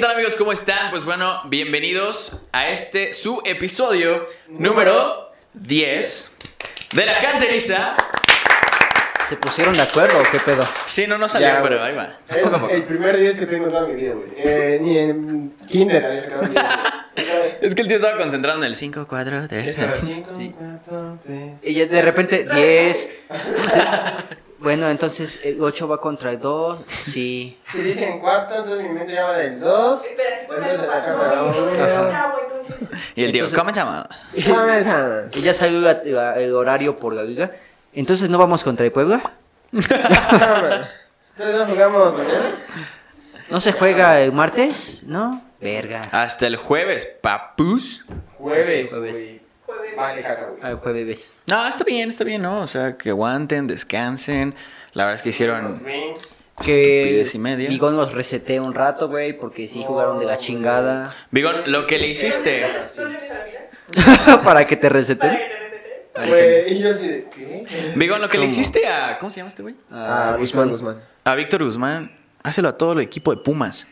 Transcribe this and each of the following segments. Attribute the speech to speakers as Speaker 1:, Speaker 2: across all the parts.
Speaker 1: tal amigos? ¿Cómo están? Pues bueno, bienvenidos a este su episodio número 10 de la canteriza.
Speaker 2: ¿Se pusieron de acuerdo o qué pedo?
Speaker 1: Sí, no, no salió,
Speaker 2: Ya,
Speaker 1: pero ahí va.
Speaker 3: Es el primer 10 que tengo en toda mi vida, güey. Eh, ni en kinder había sacado 10. güey.
Speaker 1: Es que el tío estaba concentrado en el 5, 4, 3.
Speaker 3: Estaba cinco, cuatro, tres.
Speaker 2: Y ya de repente 10. Bueno, entonces el 8 va contra el 2. Sí.
Speaker 3: Si dicen 4, entonces mi mente llama del 2.
Speaker 4: Espera, si por
Speaker 3: Bueno,
Speaker 4: algo
Speaker 3: se
Speaker 4: pasó,
Speaker 3: acaba.
Speaker 4: no
Speaker 3: Ajá.
Speaker 4: acabo, entonces.
Speaker 1: Y el tío,
Speaker 2: Entonces-
Speaker 1: comenzamos.
Speaker 2: Y ya salió la- la- el horario por la liga. Entonces no vamos contra el Puebla.
Speaker 3: Entonces nos jugamos mañana.
Speaker 2: No se juega el martes, ¿no? Verga.
Speaker 1: Hasta el jueves, papus.
Speaker 3: Jueves,
Speaker 2: Jueves.
Speaker 3: güey.
Speaker 4: Jueves.
Speaker 3: Vale, caca, güey.
Speaker 2: Al jueves.
Speaker 1: No, está bien, está bien, ¿no? O sea, que aguanten, descansen. La verdad es que
Speaker 3: Los
Speaker 1: hicieron...
Speaker 3: rings.
Speaker 2: Que
Speaker 1: Pues Estupidez y media.
Speaker 2: Bigón los reseté un rato, güey, porque sí jugaron de la chingada.
Speaker 1: Vigor, lo que le hiciste...
Speaker 4: ¿No le ves a la vida?
Speaker 2: Para que te
Speaker 4: Para
Speaker 2: reseten.
Speaker 4: que te resete.
Speaker 3: Güey, y yo así de, ¿qué?
Speaker 1: Vigor, lo que le hiciste a... ¿Cómo se llama este güey?
Speaker 2: Ah, Guzmán.
Speaker 1: A Víctor Guzmán, hácelo a todo el equipo de Pumas.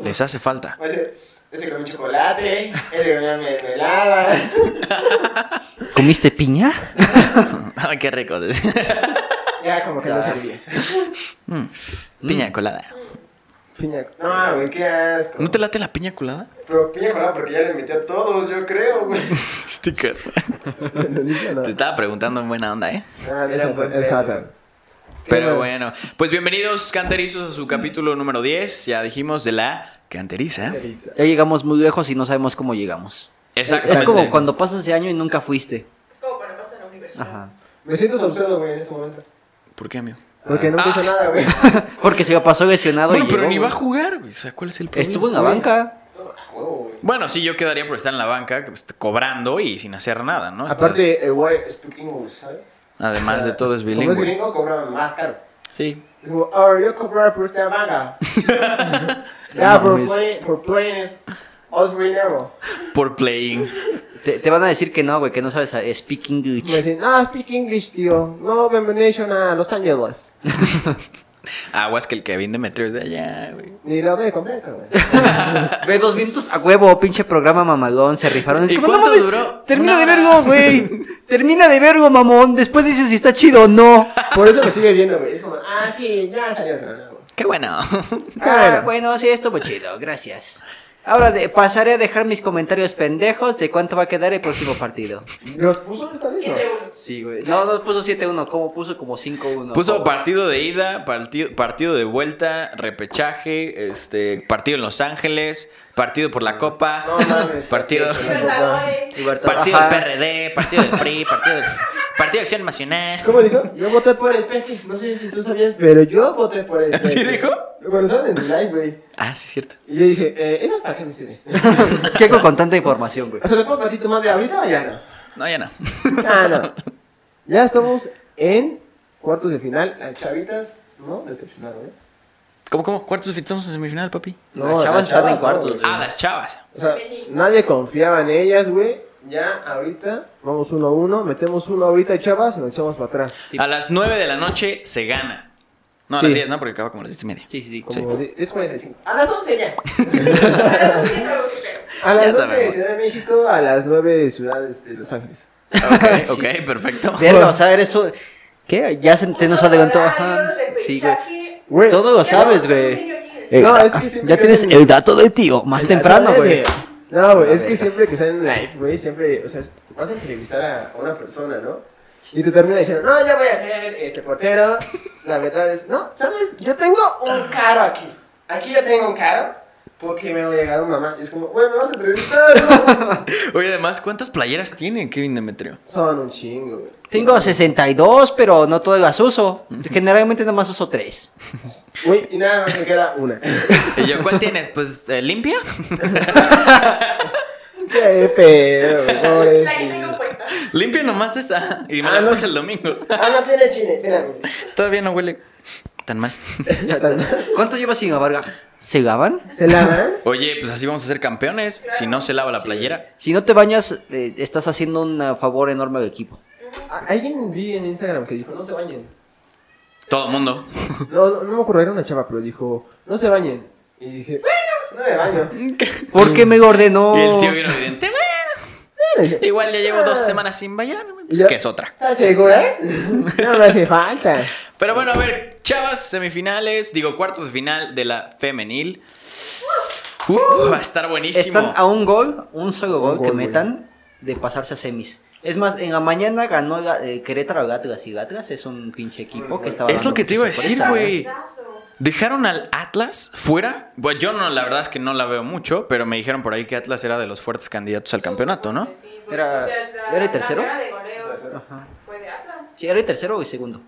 Speaker 1: Les hace falta.
Speaker 3: Va a ser, este comió chocolate, este comió mermelada.
Speaker 2: ¿Comiste piña?
Speaker 1: Ay, qué rico.
Speaker 3: Ya como que no servía.
Speaker 1: Mm, piña colada.
Speaker 3: Piña. No, güey, qué asco.
Speaker 1: ¿No te late la piña colada?
Speaker 3: Pero piña colada porque ya le metí a todos, yo creo, güey.
Speaker 1: Sticker. Te
Speaker 5: Es
Speaker 1: estaba preguntando en buena onda, ¿eh?
Speaker 3: Ah, mira, pues,
Speaker 5: es
Speaker 3: eh,
Speaker 5: Hatan.
Speaker 1: Pero bueno, pues bienvenidos canterizos a su capítulo número 10, ya dijimos de la canteriza.
Speaker 2: Ya llegamos muy lejos y no sabemos cómo llegamos.
Speaker 1: Exactamente.
Speaker 2: Es como cuando pasas de año y nunca fuiste.
Speaker 4: Es como cuando pasa en la universidad.
Speaker 2: Ajá.
Speaker 3: Me siento absurdo, güey, en ese momento.
Speaker 1: ¿Por qué, amigo?
Speaker 5: Porque no
Speaker 1: Ah,
Speaker 3: No,
Speaker 5: puse
Speaker 3: nada, güey.
Speaker 2: Porque se pasó lesionado
Speaker 1: Bueno,
Speaker 2: y
Speaker 1: pero
Speaker 2: llegó,
Speaker 1: ni va
Speaker 2: güey.
Speaker 1: a jugar, güey. O sea, ¿cuál es el problema?
Speaker 2: Estuvo en la banca.
Speaker 3: Huevo, güey.
Speaker 1: Bueno, sí, yo quedaría por estar en la banca que, pues, cobrando y sin hacer nada, ¿no? Estás-
Speaker 5: Aparte, el güey.
Speaker 3: Speak English, ¿sabes?
Speaker 1: Además
Speaker 2: Ah,
Speaker 1: de todo es
Speaker 3: Como es
Speaker 1: bilingüe.
Speaker 3: gringo, cobra más caro.
Speaker 1: Sí.
Speaker 3: Es como, ahora yo cobrar por esta banca. ya, por play, por play es otro dinero.
Speaker 1: Por playing.
Speaker 2: Te, te van a decir que no, güey, que no sabes eh, speak
Speaker 5: Me
Speaker 1: Pues,
Speaker 2: English.
Speaker 5: dicen, ah, speak English, tío. No, bienvenido a Los Ángeles.
Speaker 1: Aguas que el Kevin Demetrio es de allá, güey.
Speaker 3: Ni lo me comenta, güey.
Speaker 2: Ve dos minutos a huevo, pinche programa mamalón, se rifaron. Es
Speaker 1: ¿Y
Speaker 2: como,
Speaker 1: cuánto
Speaker 2: mames,
Speaker 1: duró?
Speaker 2: Termina
Speaker 1: Una
Speaker 2: de
Speaker 1: hora.
Speaker 2: vergo, güey. Termina de vergo, mamón. Después dices si está chido o no.
Speaker 3: Por eso me sigue viendo, güey. Es como, ah, sí, ya salió otra, ¿no? güey.
Speaker 1: Qué bueno.
Speaker 2: Ah, bueno, sí, estuvo chido, gracias. Ahora de- pasaré a dejar mis comentarios pendejos de cuánto va a quedar el próximo partido.
Speaker 3: ¿Los puso esta vez? no?
Speaker 4: 7-1.
Speaker 2: Sí, güey. No, no puso 7-1, como puso como 5-1.
Speaker 1: Puso
Speaker 2: Como-
Speaker 1: partido de ida, partido, partido de vuelta, repechaje, este, partido en Los Ángeles, partido por la Copa,
Speaker 3: No mames.
Speaker 1: partido,
Speaker 4: Libertadores.
Speaker 2: Libertadores.
Speaker 1: partido del
Speaker 2: Ajá.
Speaker 1: PRD, partido del PRI, partido, del- partido de Acción Nacional.
Speaker 3: ¿Cómo dijo? Yo voté por el peje. No sé si tú sabías, pero yo voté por el peje.
Speaker 1: ¿Sí dijo?
Speaker 3: Bueno, estaban en el live, güey.
Speaker 1: Ah, sí, es cierto.
Speaker 3: Y yo dije, eh, ¿esa para qué me sirve?
Speaker 2: Checo con tanta información, güey.
Speaker 3: O sea, ¿le puedo partir tu madre ahorita o ya no?
Speaker 1: No, ya no.
Speaker 3: Ah, no. Ya estamos en cuartos de final. Las chavitas no decepcionaron, ¿eh?
Speaker 1: ¿Cómo, cómo? ¿Cuartos de- estamos en semifinal, papi?
Speaker 3: No,
Speaker 2: las chavas
Speaker 3: las
Speaker 2: están
Speaker 3: chavas
Speaker 2: en
Speaker 3: no,
Speaker 2: cuartos,
Speaker 3: güey.
Speaker 2: güey.
Speaker 1: Ah, las chavas.
Speaker 3: O sea, nadie confiaba en ellas, güey. Ya ahorita vamos uno a uno, metemos uno ahorita y chavas, y nos echamos para atrás.
Speaker 1: A las 9 de la noche se gana. No, a
Speaker 3: Sí.
Speaker 1: las 10, ¿no? Porque acaba como a las 10 y media.
Speaker 2: Sí, sí, sí.
Speaker 3: Como di- es 45.
Speaker 4: A las 11 ya.
Speaker 1: Ya
Speaker 3: A las 12
Speaker 4: A las 11 ya sabemos qué pedo.
Speaker 3: de
Speaker 1: sabemos.
Speaker 3: Ciudad de México, a las 9 de ciudades de Los Ángeles.
Speaker 1: Ok, ok, perfecto.
Speaker 2: Verga, o sea, eres un... ¿Qué? Ya se, te nos
Speaker 4: Justo
Speaker 2: adelantó. Ajá.
Speaker 4: horarios,
Speaker 2: Sí, güey.
Speaker 4: repechaje.
Speaker 3: Güey,
Speaker 2: Todo lo
Speaker 4: Ya
Speaker 2: sabes,
Speaker 4: no,
Speaker 2: güey.
Speaker 4: no, aquí es.
Speaker 2: Eh,
Speaker 3: No,
Speaker 2: ah,
Speaker 3: es que siempre
Speaker 2: Ya tienes
Speaker 3: hacen-
Speaker 2: el dato del tío, más temprano, güey.
Speaker 3: No, güey, es
Speaker 2: A
Speaker 3: que
Speaker 2: ver.
Speaker 3: siempre que salen live, güey, siempre, o sea, vas a entrevistar a una persona, ¿no? Y te termina diciendo, no, yo voy a ser este portero. La verdad es, no, ¿sabes? Yo tengo un caro aquí. Aquí yo tengo un caro porque me ha llegado mamá. Y es como, güey, me vas a entrevistar, ¿no?
Speaker 1: Oye, además, ¿cuántas playeras tiene Kevin Demetrio?
Speaker 3: Son un chingo, güey.
Speaker 2: Tengo 62, pero no todas las uso. Generalmente nada más uso 3.
Speaker 3: Güey, y nada más me queda una.
Speaker 1: Y yo, ¿cuál tienes? Pues, eh, ¿limpia?
Speaker 3: Qué pedo, güey,
Speaker 4: La que tengo
Speaker 3: pobrecito.
Speaker 4: puesta.
Speaker 1: Limpia nomás está. Y me la
Speaker 3: Ah, no.
Speaker 1: puse el domingo.
Speaker 3: Ah, no tiene chile, espérame.
Speaker 1: Todavía no huele tan mal.
Speaker 2: ¿Cuánto llevas sin lavar? ¿Se lavan?
Speaker 3: ¿Te la dan?
Speaker 1: Oye, pues así vamos a ser campeones. Si no se lava la playera.
Speaker 2: Si no te bañas, eh, estás haciendo un eh, favor enorme al equipo.
Speaker 3: Ah, Alguien vi en Instagram que dijo, no se bañen.
Speaker 1: Todo mundo.
Speaker 3: No, no, no me acuerdo, era una chava, pero dijo, no se bañen. Y dije, bueno, No me baño.
Speaker 2: Porque me ordenó.
Speaker 1: Y el tío vino evidente. Bueno, igual ya llevo dos semanas sin bañarme. Pues
Speaker 3: Ya.
Speaker 1: que es otra.
Speaker 3: ¿Estás segura?
Speaker 5: No me hace falta.
Speaker 3: Ah,
Speaker 1: Pero bueno, a ver, chavas, semifinales, digo cuartos de final de la femenil. Uh, va a estar buenísimo.
Speaker 2: Están a un gol, un solo gol,
Speaker 3: gol,
Speaker 2: que
Speaker 3: güey.
Speaker 2: metan de pasarse a semis. Es más, en la mañana ganó la, eh, Querétaro Gatlas y Gatlas es un pinche equipo que estaba.
Speaker 1: Es lo
Speaker 2: dando
Speaker 1: que te iba a
Speaker 2: mucha
Speaker 1: decir,
Speaker 2: sorpresa, ¿eh?
Speaker 1: güey.
Speaker 4: Caso.
Speaker 1: ¿Dejaron al Atlas fuera? Bueno, yo no, la verdad es que no la veo mucho, pero me dijeron por ahí que Atlas era de los fuertes candidatos al campeonato, ¿no?
Speaker 4: Sí, pues,
Speaker 2: Era-
Speaker 4: o sea, es la-
Speaker 2: ¿era el tercero?
Speaker 4: La primera de goleos
Speaker 2: Ajá.
Speaker 4: fue de Atlas.
Speaker 2: Sí, era el tercero o el segundo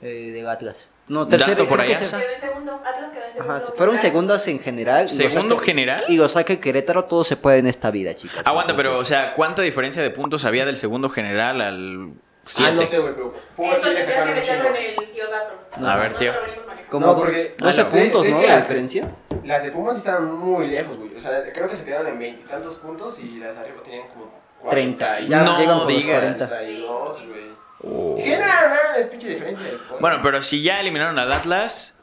Speaker 2: eh, de Atlas. No, tercero.
Speaker 1: Dato por
Speaker 2: creo que
Speaker 1: ahí,
Speaker 2: es
Speaker 1: Asa.
Speaker 2: el-
Speaker 4: Quedó en segundo. Atlas quedó en segundo.
Speaker 2: Ajá, si fueron
Speaker 4: lugar.
Speaker 2: segundas en general. y lo
Speaker 1: ¿Segundo
Speaker 2: saque-
Speaker 1: general?
Speaker 2: Y lo saque Querétaro, todo se puede en esta vida, chicos.
Speaker 1: Aguanta, pero, o
Speaker 2: Entonces,
Speaker 1: sea, ¿cuánta diferencia de puntos había del segundo general al
Speaker 3: Ah,
Speaker 1: 7?
Speaker 3: no sé, güey, pero puedo
Speaker 4: Eso
Speaker 3: sí le
Speaker 4: tendrías
Speaker 3: sacaron
Speaker 4: que
Speaker 3: un
Speaker 4: meterlo
Speaker 3: chingo.
Speaker 4: en el tío Dato.
Speaker 1: A ver,
Speaker 4: No
Speaker 1: tío.
Speaker 4: lo venimos manejando.
Speaker 2: Como
Speaker 3: no, porque-
Speaker 2: 12
Speaker 3: ah, no, sé-
Speaker 2: puntos,
Speaker 3: sé
Speaker 2: ¿no?
Speaker 3: que
Speaker 2: La
Speaker 3: las-
Speaker 2: diferencia.
Speaker 3: Las de Pumas estaban muy lejos, güey. O sea, creo que se quedaron en veintitantos puntos y las de arriba tenían como
Speaker 2: Treinta,
Speaker 3: 40 y
Speaker 2: ya
Speaker 1: No
Speaker 2: llegan por los
Speaker 1: digas.
Speaker 2: 40.
Speaker 3: 42, güey. Dije, nada, nada, es pinche diferencia. del gol.
Speaker 1: Oh. Bueno, pero si ya eliminaron al Atlas,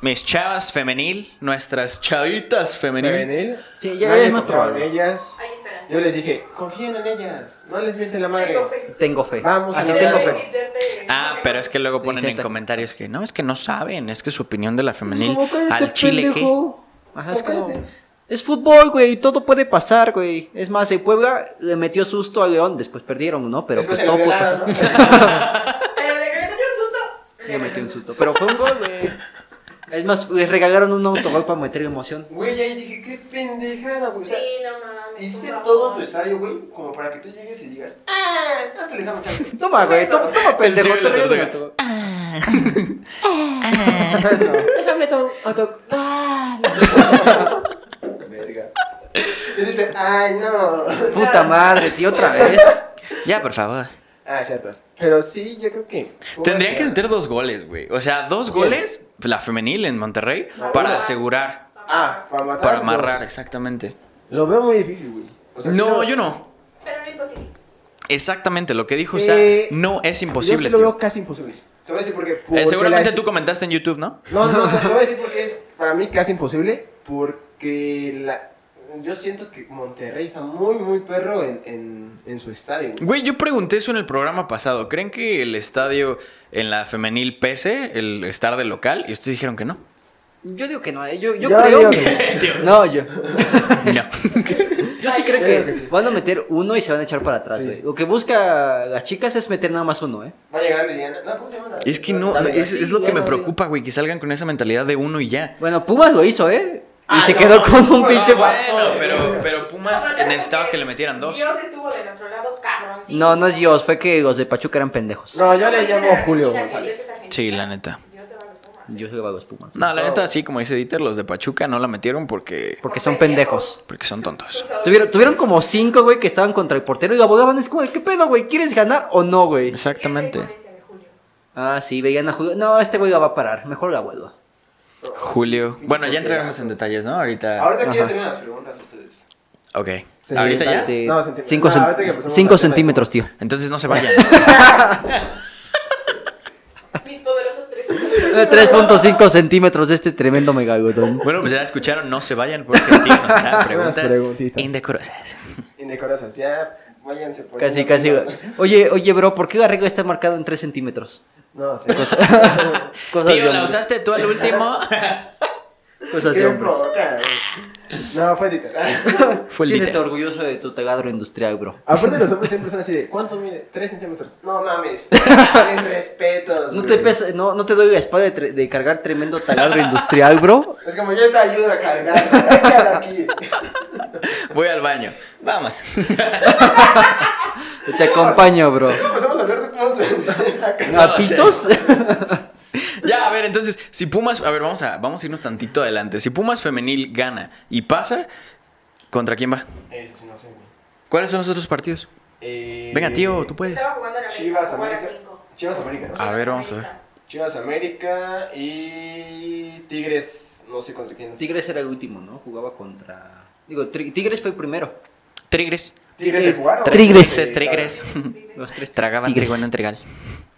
Speaker 1: mis chavas femenil, nuestras chavitas femenil.
Speaker 3: Femenil,
Speaker 2: Sí, ya
Speaker 3: nadie
Speaker 2: es más
Speaker 3: confiaba en
Speaker 2: probable.
Speaker 3: ellas.
Speaker 4: Hay esperanza.
Speaker 3: Yo les dije, confíen en ellas, no les mienten la madre.
Speaker 4: Tengo fe.
Speaker 2: Tengo fe.
Speaker 3: Vamos a
Speaker 2: Así
Speaker 3: lograr
Speaker 2: tengo
Speaker 3: algo.
Speaker 2: fe.
Speaker 1: Ah, pero es que luego ponen en
Speaker 2: Inserte.
Speaker 1: comentarios que no, es que no saben, es que su opinión de la femenil
Speaker 3: Pues,
Speaker 5: Como,
Speaker 3: este
Speaker 5: cállate,
Speaker 1: al Chile que.
Speaker 5: pendejo.
Speaker 2: Ajá, es
Speaker 3: Espérate.
Speaker 2: como- Es fútbol, güey, todo puede pasar, güey. Es más, el Puebla le metió susto a León, después perdieron, ¿no? Pero
Speaker 3: Después
Speaker 2: pues
Speaker 3: se
Speaker 2: todo
Speaker 3: le
Speaker 2: puede
Speaker 3: violaron,
Speaker 2: pasar.
Speaker 3: ¿no?
Speaker 4: Pero de que le metió un susto.
Speaker 2: Le metió un susto. Pero fue un gol, güey. Es más, le regalaron un autogol para meter emoción.
Speaker 3: Güey, ahí dije, qué pendejada, güey. O
Speaker 4: Sí,
Speaker 3: sea,
Speaker 4: no mames.
Speaker 3: hiciste
Speaker 4: por favor.
Speaker 3: todo tu estadio, güey, como para que tú llegues y digas, ah, no te les damos chance.
Speaker 2: Toma, güey, toma, toma, pendejo.
Speaker 1: tío y la
Speaker 2: te regalo un
Speaker 1: tortuga.
Speaker 2: autogol.
Speaker 5: Déjame to- auto-
Speaker 3: Verga. Y dijiste, ay, no.
Speaker 2: Puta madre, tío, otra vez.
Speaker 1: Ya, por favor.
Speaker 3: Ah, cierto. Pero sí, yo creo que.
Speaker 1: Tendrían que meter dos goles, güey. O sea, dos goles, la femenil en Monterrey, para asegurar,
Speaker 3: Ah, para matar.
Speaker 1: para
Speaker 3: los-
Speaker 1: amarrar, exactamente.
Speaker 3: Lo veo muy difícil, güey. O sea, sí
Speaker 1: No,
Speaker 3: lo-
Speaker 1: yo no.
Speaker 4: Pero no imposible.
Speaker 1: Exactamente, lo que dijo, o sea,
Speaker 5: Eh,
Speaker 1: no es
Speaker 5: Yo
Speaker 1: imposible.
Speaker 5: sí lo
Speaker 1: tío.
Speaker 5: veo casi imposible.
Speaker 3: Te voy a decir por qué.
Speaker 1: Eh,
Speaker 3: Porque
Speaker 1: seguramente
Speaker 3: las-
Speaker 1: tú comentaste en YouTube, ¿no?
Speaker 3: No, no, te, te voy a decir por qué es para mí casi imposible. Porque la... yo siento que Monterrey está muy, muy perro en, en, en su estadio, güey.
Speaker 1: Güey, yo pregunté eso en el programa pasado. ¿Creen que el estadio en la femenil pese el estar de local? Y ustedes dijeron que no.
Speaker 2: Yo digo que no, eh, yo, yo,
Speaker 5: Yo
Speaker 2: creo
Speaker 5: digo
Speaker 2: que. No, yo.
Speaker 1: No.
Speaker 2: Yo sí creo que van a meter uno y se van a echar para atrás,
Speaker 3: Sí.
Speaker 2: güey. Lo que busca las chicas es meter nada más uno, ¿eh?
Speaker 3: Va a llegar Liliana. No, ¿cómo se llama? la-
Speaker 1: Es que no,
Speaker 3: Dale,
Speaker 1: es,
Speaker 3: así,
Speaker 1: es lo que me
Speaker 3: Liliana,
Speaker 1: preocupa, güey, que salgan con esa mentalidad de uno y ya. Ah,
Speaker 2: Bueno, Pumas lo hizo, ¿eh? Y
Speaker 3: Ah,
Speaker 2: se
Speaker 3: no,
Speaker 2: quedó con un
Speaker 3: no,
Speaker 2: pinche.
Speaker 3: no,
Speaker 2: pas-
Speaker 1: Bueno, pero, pero Pumas necesitaba que le metieran dos.
Speaker 4: Dios estuvo de nuestro lado, cabroncísimo.
Speaker 2: No, no es Dios, fue que los de Pachuca eran pendejos.
Speaker 3: No, yo le llamo
Speaker 4: Argentina,
Speaker 3: Julio
Speaker 4: que
Speaker 3: González.
Speaker 4: Dios es argentino.
Speaker 1: Sí, la neta.
Speaker 4: Dios se va a
Speaker 2: Yo soy
Speaker 4: los Pumas.
Speaker 2: los Pumas.
Speaker 1: No, la neta, sí, como dice Dieter, los de Pachuca no la metieron porque,
Speaker 2: Porque son pendejos.
Speaker 1: porque son tontos.
Speaker 2: Tuvieron, tuvieron como cinco, güey, que estaban contra el portero y la volaban. Es como, de, ¿qué pedo, güey? ¿Quieres ganar o no, güey?
Speaker 1: Exactamente.
Speaker 2: Ah, sí, veían a Julio. No, este güey la va a parar. Mejor la vuelva.
Speaker 1: Julio. Bueno, ya entraremos en detalles, ¿no? Ahorita.
Speaker 3: Ahorita quiero
Speaker 2: Ajá.
Speaker 3: hacerme las preguntas a ustedes.
Speaker 1: Ok. Ahorita ya.
Speaker 2: Este,
Speaker 3: No, centímetros.
Speaker 2: cinco
Speaker 3: No,
Speaker 2: cen-
Speaker 3: ahorita que pasemos
Speaker 2: cinco
Speaker 3: al tema de
Speaker 2: centímetros, tío.
Speaker 1: Entonces no se vayan.
Speaker 4: Mis poderosos tres.
Speaker 2: Eh, 3.5 centímetros de este tremendo megalodón.
Speaker 1: Bueno, pues ya escucharon, no se vayan porque el tío nos hará preguntas
Speaker 5: preguntitas.
Speaker 1: indecorosas.
Speaker 3: Indecorosas, ya váyanse por
Speaker 2: Casi, casi.
Speaker 3: pilas.
Speaker 2: Oye, oye, bro, ¿por qué la regla está marcado en 3 centímetros?
Speaker 3: No, sí.
Speaker 2: Cosas de
Speaker 1: Tío, ¿la
Speaker 2: hombres,
Speaker 1: usaste tú al último?
Speaker 2: Cosas
Speaker 3: Qué
Speaker 2: de hombres.
Speaker 3: poca, güey. No, fue Dieter.
Speaker 1: Fue el
Speaker 2: Siéntete
Speaker 1: Dieter.
Speaker 2: orgulloso de tu tagadro industrial, bro.
Speaker 3: Aparte, los hombres siempre son así de: ¿Cuánto mide? 3 centímetros. No mames. Tres respetos.
Speaker 2: ¿No
Speaker 3: güey.
Speaker 2: te, pesa- no, no te doy la espada de, tre- de cargar tremendo taladro industrial, bro.
Speaker 3: Es como yo te ayudo a cargar. Ay, cara, aquí.
Speaker 1: Voy al baño. Vamos.
Speaker 2: Te acompaño, bro.
Speaker 3: Empezamos a hablar de cómo se
Speaker 1: No,
Speaker 2: ¿Gapitos?
Speaker 1: Ya, a ver, entonces, si Pumas, a ver, vamos a, vamos a irnos tantito adelante. Si Pumas femenil gana y pasa, ¿contra quién va?
Speaker 3: Eso sí, no sé, güey.
Speaker 1: ¿Cuáles son los otros partidos?
Speaker 3: Eh,
Speaker 1: Venga, tío, tú puedes.
Speaker 4: Estaba jugando en América.
Speaker 3: Chivas
Speaker 4: jugó a las
Speaker 3: América.
Speaker 4: cinco.
Speaker 3: Chivas América, ¿no?
Speaker 1: Ah. Pues, A ver, vamos a ver.
Speaker 3: Chivas América y Tigres, no sé contra quién.
Speaker 2: Tigres era el último, ¿no? Jugaba contra. Digo, Tri- Tigres fue el primero.
Speaker 1: Tigres.
Speaker 3: ¿Tigres de jugar o-
Speaker 2: Tigres.
Speaker 1: Tigres,
Speaker 3: Eh,
Speaker 1: tigres.
Speaker 2: Los tres
Speaker 1: Tragaban
Speaker 2: Tigres.
Speaker 1: trigo en entregal.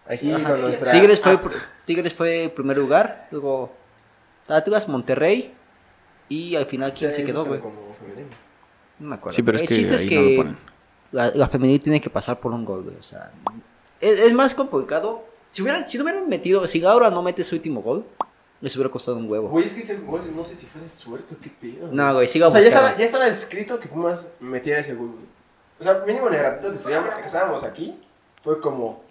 Speaker 3: Aquí
Speaker 2: Ajá.
Speaker 3: con nuestra.
Speaker 2: Tigres fue, pr- Tigres fue primer lugar, luego Atlas, Monterrey, Y al final, ¿quién se quedó, güey?
Speaker 3: Como femenino.
Speaker 2: No me acuerdo.
Speaker 1: Sí, pero es
Speaker 2: El
Speaker 1: que
Speaker 2: chiste
Speaker 1: ahí no lo ponen.
Speaker 2: la, la femenil tiene que pasar por un gol, güey. O sea, es, es más complicado. Si, hubieran, si no hubieran metido, si Gaura no mete su último gol, les hubiera costado un huevo.
Speaker 3: Güey, es que ese gol, no sé si fue de suerte o qué pedo.
Speaker 2: No, güey, siga
Speaker 3: O sea, ya
Speaker 2: buscando.
Speaker 3: estaba, ya estaba escrito que Pumas metiera ese gol, güey. O sea, mínimo en el ratito que, estuviamos- que estábamos aquí, fue como.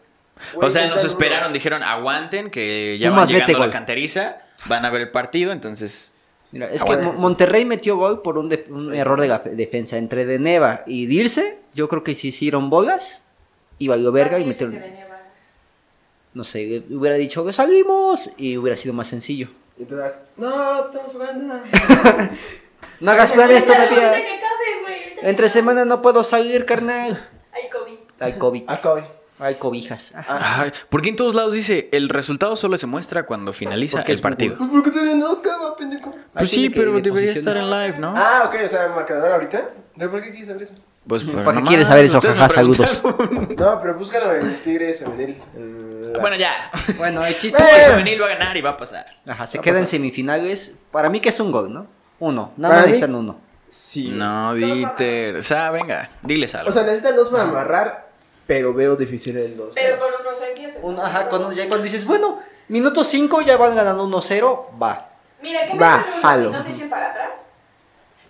Speaker 3: güey,
Speaker 1: O sea,
Speaker 3: está
Speaker 1: nos
Speaker 3: duro.
Speaker 1: esperaron, dijeron, aguanten, que ya
Speaker 2: Pumas,
Speaker 1: van llegando
Speaker 2: mete
Speaker 1: a la
Speaker 2: gol.
Speaker 1: canteriza, van a ver el partido, entonces...
Speaker 2: Mira, es
Speaker 3: Ah,
Speaker 2: que
Speaker 3: bueno,
Speaker 2: Mo-
Speaker 3: sí.
Speaker 2: Monterrey metió gol por un, de- un error de la fe- defensa. Entre De Neva y Dirce, yo creo que se hicieron bolas y valió verga y metieron. No sé, hubiera dicho que salimos y hubiera sido más sencillo.
Speaker 3: Y tú das, no, estamos jugando.
Speaker 2: No hagas planes todavía. Entre
Speaker 4: semanas
Speaker 2: semana no puedo salir, carnal.
Speaker 4: Ay, COVID.
Speaker 2: Hay COVID,
Speaker 3: Acabe.
Speaker 2: hay cobijas. Ah,
Speaker 1: Ay, ¿Por qué en todos lados dice, el resultado solo se muestra cuando finaliza
Speaker 2: Porque
Speaker 1: el
Speaker 2: es
Speaker 1: partido?
Speaker 2: fútbol.
Speaker 3: "Pues, ¿Por qué todavía no acaba, pendejo?
Speaker 1: Pues
Speaker 2: tiene
Speaker 1: sí,
Speaker 2: que
Speaker 1: pero
Speaker 2: ir de
Speaker 1: debería estar
Speaker 2: posiciones.
Speaker 1: en live, ¿no?
Speaker 3: Ah, ok, o sea, marcador ahorita. ¿Pero por qué quieres saber eso?
Speaker 1: Pues, pero
Speaker 2: ¿Para qué
Speaker 1: nomás,
Speaker 2: quieres saber eso?
Speaker 1: ustedes me
Speaker 2: Jaja, saludos.
Speaker 1: preguntaron.
Speaker 3: No, pero búscalo en Tigres Femenil. en la-
Speaker 1: Bueno, ya.
Speaker 2: Bueno, el chiste
Speaker 1: Tigres
Speaker 2: es que-
Speaker 1: Femenil va a ganar y va a pasar.
Speaker 2: Ajá, se
Speaker 3: Va a
Speaker 2: queda en
Speaker 3: pasar.
Speaker 2: semifinales. Para mí que es un gol, ¿no? Uno. Nada
Speaker 3: Para
Speaker 2: más
Speaker 3: mí-
Speaker 2: necesitan uno.
Speaker 3: Sí.
Speaker 1: No, Dieter. O sea, venga, diles algo.
Speaker 3: O sea, necesitan dos para amarrar, pero veo difícil el dos.
Speaker 4: Pero con unos empiezas.
Speaker 2: Uno, ajá, cuando, ya cuando dices, bueno, minuto 5 ya van ganando 1-0, va.
Speaker 4: Mira, que
Speaker 3: Va,
Speaker 4: metan uno
Speaker 3: jalo.
Speaker 4: y no se echen para atrás.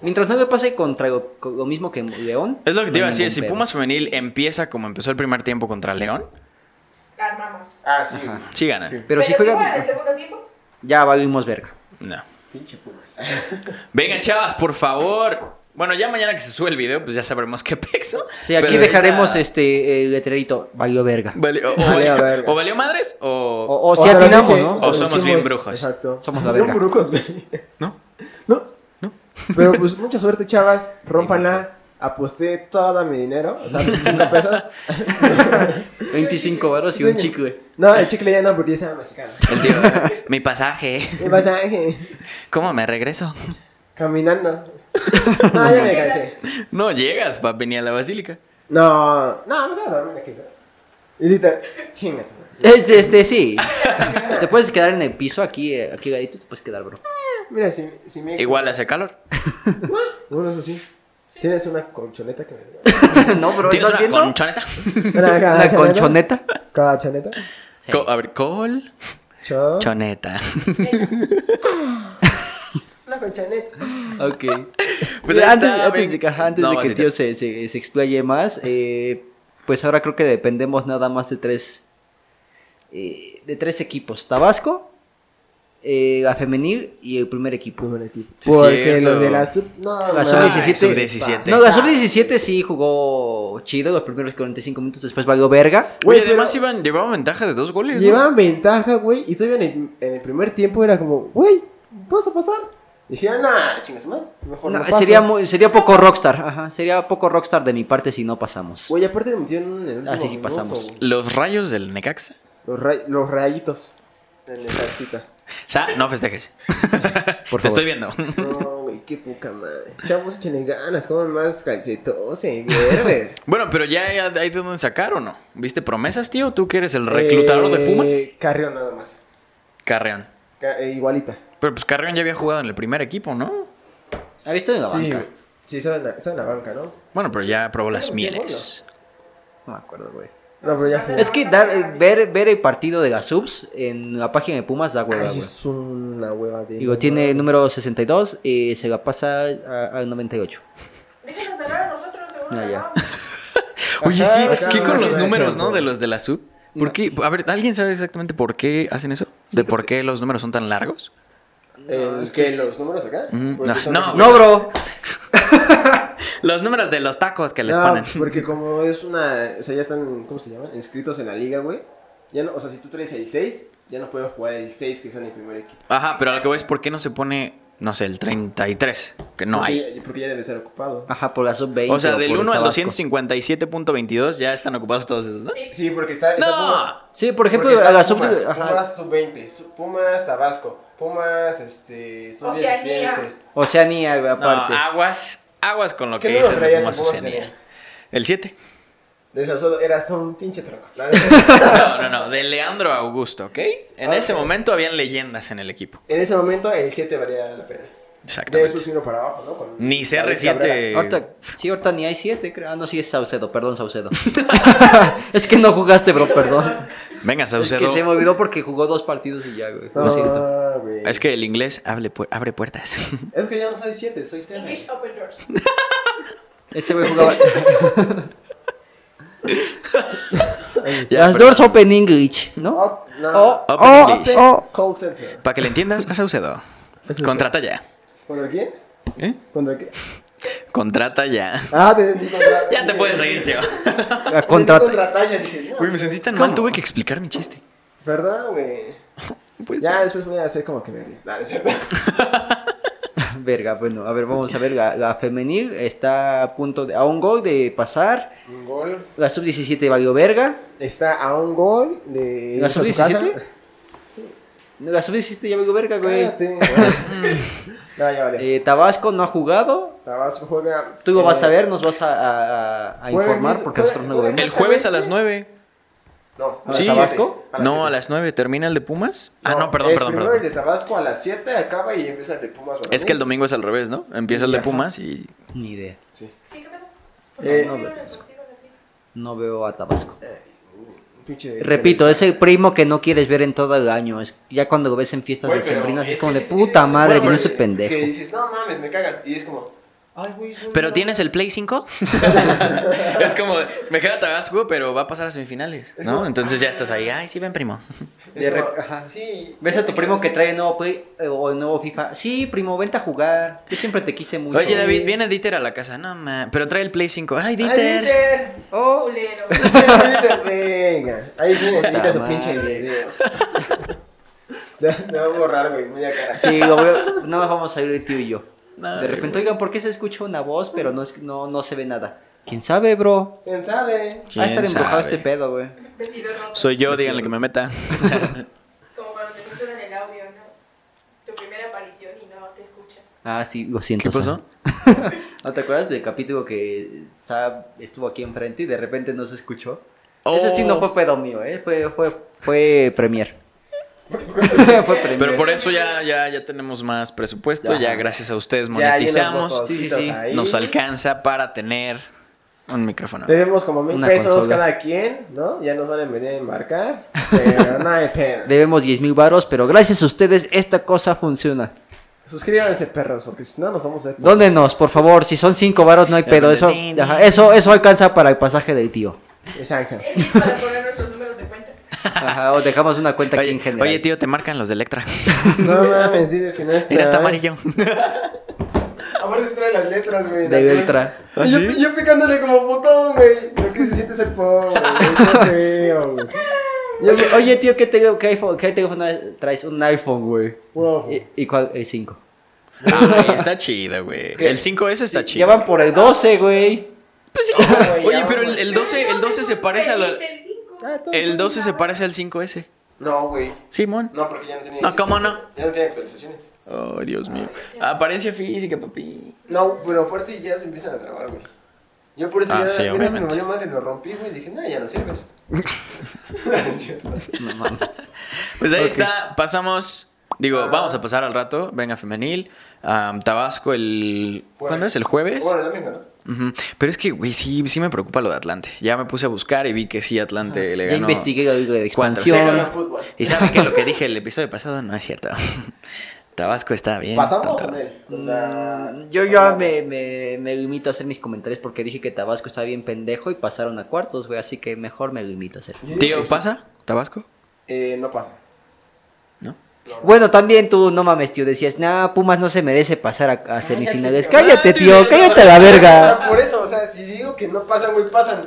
Speaker 2: Mientras no le pase contra lo, con lo mismo que León.
Speaker 1: es lo que te iba a
Speaker 2: no hay
Speaker 1: decir,
Speaker 2: ningún
Speaker 1: si
Speaker 2: pedo.
Speaker 1: Pumas Femenil empieza como empezó el primer tiempo contra León,
Speaker 4: La armamos.
Speaker 3: Ah, sí.
Speaker 2: Ajá.
Speaker 1: sí ganan.
Speaker 3: Sí.
Speaker 2: Pero si
Speaker 4: juegan en el
Speaker 2: juegan,
Speaker 4: segundo tiempo,
Speaker 2: ya valimos verga.
Speaker 1: No.
Speaker 3: Pinche Pumas.
Speaker 1: Venga, chavas, por favor. Bueno, ya mañana que se sube el video, pues ya sabremos qué pexo.
Speaker 2: Sí, aquí
Speaker 1: Pero
Speaker 2: dejaremos
Speaker 1: ahorita-
Speaker 2: este el letrerito, valió verga.
Speaker 1: Vale- o, o
Speaker 3: Vale, a
Speaker 1: valió-
Speaker 3: ver.
Speaker 1: o valió madres o...
Speaker 2: O, o si
Speaker 3: te lo
Speaker 2: atinamos,
Speaker 3: dije,
Speaker 2: ¿no?
Speaker 3: te lo
Speaker 1: O somos
Speaker 3: dijimos.
Speaker 1: bien brujos.
Speaker 3: Exacto.
Speaker 2: Somos la
Speaker 3: Bien
Speaker 2: verga.
Speaker 3: brujos, güey.
Speaker 1: ¿No?
Speaker 3: No. Pero pues mucha suerte, chavas. Rómpanla. Aposté toda mi dinero, o sea, 25 pesos.
Speaker 2: 25 varos y un
Speaker 3: Sí.
Speaker 2: chico, güey.
Speaker 3: No, el chicle ya no, porque ya estaba masticado.
Speaker 1: El tío, mi pasaje.
Speaker 3: El pasaje,
Speaker 1: ¿Cómo me regreso?
Speaker 3: caminando. No, ya me cansé.
Speaker 1: No llegas, va venir a la basílica.
Speaker 3: No, no, me voy a dormir aquí. ¿no? Y Dita, chingate.
Speaker 2: Este, este, sí. te puedes quedar en el piso aquí, eh, aquí gadito, te puedes quedar, bro.
Speaker 3: Mira, si, si me.
Speaker 1: Igual hace calor.
Speaker 3: Bueno, eso sí. Tienes una colchoneta que me.
Speaker 2: no, bro,
Speaker 1: ¿Tienes
Speaker 2: ¿estás
Speaker 1: una
Speaker 2: viendo?
Speaker 1: conchoneta?
Speaker 3: Una
Speaker 2: La conchoneta.
Speaker 3: Colchoneta.
Speaker 2: Sí.
Speaker 1: Co- a ver, col...
Speaker 3: Cho-
Speaker 1: Choneta.
Speaker 3: Una colchoneta.
Speaker 2: Ok.
Speaker 1: Pues
Speaker 2: Mira,
Speaker 1: ahí
Speaker 2: antes,
Speaker 1: está,
Speaker 2: antes
Speaker 1: ven.
Speaker 2: de, ajá, antes
Speaker 1: No,
Speaker 2: de que
Speaker 1: vas,
Speaker 2: el tío se, se, se explaye más, eh, pues ahora creo que dependemos nada más de tres, eh, de tres equipos. Tabasco, eh, la femenil y el primer equipo.
Speaker 3: Primer equipo.
Speaker 1: Sí,
Speaker 3: Porque
Speaker 1: cierto.
Speaker 3: los de las. tu- No,
Speaker 2: La
Speaker 3: no,
Speaker 2: sub-17.
Speaker 1: Sub-17.
Speaker 2: No, la sub-17 sí jugó chido los primeros 45 minutos, después valió verga.
Speaker 1: Oye,
Speaker 3: Güey,
Speaker 1: además
Speaker 3: pero-
Speaker 1: iban, llevaban ventaja de dos goles. ¿no?
Speaker 3: Llevaban ventaja, güey. Y todavía en el, en el primer tiempo era como, güey, vas a pasar. Y dije, ah, nah, chingas, man. Mejor no,
Speaker 2: No,
Speaker 3: paso.
Speaker 2: sería, muy- sería poco rockstar, ajá, sería poco rockstar de mi parte si no pasamos.
Speaker 3: Güey, aparte le metieron en el último
Speaker 2: Ah, sí, sí,
Speaker 3: minuto,
Speaker 2: pasamos.
Speaker 3: güey.
Speaker 1: Los rayos del Necaxa.
Speaker 3: Los, ray- los rayitos. En la salsita.
Speaker 1: O sea, no festejes.
Speaker 2: Por
Speaker 1: Te
Speaker 2: favor.
Speaker 1: estoy viendo.
Speaker 3: No, güey, qué poca madre. Chavos, échenle ganas, coman más calcetos, güey.
Speaker 1: Bueno, pero ya hay, hay de dónde sacar o no. ¿Viste promesas, tío? ¿Tú que eres el reclutador de Pumas?
Speaker 3: Eh, Carrión nada más.
Speaker 1: Carreón.
Speaker 3: Ca- eh, igualita.
Speaker 1: Pero pues Carreón ya había jugado en el primer equipo, ¿no?
Speaker 2: ¿Has visto en la
Speaker 3: sí,
Speaker 2: banca?
Speaker 3: güey. Sí, estaba en, la, estaba en la banca, ¿no?
Speaker 1: Bueno, pero ya probó las mieles.
Speaker 2: No me acuerdo, güey.
Speaker 3: No, pero ya jugó.
Speaker 2: Es que dar, eh, ver, ver el partido de las subs en la página de Pumas da hueva,
Speaker 3: Ay,
Speaker 2: güey.
Speaker 3: es una hueva de.
Speaker 2: Digo, tiene el número 62 y eh, se la pasa a- al 98.
Speaker 4: déjenos ganar a nosotros, seguro
Speaker 2: No, ya.
Speaker 4: ganamos.
Speaker 1: Oye, sí,
Speaker 3: Ajá,
Speaker 1: ¿qué con los
Speaker 3: ajá,
Speaker 1: números,
Speaker 3: ajá.
Speaker 1: no? De los de la sub. ¿Por qué? A ver, ¿alguien sabe exactamente por qué hacen eso? ¿De por qué los números son tan largos?
Speaker 3: Eh, ¿Qué? ¿Los números acá?
Speaker 1: Ujú,
Speaker 3: Porque
Speaker 1: no,
Speaker 3: son-
Speaker 1: no,
Speaker 2: No, bro.
Speaker 1: Los números de los tacos que les
Speaker 3: Ah, No,
Speaker 1: ponen.
Speaker 3: porque como es una, o sea, ya están, ¿cómo se llaman? Inscritos en la liga, güey. Ya no, o sea, si tú traes el 6, ya no puedes jugar el 6 que es en el primer equipo.
Speaker 1: Ajá, pero a lo que voy es por qué no se pone, no sé, el 33, que no
Speaker 3: porque,
Speaker 1: hay.
Speaker 3: ya- Porque ya debe ser ocupado.
Speaker 2: Ajá, por la sub 20.
Speaker 1: O sea,
Speaker 2: por
Speaker 1: del
Speaker 2: el
Speaker 1: 1 al
Speaker 2: Tabasco.
Speaker 1: 257.22 ya están ocupados todos esos, ¿no?
Speaker 4: Sí.
Speaker 3: Sí, porque está... está Pumas-
Speaker 1: ¡No!
Speaker 2: Sí, por ejemplo,
Speaker 3: porque
Speaker 2: a la
Speaker 3: está
Speaker 2: sub.
Speaker 3: Pumas,
Speaker 2: ajá.
Speaker 3: Pumas sub-20, su- Pumas Tabasco, Pumas, este,
Speaker 4: Oceanía.
Speaker 3: sub-17.
Speaker 2: Oceanía, güey,
Speaker 1: No, ah,
Speaker 2: aparte.
Speaker 1: aguas, aguas con lo
Speaker 3: ¿Qué
Speaker 1: que
Speaker 3: número
Speaker 1: dicen de
Speaker 3: traías en
Speaker 1: Pumas
Speaker 3: Pumas
Speaker 1: Oceanía.
Speaker 3: Oceanía?
Speaker 1: El 7.
Speaker 3: Desahuciado, eras un pinche tronco. La verdad.
Speaker 1: No, no, no, de Leandro Augusto, ¿ok? En
Speaker 3: Ah,
Speaker 1: ese
Speaker 3: ok.
Speaker 1: momento habían leyendas en el equipo.
Speaker 3: en ese momento, el 7 valía la pena. De
Speaker 1: Exactamente.
Speaker 3: sus uno para abajo, ¿no? Con-
Speaker 1: Ni
Speaker 3: Cabrera.
Speaker 1: CR7.
Speaker 2: Ahorita, sí, ahorita ni hay siete, creo. Ah, no, sí es Saucedo, perdón, Saucedo. es que no jugaste, bro, perdón.
Speaker 1: Venga, Saucedo.
Speaker 2: Es que se me olvidó porque jugó dos partidos y ya, güey. Lo siento.
Speaker 3: Ah, güey.
Speaker 1: Es que el inglés hable pu- abre puertas.
Speaker 3: Es que ya no soy 7, soy 7.
Speaker 4: English Open Doors.
Speaker 2: Ese güey jugaba.
Speaker 1: Ya,
Speaker 2: Las
Speaker 1: pero-
Speaker 2: doors open English, ¿no?
Speaker 3: Oh, no.
Speaker 2: Oh,
Speaker 1: Open
Speaker 2: oh,
Speaker 1: English.
Speaker 2: oh.
Speaker 3: Call center.
Speaker 1: Para que le entiendas, a Saucedo. Contrata ya.
Speaker 3: ¿Contra quién?
Speaker 1: ¿Eh?
Speaker 3: ¿Contra qué?
Speaker 1: Contrata ya.
Speaker 3: Ah, te entendí contra.
Speaker 1: Ya te puedes reír, tío.
Speaker 2: La
Speaker 3: Contra.
Speaker 2: contrata.
Speaker 3: Contra talla, dije. No,
Speaker 1: Güey, me sentí tan mal, tuve que explicar mi chiste.
Speaker 3: ¿Verdad, güey?
Speaker 1: Pues,
Speaker 3: Ya después voy a hacer como que me río. Nah, no es cierto.
Speaker 2: Verga, bueno, a ver, vamos a ver. La, la femenil está a punto de. a un gol de pasar.
Speaker 3: Un gol.
Speaker 2: La sub-17 valió verga.
Speaker 3: Está a un gol de.
Speaker 2: ¿La
Speaker 3: irse a su
Speaker 2: sub-17?
Speaker 3: casa. Sí.
Speaker 2: La sub-17 ya valió verga, güey.
Speaker 3: Cállate. no, ya vale.
Speaker 2: Eh, Tabasco no ha jugado.
Speaker 3: Tabasco juega.
Speaker 2: Tú lo
Speaker 3: eh,
Speaker 2: vas a ver, nos vas a, a- a- a
Speaker 3: juega el
Speaker 2: informar
Speaker 3: mismo-
Speaker 2: porque
Speaker 3: juega-
Speaker 2: nosotros no lo
Speaker 3: juega
Speaker 1: El
Speaker 2: vemos.
Speaker 1: jueves a las 9.
Speaker 3: No,
Speaker 2: ¿A Tabasco?
Speaker 1: No, a
Speaker 3: siete.
Speaker 1: las 9 termina el de Pumas. Ah, no, perdón,
Speaker 3: es
Speaker 1: perdón,
Speaker 3: primero
Speaker 1: perdón.
Speaker 3: el de Tabasco a las 7 acaba y empieza el de Pumas. Guaraní.
Speaker 1: Es que el domingo es al revés, ¿no? Empieza el de
Speaker 3: Ajá.
Speaker 1: Pumas y.
Speaker 2: Ni idea.
Speaker 4: Sí, ¿qué pedo?
Speaker 3: Eh,
Speaker 4: ¿Por
Speaker 3: no,
Speaker 4: no vieron
Speaker 3: pero-
Speaker 4: el partido a las seis?
Speaker 2: No veo a Tabasco.
Speaker 3: Pinche-
Speaker 2: Repito, es el primo que no quieres ver en todo el año. Es, ya cuando lo ves en fiestas
Speaker 3: Güey,
Speaker 2: de
Speaker 3: pero
Speaker 2: decembrinas es
Speaker 3: que
Speaker 2: como de
Speaker 3: ese-
Speaker 2: puta
Speaker 3: ese-
Speaker 2: madre,
Speaker 3: bueno,
Speaker 2: vino
Speaker 3: pero
Speaker 2: ese
Speaker 3: que-
Speaker 2: pendejo.
Speaker 3: Que dices, no mames, me cagas. Y es como, ay, güey. es un-
Speaker 1: ¿Pero tienes el Play 5? es como, me queda Tabasco, pero va a pasar a semifinales,
Speaker 3: Es
Speaker 1: ¿no?
Speaker 3: como- "Ah".
Speaker 1: Entonces ya estás ahí. Ay, sí, ven, primo.
Speaker 3: Es
Speaker 2: de
Speaker 3: como,
Speaker 2: re- ajá.
Speaker 3: Sí.
Speaker 2: ¿Ves a tu primo que trae el nuevo Play eh, o el nuevo FIFA? Sí, primo, vente a jugar. Yo siempre te quise mucho.
Speaker 1: Oye, David, viene Dieter a la casa. No, ma, pero trae el Play 5. Ay,
Speaker 3: Ay,
Speaker 1: Dieter.
Speaker 3: Dieter.
Speaker 2: Oh,
Speaker 4: Culero.
Speaker 3: Dieter, Venga. Ahí tienes,
Speaker 2: Puta
Speaker 3: edita su
Speaker 2: madre.
Speaker 3: pinche video. No voy a borrar, güey. Mira, cara.
Speaker 2: sí, lo veo. Nada más vamos a ir el tío y yo.
Speaker 1: Ay,
Speaker 2: De repente, oigan, ¿por qué se escucha una voz pero no, es, no, no se ve nada? ¿Quién sabe, bro?
Speaker 3: ¿Quién sabe?
Speaker 2: Va a
Speaker 1: ¿Quién
Speaker 2: estar embrujado
Speaker 1: sabe?
Speaker 2: este pedo, güey.
Speaker 4: Vestido rojo.
Speaker 1: Soy yo, díganle que me meta.
Speaker 4: Como cuando te censuran el audio, ¿no? Tu primera aparición y no te escuchas.
Speaker 2: Ah, sí, lo siento.
Speaker 1: ¿Qué
Speaker 2: Sam.
Speaker 1: pasó?
Speaker 2: ¿No te acuerdas del capítulo que Sab estuvo aquí enfrente y de repente no se escuchó?
Speaker 1: Oh.
Speaker 2: Ese sí no fue pedo mío, ¿eh? Fue, fue, fue Premier. fue Premier.
Speaker 1: Pero por eso ya, ya, ya tenemos más presupuesto.
Speaker 2: Ajá.
Speaker 1: Ya gracias a ustedes
Speaker 3: Ya hay unos
Speaker 1: monetizamos.
Speaker 3: botoncitos
Speaker 2: Sí, sí, sí.
Speaker 3: ahí.
Speaker 1: Nos alcanza para tener un micrófono.
Speaker 3: Tenemos como mil
Speaker 2: Una
Speaker 3: pesos
Speaker 2: consola.
Speaker 3: cada quien, ¿no? Ya nos van a venir a embarcar. Pero no hay pena.
Speaker 2: Debemos 10 mil varos, pero gracias a ustedes esta cosa funciona.
Speaker 3: Suscríbanse, perros, porque si no nos vamos a...
Speaker 2: Dónenos, por favor, si son 5 varos no hay pedo. Eso, ajá, eso, eso alcanza para el pasaje del tío.
Speaker 3: Exacto.
Speaker 4: Es bien para poner nuestros números de cuenta.
Speaker 2: Ajá, o dejamos una cuenta aquí en
Speaker 1: Oye,
Speaker 2: general.
Speaker 1: oye, tío, te marcan los de Electra.
Speaker 3: No mames, dices que no está.
Speaker 1: Mira, está amarillo.
Speaker 3: Aparte se trae las letras, güey.
Speaker 2: De
Speaker 3: las-
Speaker 2: Beltra.
Speaker 1: ¿Ah,
Speaker 3: Y Yo, y yo picándole como botón, güey. Lo que se siente es el po, güey. Qué feo, güey. Yo
Speaker 2: Oye,
Speaker 3: me-
Speaker 2: oye, tío, ¿qué, te, qué, iPhone, ¿qué teléfono traes? Un iPhone, güey.
Speaker 3: Wow.
Speaker 2: ¿Y, y cuál? El 5.
Speaker 1: Ay, Ah, está chido, güey. El 5S está
Speaker 2: Ya
Speaker 1: chido.
Speaker 2: van por el 12, güey.
Speaker 1: Pues sí, pero-
Speaker 3: güey,
Speaker 1: oye,
Speaker 3: ya
Speaker 1: pero
Speaker 3: van,
Speaker 1: el, el 12, el 12 se parece al...
Speaker 4: El 5.
Speaker 1: El 12 se parece al 5S.
Speaker 3: No, güey.
Speaker 1: Simón.
Speaker 3: No, porque ya no tenía.
Speaker 1: No, ¿cómo no?
Speaker 3: Ya no tiene actualizaciones.
Speaker 1: Oh, Dios mío. Apariencia física, papi.
Speaker 3: No, pero aparte ya se empiezan a trabar, güey. Yo por eso
Speaker 1: Ah,
Speaker 3: ya
Speaker 1: sí,
Speaker 3: una vez me
Speaker 1: obviamente.
Speaker 3: valió madre, lo rompí, güey. Dije, no, ya no sirves. Es cierto.
Speaker 1: Pues ahí está, pasamos.
Speaker 2: Ah.
Speaker 1: Digo, vamos a pasar al rato. Venga, femenil. Am, Tabasco el. ¿Cuándo es? ¿El jueves?
Speaker 3: Bueno, el domingo, ¿no?
Speaker 1: Ujú. Pero es que, güey, sí, sí me preocupa lo de Atlante. Ya me puse a buscar y vi que sí, Atlante le
Speaker 2: Ah, Ya
Speaker 1: ganó.
Speaker 2: investigué lo de
Speaker 3: Pero
Speaker 2: expansión.
Speaker 3: en fútbol.
Speaker 1: Y saben que lo que dije el episodio pasado no es cierto. Tabasco está bien.
Speaker 3: ¿Pasamos
Speaker 1: tonto.
Speaker 3: con él?
Speaker 2: Mm, Yo ya me, me, me limito a hacer mis comentarios porque dije que Tabasco está bien pendejo y pasaron a cuartos, güey. Así que mejor me limito a hacer.
Speaker 1: Tío, ¿pasa? ¿Tabasco?
Speaker 3: Eh, no pasa.
Speaker 1: ¿No?
Speaker 2: Bueno, también tú, no mames, tío. Decías, nah, Pumas no se merece pasar a, a semifinales.
Speaker 3: tío.
Speaker 2: Cállate,
Speaker 1: Cállate,
Speaker 2: tío.
Speaker 1: tío.
Speaker 2: Cállate a la
Speaker 3: Ah,
Speaker 2: verga.
Speaker 3: Por eso, o sea, si digo que no pasan, güey, pasan.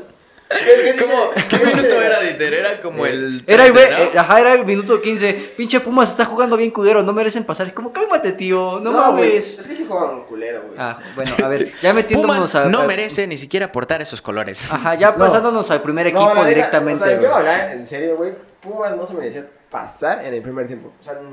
Speaker 3: ¿Qué,
Speaker 1: ¿Cómo? ¿Qué
Speaker 3: dice?
Speaker 1: minuto era, Dieter? Era como el.
Speaker 2: Era
Speaker 1: 13,
Speaker 2: el, güey-
Speaker 1: ¿no?
Speaker 2: eh, ajá, era el minuto 15. Pinche Pumas está jugando bien culero. No merecen pasar. Es como, cálmate, tío. No,
Speaker 3: güey,
Speaker 2: mames.
Speaker 3: Es que sí jugaban un culero, güey.
Speaker 2: Ah, bueno, a ver. Ya metiéndonos
Speaker 1: Pumas
Speaker 2: a.
Speaker 1: no
Speaker 2: a-
Speaker 1: merece ni siquiera portar esos colores.
Speaker 2: Ajá, ya pasándonos al
Speaker 3: No,
Speaker 2: primer
Speaker 3: la
Speaker 2: equipo
Speaker 3: neta,
Speaker 2: directamente.
Speaker 3: O sea, yo
Speaker 2: güey.
Speaker 3: voy a hablar en serio, güey. Pumas no se merecía pasar en el primer tiempo. O sea, mm,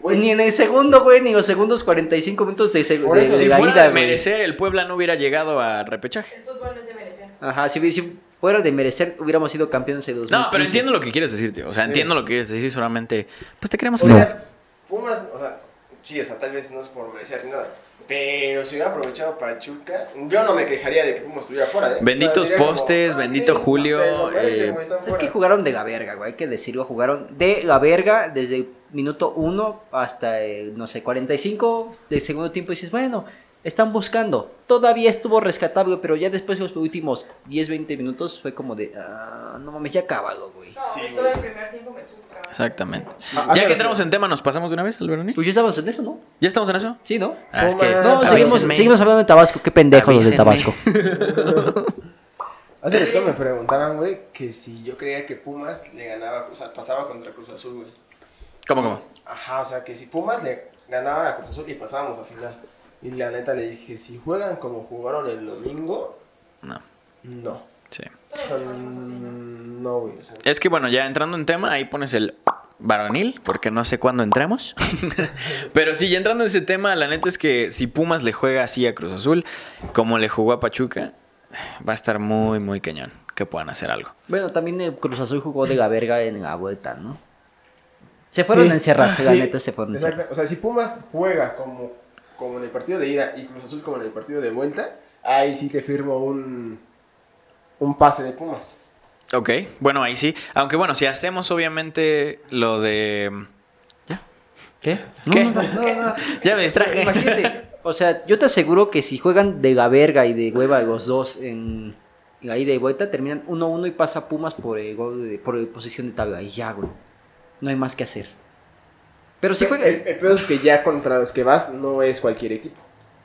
Speaker 3: güey.
Speaker 2: Pues, Ni en el segundo, güey, ni los segundos 45 minutos de, seg-
Speaker 3: Por
Speaker 2: de-
Speaker 3: eso,
Speaker 2: de
Speaker 1: si
Speaker 2: la
Speaker 1: fuera
Speaker 2: ida,
Speaker 1: de
Speaker 2: güey.
Speaker 1: merecer, el Puebla no hubiera llegado a repechaje.
Speaker 4: El fútbol no es de merecer.
Speaker 2: Ajá, si, si fuera de merecer, hubiéramos sido campeones en 2015.
Speaker 1: No, pero entiendo lo que quieres decir, tío. O sea, entiendo lo que quieres decir, solamente. Pues te queremos
Speaker 3: O
Speaker 1: fallar.
Speaker 3: sea, Pumas, o sea, sí, o sea, tal vez no es por merecer ni nada. Pero si hubiera aprovechado Pachuca, yo no me quejaría de que Pumas estuviera fuera. ¿eh?
Speaker 1: Benditos
Speaker 3: diría como,
Speaker 1: postes,
Speaker 3: ah,
Speaker 1: bendito
Speaker 3: sí,
Speaker 1: Julio,
Speaker 3: se lo merecen,
Speaker 1: eh,
Speaker 3: güey, están
Speaker 2: Es que
Speaker 3: fuera.
Speaker 2: jugaron de la verga, güey, hay que decirlo, jugaron de la verga desde el minuto 1 hasta, eh, no sé, 45 del segundo tiempo y dices, bueno, están buscando. Todavía estuvo rescatable, pero ya después de los últimos 10, 20 minutos fue como de, ah, no mames, ya acábalo, güey.
Speaker 4: No,
Speaker 3: Sí,
Speaker 4: todo
Speaker 3: güey.
Speaker 4: el primer tiempo me estuvo cagando.
Speaker 1: Exactamente.
Speaker 3: Ah, ah,
Speaker 1: Ya
Speaker 3: pero-
Speaker 1: que entramos en tema, ¿nos pasamos de una vez al Veroni?
Speaker 2: Pues ya estábamos en eso, ¿no?
Speaker 1: ¿Ya estamos en eso?
Speaker 2: Sí, ¿no?
Speaker 1: Ah, es que-
Speaker 2: No,
Speaker 3: Ah,
Speaker 2: seguimos,
Speaker 1: avísenme.
Speaker 2: seguimos hablando de Tabasco, qué pendejo los
Speaker 1: Avísenme.
Speaker 2: de Tabasco.
Speaker 3: Hace rato me preguntaban, güey, que si yo creía que Pumas le ganaba, o sea, pasaba contra Cruz Azul, güey.
Speaker 1: ¿Cómo, cómo?
Speaker 3: Ajá, o sea, que si Pumas le ganaba a Cruz Azul y pasábamos a final. Y la neta le dije, si juegan como jugaron el domingo,
Speaker 1: No,
Speaker 3: no.
Speaker 1: sí.
Speaker 3: O
Speaker 4: Todos
Speaker 3: sea,
Speaker 4: jugamos así, ¿no?
Speaker 3: mm, no, güey. O sea,
Speaker 1: Es que bueno, ya entrando en tema, ahí pones el varonil, porque no sé cuándo entramos. Pero sí, ya entrando en ese tema, la neta es que si Pumas le juega así a Cruz Azul, como le jugó a Pachuca, va a estar muy, muy cañón que puedan hacer algo.
Speaker 2: Bueno, también el Cruz Azul jugó de la verga en la vuelta, ¿no? Se fueron
Speaker 3: Sí. Ah,
Speaker 2: a encerrar, la
Speaker 3: Sí,
Speaker 2: neta se fueron a
Speaker 3: exacto.
Speaker 2: encerrar.
Speaker 3: O sea, si Pumas juega como, como en el partido de ida y Cruz Azul como en el partido de vuelta, ahí sí te firmo un, un pase de Pumas.
Speaker 1: Ok, bueno, ahí sí. Aunque bueno, si hacemos obviamente lo de...
Speaker 2: ¿Qué?
Speaker 1: ¿Qué?
Speaker 2: No, no, no, no, no.
Speaker 1: Ya me distraje.
Speaker 2: Imagínate, o sea, yo te aseguro que si juegan de la verga y de hueva los dos en en la ida y vuelta, terminan 1-1 y pasa Pumas por el gol de- por el posición de tabla. Y ya, güey. No hay más que hacer. Pero si
Speaker 3: el,
Speaker 2: juegan.
Speaker 3: el peor es que ya contra los que vas no es cualquier equipo.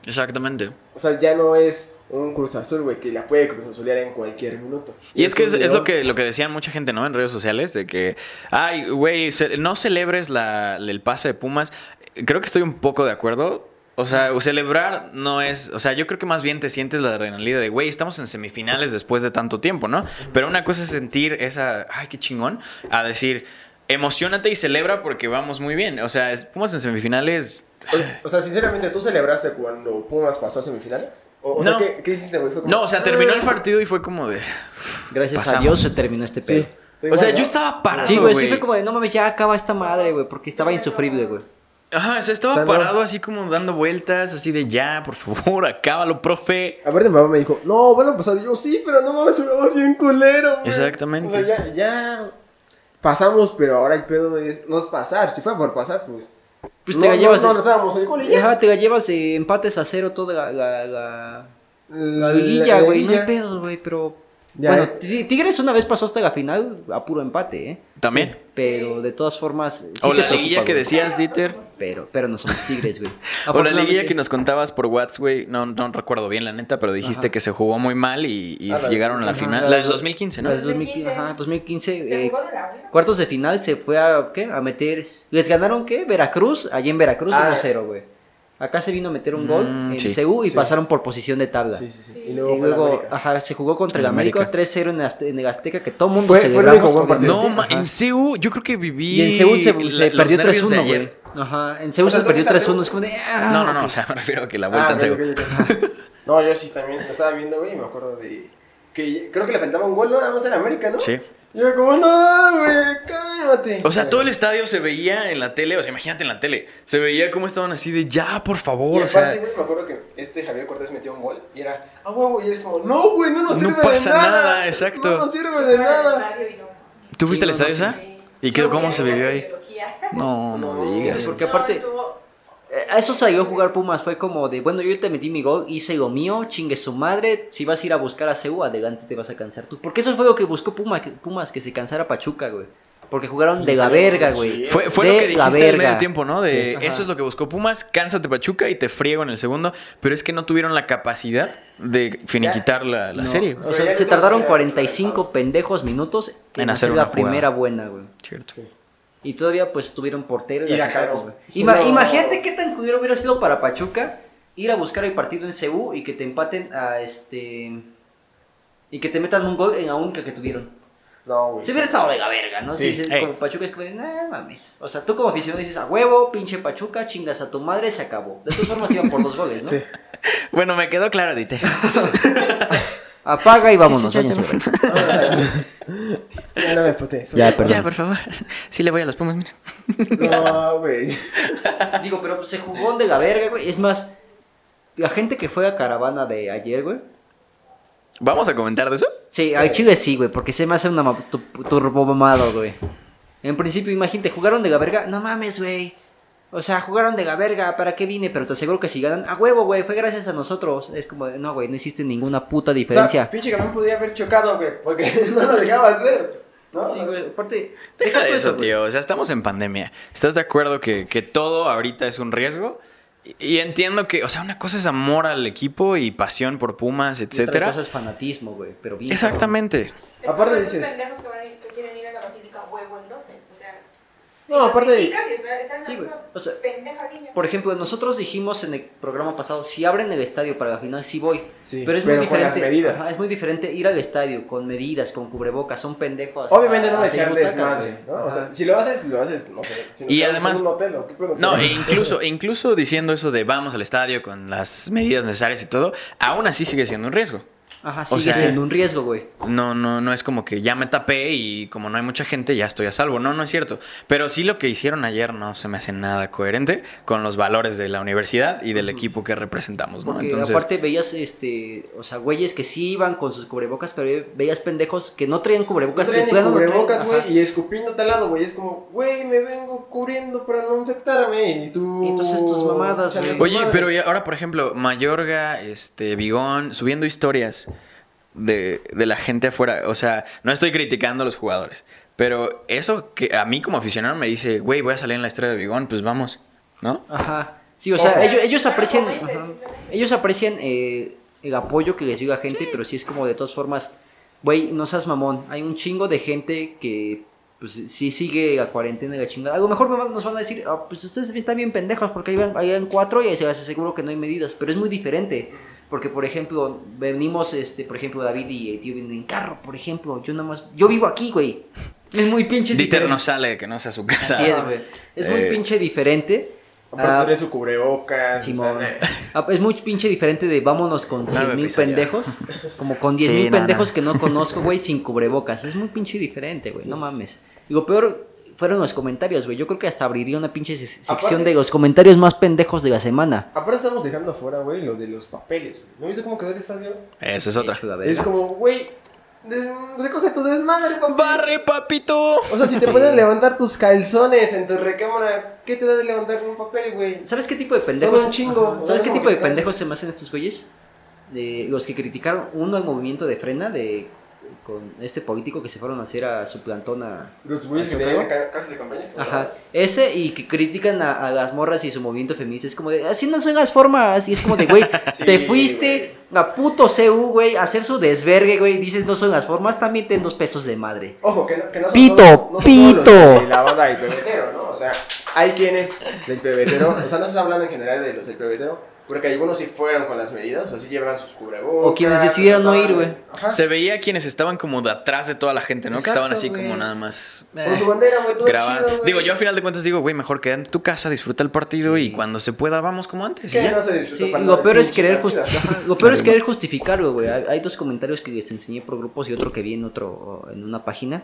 Speaker 1: Exactamente.
Speaker 3: O sea, ya no es un Cruz Azul, güey, que la puede Cruz Azulear en cualquier minuto.
Speaker 1: Y es que es,
Speaker 3: un
Speaker 1: es lo
Speaker 3: león.
Speaker 1: que lo que decían mucha gente, ¿no? En redes sociales, de que, ay, güey, ce- no celebres la- el pase de Pumas. Creo que estoy un poco de acuerdo. O sea, o celebrar no es. O sea, yo creo que más bien te sientes la adrenalina de, güey, estamos en semifinales después de tanto tiempo, ¿no? Pero una cosa es sentir esa, ay, qué chingón, a decir, emocionate y celebra porque vamos muy bien. O sea, es- Pumas en semifinales.
Speaker 3: O, o sea, sinceramente, ¿tú celebraste cuando Pumas pasó a semifinales? O, o sea,
Speaker 1: No.
Speaker 3: ¿qué, qué hiciste, güey? Fue como,
Speaker 1: No, o sea, terminó el
Speaker 3: "Ah".
Speaker 1: partido y fue como de.
Speaker 2: Gracias
Speaker 1: pasamos.
Speaker 2: a Dios se terminó este
Speaker 3: Sí.
Speaker 2: pedo.
Speaker 1: O sea,
Speaker 3: Igual,
Speaker 1: yo
Speaker 3: ¿no?
Speaker 1: estaba parado.
Speaker 2: Sí, güey, sí
Speaker 1: güey.
Speaker 2: fue como de no mames, ya acaba esta madre, güey, porque estaba insufrible, güey.
Speaker 1: Ajá, o sea, estaba
Speaker 3: O sea, no.
Speaker 1: parado así como dando vueltas, así de ya, por favor, acábalo, profe.
Speaker 3: A ver, mi mamá me dijo, no, van a pasar. Yo, sí, pero no mames, jugamos bien culero, güey.
Speaker 1: Exactamente.
Speaker 3: O sea, ya, ya pasamos, pero ahora el pedo es, no es pasar. Si fue por pasar, pues.
Speaker 2: Pues
Speaker 3: no,
Speaker 2: te la
Speaker 3: no,
Speaker 2: llevas.
Speaker 3: No, no, estábamos el gol y ya.
Speaker 2: Ajá, te la llevas eh, empates a cero toda la- la- la... La
Speaker 3: La la
Speaker 2: liguilla, güey, no hay
Speaker 3: liguilla.
Speaker 2: pedos, güey, pero...
Speaker 3: Ya,
Speaker 2: bueno,
Speaker 3: eh.
Speaker 2: Ti- Tigres una vez pasó hasta la final a puro empate, ¿eh?
Speaker 1: También.
Speaker 2: Sí, pero de todas formas... sí
Speaker 1: o
Speaker 2: te
Speaker 1: la
Speaker 2: preocupa,
Speaker 1: liguilla que
Speaker 2: güey.
Speaker 1: decías, Dieter.
Speaker 2: Pero, pero no somos Tigres, güey.
Speaker 1: O la liguilla
Speaker 2: Afortunadamente-
Speaker 1: que nos contabas por Watts, güey. No, no recuerdo bien la neta, pero dijiste
Speaker 2: Ajá.
Speaker 1: que se jugó muy mal y, y
Speaker 3: Ah, la de-
Speaker 1: llegaron a la
Speaker 2: ajá,
Speaker 1: final.
Speaker 2: la
Speaker 1: la
Speaker 2: de-
Speaker 1: del 2015, ¿no?
Speaker 2: Pues 2015, ajá, 2015
Speaker 4: Se
Speaker 2: eh,
Speaker 4: jugó de la verga.
Speaker 2: cuartos de final se fue a, ¿qué? A meter... ¿Les ganaron qué? Veracruz, allí en Veracruz
Speaker 3: Ah,
Speaker 2: 1-0, güey. Acá se vino a meter un gol
Speaker 1: Mm,
Speaker 2: en
Speaker 1: sí.
Speaker 2: CU y
Speaker 3: Sí.
Speaker 2: pasaron por posición de tabla.
Speaker 3: Sí, sí, sí.
Speaker 4: Sí.
Speaker 3: Y
Speaker 2: Y
Speaker 3: luego, fue la
Speaker 2: luego,
Speaker 3: América.
Speaker 2: ajá, se jugó contra el
Speaker 1: En América.
Speaker 2: América 3-0 en, Azte- en el Azteca, que todo mundo
Speaker 3: Fue- fue el
Speaker 2: celebramos.
Speaker 3: único buen partido.
Speaker 1: No,
Speaker 2: obviamente.
Speaker 1: ma-
Speaker 3: Ajá.
Speaker 1: en CU yo creo que viví.
Speaker 2: Y en Seúl se, se
Speaker 1: la- los
Speaker 2: perdió
Speaker 1: nervios de
Speaker 2: 3-1, güey.
Speaker 1: ayer.
Speaker 2: Ajá, en Seúl
Speaker 3: O sea,
Speaker 2: se
Speaker 3: ¿tú
Speaker 2: perdió
Speaker 3: estás
Speaker 2: 3-1, es como de... ah,
Speaker 1: No, no, no,
Speaker 2: ok.
Speaker 1: o sea, me refiero a que la
Speaker 3: Ah,
Speaker 1: vuelta en
Speaker 3: ok,
Speaker 1: CU.
Speaker 3: ok, ok. No, yo sí también lo estaba viendo, güey, y me acuerdo de. que Creo que le faltaba un gol, ¿no? Nada más en América, ¿no?
Speaker 1: Sí.
Speaker 3: Yo, como, no, güey, cálmate.
Speaker 1: O sea, todo el estadio se veía en la tele, o sea, imagínate en la tele, se veía cómo estaban así de ya, por
Speaker 3: Y
Speaker 1: favor, o
Speaker 3: aparte,
Speaker 1: sea,
Speaker 3: güey, me acuerdo que este Javier Cortés metió un gol y era, ah, huevo, y es como, no, güey, no nos
Speaker 1: No
Speaker 3: sirve
Speaker 1: pasa
Speaker 3: de nada.
Speaker 1: nada, exacto.
Speaker 3: No nos sirve
Speaker 4: Fue
Speaker 3: de
Speaker 4: al
Speaker 3: nada.
Speaker 4: estadio y no.
Speaker 1: ¿tú fuiste al
Speaker 2: Sí, no,
Speaker 1: estadio
Speaker 2: no,
Speaker 1: esa?
Speaker 4: Sí.
Speaker 1: ¿Y qué,
Speaker 4: Yo
Speaker 1: cómo
Speaker 4: fui
Speaker 1: se
Speaker 4: a la
Speaker 1: vivió ahí?
Speaker 4: ideología.
Speaker 1: No, no
Speaker 3: No,
Speaker 1: digas.
Speaker 2: porque aparte-
Speaker 4: estuvo-
Speaker 2: Eh, A eso salió a jugar Pumas, fue como de, bueno, yo te metí mi gol, hice lo mío, chingue su madre, si vas a ir a buscar a Seúl, adelante te vas a cansar tú. Porque eso fue lo que buscó Puma- que- Pumas, que se cansara Pachuca, güey. Porque jugaron de la
Speaker 3: sí,
Speaker 2: verga,
Speaker 3: sí.
Speaker 2: güey.
Speaker 1: Fue, fue
Speaker 2: De
Speaker 1: lo que
Speaker 2: la
Speaker 1: dijiste en
Speaker 2: verga.
Speaker 1: medio tiempo, ¿no? De
Speaker 2: Sí, ajá.
Speaker 1: eso es lo que buscó Pumas, cánsate Pachuca y te friego en el segundo, pero es que no tuvieron la capacidad de finiquitar la, la
Speaker 2: No,
Speaker 1: serie. güey.
Speaker 2: O sea,
Speaker 3: Pero ya
Speaker 2: se
Speaker 3: no
Speaker 2: tardaron
Speaker 3: te vas a ir a
Speaker 2: 45 pendejos minutos en,
Speaker 1: En hacer
Speaker 2: hacer
Speaker 1: una
Speaker 2: la primera
Speaker 1: jugada.
Speaker 2: buena, güey.
Speaker 1: Cierto.
Speaker 2: Y todavía pues tuvieron portero y,
Speaker 3: Y la
Speaker 2: asistente,
Speaker 3: cagó.
Speaker 2: güey. Ima-
Speaker 3: No.
Speaker 2: Imagínate qué tan culero hubiera sido para Pachuca ir a buscar el partido en Cebu y que te empaten a este y que te metan un gol en la única que tuvieron.
Speaker 3: No, güey.
Speaker 2: Se hubiera estado de la verga, ¿no?
Speaker 3: Sí.
Speaker 2: Si dices,
Speaker 1: Ey.
Speaker 2: como Pachuca es como de, nah, mames. O sea, tú como aficionado dices, a huevo, pinche Pachuca, chingas a tu madre, se acabó. De todas formas iban por dos goles, ¿no?
Speaker 3: Sí.
Speaker 1: Bueno, me quedó claro, Dite.
Speaker 2: Apaga y vámonos.
Speaker 1: sí, ya, ya,
Speaker 2: váyanse,
Speaker 1: bueno.
Speaker 2: güey.
Speaker 3: Ya no me puté.
Speaker 2: Ya, perdón.
Speaker 1: Ya, por favor. Sí le voy a las Pumas, mira.
Speaker 3: No, güey.
Speaker 2: Digo, pero se jugó de la verga, güey. Es más, La gente que fue a caravana de ayer, güey.
Speaker 1: ¿Vamos a comentar de eso?
Speaker 2: Sí, al chile sí, güey, porque se me hace una ma- tu- turbomamado, güey. En principio, imagínate, jugaron de la verga. No mames, güey. O sea, jugaron de la verga, ¿para qué vine? Pero te aseguro que si ganan, a huevo, güey, fue gracias a nosotros. Es como, no, güey, no hiciste ninguna puta
Speaker 3: O sea,
Speaker 2: diferencia.
Speaker 3: pinche camión podía haber chocado, güey, porque no lo dejabas ver. ¿no? O
Speaker 2: Sí,
Speaker 3: sea,
Speaker 2: güey, aparte, pues
Speaker 1: Deja pues,
Speaker 2: tú
Speaker 1: de eso,
Speaker 2: güey.
Speaker 1: tío. O sea, estamos en pandemia. ¿Estás de acuerdo que, que todo ahorita es un riesgo? Y, y entiendo que, o sea, una cosa es amor al equipo y pasión por Pumas,
Speaker 2: Y otra
Speaker 1: etcétera.
Speaker 2: cosa es fanatismo, güey, pero bien.
Speaker 1: Exactamente.
Speaker 4: Es
Speaker 3: Aparte
Speaker 4: como
Speaker 3: dices-
Speaker 4: Esos pendejos que, van a ir- que quieren ir a la basílica huevo el 12. O sea.
Speaker 3: No, aparte-
Speaker 4: Criticas, y está, está en la
Speaker 2: Sí, güey,
Speaker 4: misma
Speaker 2: o sea,
Speaker 4: pendeja línea.
Speaker 2: Por ejemplo, nosotros dijimos en el programa pasado, si abren el estadio para la final, sí voy.
Speaker 3: Sí,
Speaker 2: pero es muy
Speaker 3: pero con las
Speaker 2: diferente.
Speaker 3: medidas.
Speaker 2: ajá, es muy diferente ir al estadio con medidas, con cubrebocas, son pendejos.
Speaker 3: Obviamente no
Speaker 2: a
Speaker 3: voy a
Speaker 2: hacer
Speaker 3: echar
Speaker 2: butaca,
Speaker 3: desmadre, ¿no?
Speaker 2: güey.
Speaker 3: O sea,
Speaker 2: Ajá.
Speaker 3: si lo haces, lo haces, no sé. Si nos
Speaker 1: Y
Speaker 3: quedamos en
Speaker 1: además-
Speaker 3: un hotel, ¿o qué pedo?
Speaker 1: No, e incluso, e incluso diciendo eso de vamos al estadio con las medidas necesarias y todo, aún así sigue siendo un riesgo.
Speaker 2: Ajá,
Speaker 1: o
Speaker 2: sigue
Speaker 1: sea-
Speaker 2: siendo un riesgo, güey.
Speaker 1: No, no, no es como que ya me tapé y como no hay mucha gente ya estoy a salvo. No, no es cierto. Pero sí lo que hicieron ayer no se me hace nada coherente con los valores de la universidad y del equipo que representamos, pues ¿no?
Speaker 2: Porque
Speaker 1: Entonces,
Speaker 2: aparte veías, este, o sea, güeyes que sí iban con sus cubrebocas, pero veías pendejos que no traían
Speaker 3: No
Speaker 2: cubrebocas.
Speaker 3: traen
Speaker 2: de
Speaker 3: ni
Speaker 2: plano no traían,
Speaker 3: cubrebocas,
Speaker 2: ajá.
Speaker 3: güey, y escupiéndote al lado, güey. Es como, güey, me vengo cubriendo para no infectarme. Y tú.
Speaker 2: Entonces, tus mamadas,
Speaker 3: Chale,
Speaker 2: güey.
Speaker 3: tus
Speaker 1: Oye,
Speaker 3: madres.
Speaker 1: pero y ahora, por ejemplo, Mayorga, este, Bigón, subiendo historias de, de la gente afuera. O sea, no estoy criticando a los jugadores, pero eso que a mí como aficionado me dice, güey, voy a salir en la estrella de Bigón, pues vamos, ¿no?
Speaker 2: Ajá. Sí, o sea,
Speaker 3: Ojo.
Speaker 2: ellos, ellos
Speaker 4: Pero
Speaker 2: aprecian,
Speaker 4: comenten,
Speaker 2: ajá.
Speaker 4: simplemente.
Speaker 2: ellos aprecian eh, el apoyo que les dio la gente, pero sí es como de todas formas, güey, no seas mamón, hay un chingo de gente que pues sí sigue la cuarentena y la chingada. A lo mejor me van- nos van a decir, "Ah, pues ustedes están bien pendejos porque ahí van, ahí van cuatro y ahí se les aseguro que no hay medidas, pero es muy diferente. Porque, por ejemplo, venimos, este, por ejemplo, David y el tío vienen en carro, por ejemplo. Yo nada más, yo vivo aquí, güey. Es muy pinche
Speaker 1: Dieter
Speaker 2: diferente.
Speaker 1: no sale de que no sea su casa.
Speaker 2: Así es, güey. Es muy
Speaker 1: Eh.
Speaker 2: pinche diferente.
Speaker 3: Aparte,
Speaker 2: Ah,
Speaker 3: trae su cubrebocas. o sea,
Speaker 2: Simón.
Speaker 3: nah.
Speaker 2: Ah, Es muy pinche diferente de vámonos con
Speaker 1: No,
Speaker 2: 100
Speaker 1: me
Speaker 2: mil
Speaker 1: pisa ya.
Speaker 2: pendejos, como con 10
Speaker 1: Sí,
Speaker 2: mil
Speaker 1: no,
Speaker 2: pendejos
Speaker 1: no.
Speaker 2: que no conozco, güey, sin cubrebocas. Es muy pinche diferente, güey, no mames. Y lo peor fueron los comentarios, güey. Yo creo que hasta abriría una pinche se- sección
Speaker 3: Aparte-
Speaker 2: de los comentarios más pendejos de la semana.
Speaker 3: Aparte, estamos dejando afuera, güey, lo de los papeles. güey. ¿No viste cómo quedó el estadio?
Speaker 1: Esa es otra.
Speaker 2: Hecho, la
Speaker 3: Es
Speaker 2: verga.
Speaker 3: como, güey, des- recoge tu desmadre, papá.
Speaker 1: ¡Barre, papito!
Speaker 3: O sea, si te pueden levantar tus calzones en tu recámara, ¿qué te da de levantar un papel, güey?
Speaker 2: ¿Sabes qué tipo de pendejos?
Speaker 3: Son un chingo.
Speaker 2: Ajá.
Speaker 3: O sea,
Speaker 2: ¿Sabes
Speaker 3: es
Speaker 2: qué
Speaker 3: como
Speaker 2: tipo de
Speaker 3: que cansa.
Speaker 2: pendejos se me hacen estos güeyes? De los que criticaron uno el movimiento de frena de con este político que se fueron a hacer a su plantón a,
Speaker 3: Los güeyes que
Speaker 2: ¿Eso
Speaker 3: tenían
Speaker 2: creo?
Speaker 3: ca- casas de campañas. como,
Speaker 2: Ajá, ese y que critican a, a las morras y su movimiento feminista. Es como de, así no son las formas. Y es como de, güey,
Speaker 3: Sí,
Speaker 2: te fuiste a puto CU, güey, a hacer su desvergue, güey. Dices, no son las formas, también ten dos pesos de madre.
Speaker 3: Ojo, que no, que no son
Speaker 2: Pito,
Speaker 3: todos, no son
Speaker 2: pito.
Speaker 3: todos los de la banda del pebetero, ¿no? O sea, hay quienes del pebetero, o sea, no estás hablando en general de los del pebetero, porque algunos sí fueron con las medidas, o sea, sí llevan sus cubrebocas.
Speaker 2: O quienes decidieron no ir, güey.
Speaker 3: Ajá.
Speaker 1: Se veía a quienes estaban como de atrás de toda la gente, ¿no? que
Speaker 3: Exacto,
Speaker 1: estaban así
Speaker 3: güey.
Speaker 1: como nada más.
Speaker 3: Con su
Speaker 1: eh,
Speaker 3: bandera, güey, todo
Speaker 1: grabando.
Speaker 3: chido, güey.
Speaker 1: digo, yo al final de cuentas digo, güey, mejor quédate en tu casa, disfruta el partido y cuando se pueda vamos como antes. y
Speaker 3: Que
Speaker 1: ya.
Speaker 3: no se disfruta
Speaker 2: Sí,
Speaker 3: para
Speaker 2: lo
Speaker 3: la
Speaker 2: peor es
Speaker 3: pinche
Speaker 2: querer pues,
Speaker 3: partida.
Speaker 2: justi- ajá, lo peor es querer justificarlo, güey. Hay, hay dos comentarios que les enseñé por grupos y otro que vi en otro en una página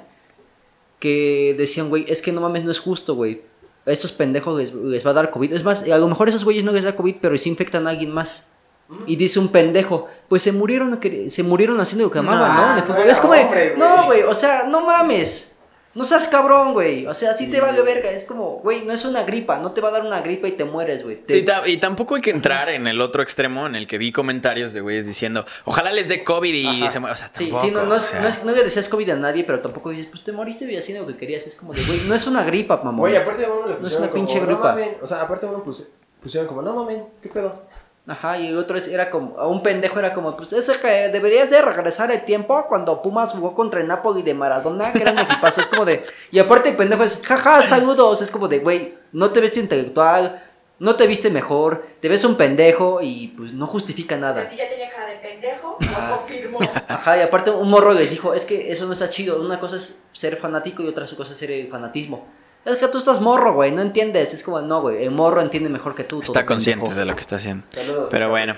Speaker 2: que decían, güey, es que no mames, no es justo, güey. A estos pendejos les, les va a dar COVID. Es más, a lo mejor a esos güeyes no les da COVID, pero sí infectan a alguien más.
Speaker 3: Mm.
Speaker 2: Y dice un pendejo, pues se murieron, que- se murieron haciendo lo que amaban,
Speaker 1: No,
Speaker 2: ¿no? De
Speaker 3: no
Speaker 2: fútbol.
Speaker 3: era
Speaker 2: es como, de,
Speaker 3: hombre, güey.
Speaker 2: no, güey, o sea, no mames. No seas cabrón, güey. O sea, sí, te vale verga. Es como, güey, no es una gripa. No te va a dar una gripa y te mueres, güey. Te-
Speaker 1: Y, ta- y tampoco hay que entrar en el otro extremo en el que vi comentarios de güeyes diciendo, ojalá les dé COVID y
Speaker 2: Ajá.
Speaker 1: se muera. O sea,
Speaker 2: Sí,
Speaker 1: tampoco.
Speaker 2: sí, no, no,
Speaker 1: o
Speaker 2: es-
Speaker 1: sea.
Speaker 2: no es- no le deseas COVID a nadie, pero tampoco dices, pues te moriste y haciendo lo que querías. Es como de, güey, no es una gripa, mamón.
Speaker 3: Güey, aparte a uno le
Speaker 2: No es
Speaker 3: pusieron
Speaker 2: una
Speaker 3: como,
Speaker 2: pinche
Speaker 3: "No
Speaker 2: gripa".
Speaker 3: mamen", o sea, aparte a uno pus- pusieron como, no mamen, ¿qué pedo?
Speaker 2: Ajá, y otro es- era como, a un pendejo era como, pues ese que deberías de regresar el tiempo cuando Pumas jugó contra el Napoli de Maradona, que era un equipazo. es como de, y aparte el pendejo es, jaja, saludos. Es como de, güey, no te ves intelectual, no te viste mejor, te ves un pendejo y pues no justifica
Speaker 4: O
Speaker 2: nada.
Speaker 4: sea, si ya tenía cara de pendejo, lo confirmó.
Speaker 2: Ajá, y aparte un morro les dijo, es que eso no está chido, una cosa es ser fanático y otra cosa es ser el fanatismo. Es que tú estás morro, güey, no entiendes. Es como, no, güey, el morro entiende mejor que tú. todo
Speaker 1: Está
Speaker 2: pendejo".
Speaker 1: consciente de lo que está haciendo.
Speaker 3: Saludos.
Speaker 1: Pero
Speaker 3: chavos.
Speaker 1: bueno,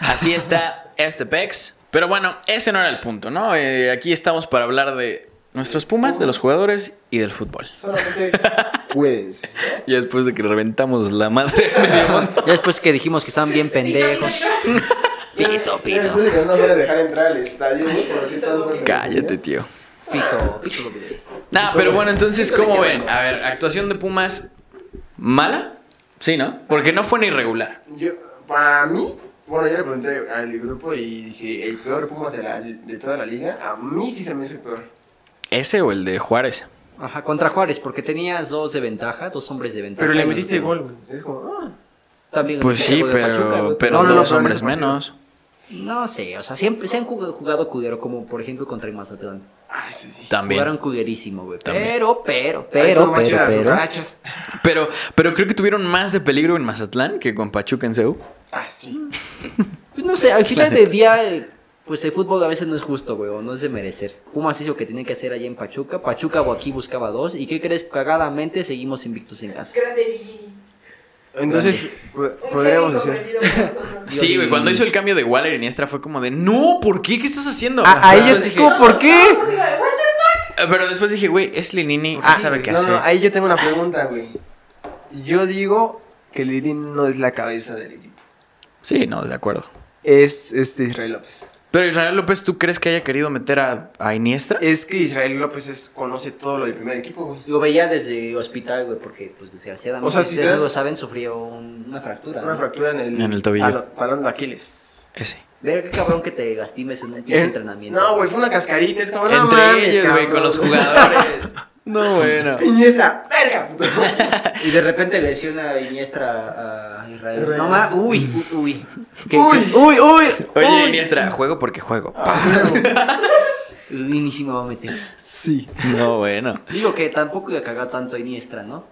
Speaker 1: así está este PEX. Pero bueno, ese no era el punto, ¿no? Eh, aquí estamos para hablar de Nuestros Pumas, de los jugadores y del fútbol.
Speaker 5: Solamente cuídense.
Speaker 1: Y después de que reventamos la madre de medio mundo.
Speaker 2: Ya después que dijimos que estaban bien pendejos.
Speaker 3: Eh,
Speaker 2: Pito,
Speaker 5: Ya
Speaker 2: pito.
Speaker 3: pues,
Speaker 5: Después de que no nos van a dejar entrar al estadio, ¿no? Por decir tantos
Speaker 1: Cállate,
Speaker 5: regaños.
Speaker 1: tío.
Speaker 2: Pito, pito, pito.
Speaker 1: Nah, pero bueno, entonces, ¿cómo ven? A ver, actuación de Pumas mala. Sí, ¿no? Porque no fue ni regular.
Speaker 5: Yo, para mí, bueno, yo le pregunté al grupo y dije, el peor Pumas de, la, de toda la liga, a mí sí se me hizo el peor.
Speaker 1: ¿Ese o el de Juárez?
Speaker 2: Ajá, contra Juárez, porque tenías dos de ventaja, dos hombres de ventaja.
Speaker 3: Pero le metiste gol, güey.
Speaker 5: Es como, ah,
Speaker 2: También
Speaker 1: Pues
Speaker 2: el
Speaker 1: sí,
Speaker 2: juego de Pachuca,
Speaker 1: pero,
Speaker 2: güey,
Speaker 1: pero
Speaker 5: No, no, no,
Speaker 1: dos
Speaker 5: pero en
Speaker 1: hombres
Speaker 5: ese partido.
Speaker 1: menos.
Speaker 2: No sé, o sea, siempre se han jug- jugado cudero, como por ejemplo contra el Mazatlán.
Speaker 5: ay, Ah, este sí, sí.
Speaker 2: Jugaron
Speaker 1: También.
Speaker 2: cuderísimo, güey.
Speaker 1: También.
Speaker 2: Pero, pero,
Speaker 5: Ahí son
Speaker 2: pero, pero,
Speaker 5: manchadas,
Speaker 2: pero.
Speaker 5: rachas.
Speaker 1: Pero, pero creo que tuvieron más de peligro en Mazatlán que con Pachuca en Seúl.
Speaker 5: Ah, sí.
Speaker 2: Pues no sé, al final del día, eh, pues el fútbol a veces no es justo, güey, o no es de merecer. Pumas hizo lo que tenía que hacer allá en Pachuca. Pachuca o aquí buscaba dos. ¿Y qué crees? Cagadamente seguimos invictos en casa.
Speaker 4: Grande Ligini.
Speaker 5: Entonces, po-
Speaker 4: Un
Speaker 5: podríamos
Speaker 4: genio
Speaker 5: decir.
Speaker 4: comprendido por nosotros.
Speaker 1: Sí, güey,
Speaker 2: mío.
Speaker 1: cuando hizo el cambio de Waller y Niestra fue como de, no, ¿por qué? ¿Qué estás haciendo?
Speaker 2: Ah, ahí yo
Speaker 1: Después
Speaker 2: te
Speaker 1: dije- "Ah",
Speaker 2: como, ¿por qué?
Speaker 4: Música de What the
Speaker 1: Pero después dije, güey, es Linini,
Speaker 5: Ah,
Speaker 1: ¿quién sabe qué
Speaker 5: no,
Speaker 1: hacer?
Speaker 5: no, ahí yo tengo una pregunta, güey. Yo digo que Lirin no es la cabeza del equipo.
Speaker 1: Sí, no, de acuerdo.
Speaker 5: Es este Israel López.
Speaker 1: Pero Israel López, ¿tú crees que haya querido meter a, a Iniestra?
Speaker 5: Es que Israel López es- conoce todo lo del primer equipo, güey.
Speaker 2: Lo veía desde hospital, güey, porque, pues desgraciadamente,
Speaker 5: O sea, si
Speaker 2: ustedes
Speaker 5: te das-
Speaker 2: no lo saben, sufrió un- una fractura.
Speaker 5: Una
Speaker 2: ¿no?
Speaker 5: fractura en el,
Speaker 1: En el tobillo.
Speaker 5: talo- talón de Aquiles.
Speaker 1: Ese.
Speaker 2: Verga, qué cabrón que te lastimes en un pinche
Speaker 5: Eh,
Speaker 2: entrenamiento.
Speaker 5: No, güey, fue una cascarita, es como no
Speaker 1: Entre
Speaker 5: mames,
Speaker 1: ellos, güey,
Speaker 5: cabrón.
Speaker 1: con los jugadores. no, bueno.
Speaker 5: Iniesta, verga, puto.
Speaker 2: Y de repente lesiona a Iniestra a Israel.
Speaker 5: Israel.
Speaker 2: No ma- uy, uy, uy. Que-
Speaker 5: Uy, uy, uy.
Speaker 1: Oye, Iniestra, juego porque juego.
Speaker 2: que- uy, ni si me va a meter.
Speaker 5: Sí.
Speaker 1: No, bueno.
Speaker 2: Digo que tampoco le cagado tanto a Iniestra, ¿no?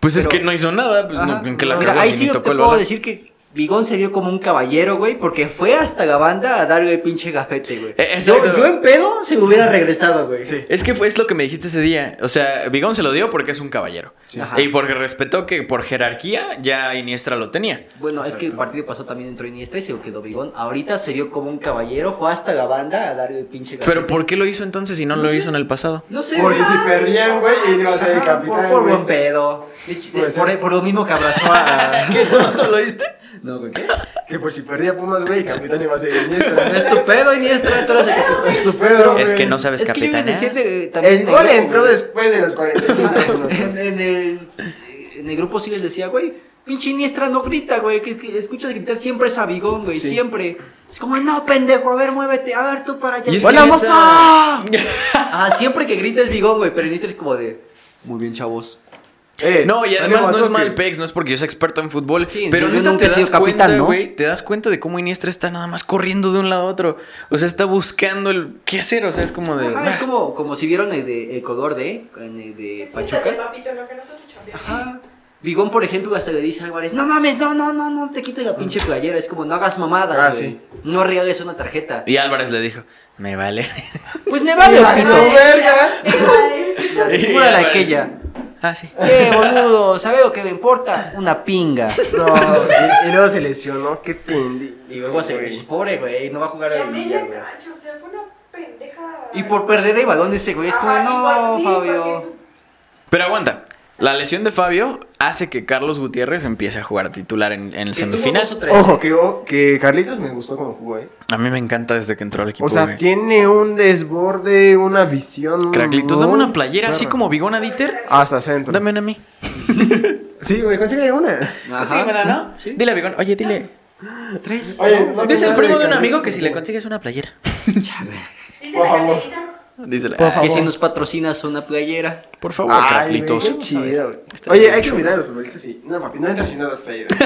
Speaker 1: Pues es
Speaker 2: Pero-
Speaker 1: que no hizo nada, pues
Speaker 2: Ajá.
Speaker 1: no, en que la
Speaker 2: Mira,
Speaker 1: cagó
Speaker 2: ahí
Speaker 1: si
Speaker 2: sí
Speaker 1: ni
Speaker 2: yo
Speaker 1: tocó
Speaker 2: te
Speaker 1: el
Speaker 2: puedo
Speaker 1: balón.
Speaker 2: decir que Vigón se vio como un caballero, güey, porque fue hasta la banda a darle el pinche gafete, güey.
Speaker 1: Eh,
Speaker 2: yo,
Speaker 1: exacto.
Speaker 2: yo en pedo se hubiera regresado, güey. Sí.
Speaker 1: Es que fue es lo que me dijiste ese día. O sea, Vigón se lo dio porque es un caballero.
Speaker 2: Ajá.
Speaker 1: Y porque respetó que por jerarquía ya Iniestra lo tenía.
Speaker 2: Bueno, es que el partido pasó también entró Iniestra y se quedó Vigón. Ahorita se vio como un caballero, fue hasta la banda a darle el pinche gafete.
Speaker 1: Pero ¿por qué lo hizo entonces si no lo hizo en el pasado?
Speaker 2: No sé,
Speaker 5: Porque
Speaker 2: güey.
Speaker 5: si perdían, güey, y ibas a ser
Speaker 2: Ajá,
Speaker 5: capitán.
Speaker 2: Por, por
Speaker 5: güey.
Speaker 2: buen pedo. De- de-
Speaker 5: Puede ser.
Speaker 2: por, por lo mismo que abrazó a.
Speaker 1: ¿Qué tonto lo hiciste?
Speaker 2: No, güey, ¿qué?
Speaker 5: Que por si perdía Pumas, güey, capitán iba a ser Iniesta.
Speaker 2: Es tu pedo, Iniestra. Tú eres el que te-
Speaker 5: Estupendo.
Speaker 1: Es
Speaker 5: güey.
Speaker 1: que no sabes
Speaker 2: Es que yo desde
Speaker 1: capitanear.
Speaker 2: siete, eh, también
Speaker 5: El
Speaker 2: en
Speaker 5: gol
Speaker 2: grupo,
Speaker 5: entró
Speaker 2: güey.
Speaker 5: después de los 45 minutos.
Speaker 2: en, en el, en el grupo sí les decía, güey, pinche Iniestra no grita, güey. Que, que escuchas gritar siempre es a Bigón, güey,
Speaker 5: Sí.
Speaker 2: siempre. Es como, no, pendejo, a ver, muévete, a ver tú para allá.
Speaker 1: Y es
Speaker 2: ¡Hola,
Speaker 1: que
Speaker 2: mozo!
Speaker 1: neta-
Speaker 2: Ah, siempre que grites Bigón, güey, pero Iniestra es como de, muy bien, chavos.
Speaker 5: Eh,
Speaker 1: No, y
Speaker 5: me
Speaker 1: además no
Speaker 5: mató
Speaker 1: es
Speaker 5: que-
Speaker 1: mal pex, no es porque yo sea experto en fútbol,
Speaker 2: Sí,
Speaker 1: pero
Speaker 2: yo
Speaker 1: neta
Speaker 2: nunca
Speaker 1: te
Speaker 2: he sido
Speaker 1: das cuenta,
Speaker 2: capitán, ¿no?
Speaker 1: güey, te das cuenta de cómo Iniestra está nada más corriendo de un lado a otro. O sea, está buscando el qué hacer, o sea, es como de
Speaker 2: Ajá, Ah, es como, como si vieron el de el color de, en el de
Speaker 4: fuck? Siéntate,
Speaker 2: Pachuca.
Speaker 4: papito, lo que nosotros chambeamos.
Speaker 2: Ajá. Bigón, por ejemplo, hasta le dice a Álvarez, no mames, no, no, no, no, te quites la pinche playera. Es como, no hagas mamadas,
Speaker 5: Ah,
Speaker 2: güey.
Speaker 5: sí.
Speaker 2: No regales una tarjeta.
Speaker 1: Y Álvarez le dijo, "Me vale."
Speaker 2: Pues me vale,
Speaker 5: Ah,
Speaker 2: pito.
Speaker 5: no, verga.
Speaker 4: Vale.
Speaker 1: Y
Speaker 2: Pura la
Speaker 1: Álvarez,
Speaker 2: aquella.
Speaker 1: Ah, sí.
Speaker 2: ¿Qué, boludo? ¿Sabe lo que me importa? Una pinga.
Speaker 5: No, y, y luego se lesionó, qué pendejo.
Speaker 2: Y luego se... Pobre, güey, no va a jugar
Speaker 4: Y a
Speaker 2: al
Speaker 4: media
Speaker 2: Villa, güey.
Speaker 4: cancha, o sea, fue una pendeja.
Speaker 2: Y por perder el balón ese, güey, es como,
Speaker 4: Ajá,
Speaker 2: no,
Speaker 4: Ah, igual, sí, porque
Speaker 2: Fabio.
Speaker 4: su-
Speaker 1: Pero aguanta. La lesión de Fabio hace que Carlos Gutiérrez empiece a jugar titular en, en el
Speaker 2: Que tuvo
Speaker 1: semifinal.
Speaker 2: dos o tres.
Speaker 5: Ojo, que, oh, que Carlitos me gustó como jugó, eh.
Speaker 1: A mí me encanta desde que entró al equipo.
Speaker 5: O sea,
Speaker 1: güey.
Speaker 5: tiene un desborde, una visión.
Speaker 1: Craclitos,
Speaker 5: muy
Speaker 1: dame una playera así
Speaker 5: perra.
Speaker 1: como Bigona Dieter.
Speaker 5: Hasta centro.
Speaker 1: Dame una a mí.
Speaker 5: Sí, güey, consigue una.
Speaker 1: Sí, bueno, ¿no?
Speaker 2: Sí.
Speaker 1: Dile a Bigón, oye, dile.
Speaker 2: Tres.
Speaker 5: Oye,
Speaker 1: Dice
Speaker 5: no
Speaker 1: el
Speaker 5: pensaba
Speaker 1: primo de un
Speaker 5: Carlitos,
Speaker 1: amigo que si le
Speaker 5: güey.
Speaker 1: consigues una playera.
Speaker 4: Dice
Speaker 5: Por
Speaker 4: la
Speaker 5: favor.
Speaker 4: Canelisa,
Speaker 1: Dísela.
Speaker 5: Por
Speaker 1: "Ay,
Speaker 5: favor.
Speaker 2: Que si nos patrocinas una playera.
Speaker 1: Por favor,
Speaker 5: Ay,
Speaker 1: Craclitos.
Speaker 5: güey, qué chido, güey.
Speaker 1: Está
Speaker 5: Oye,
Speaker 1: bien
Speaker 5: hay que invitar a los futbolistas sí. No, papi, no entras sin las playeras.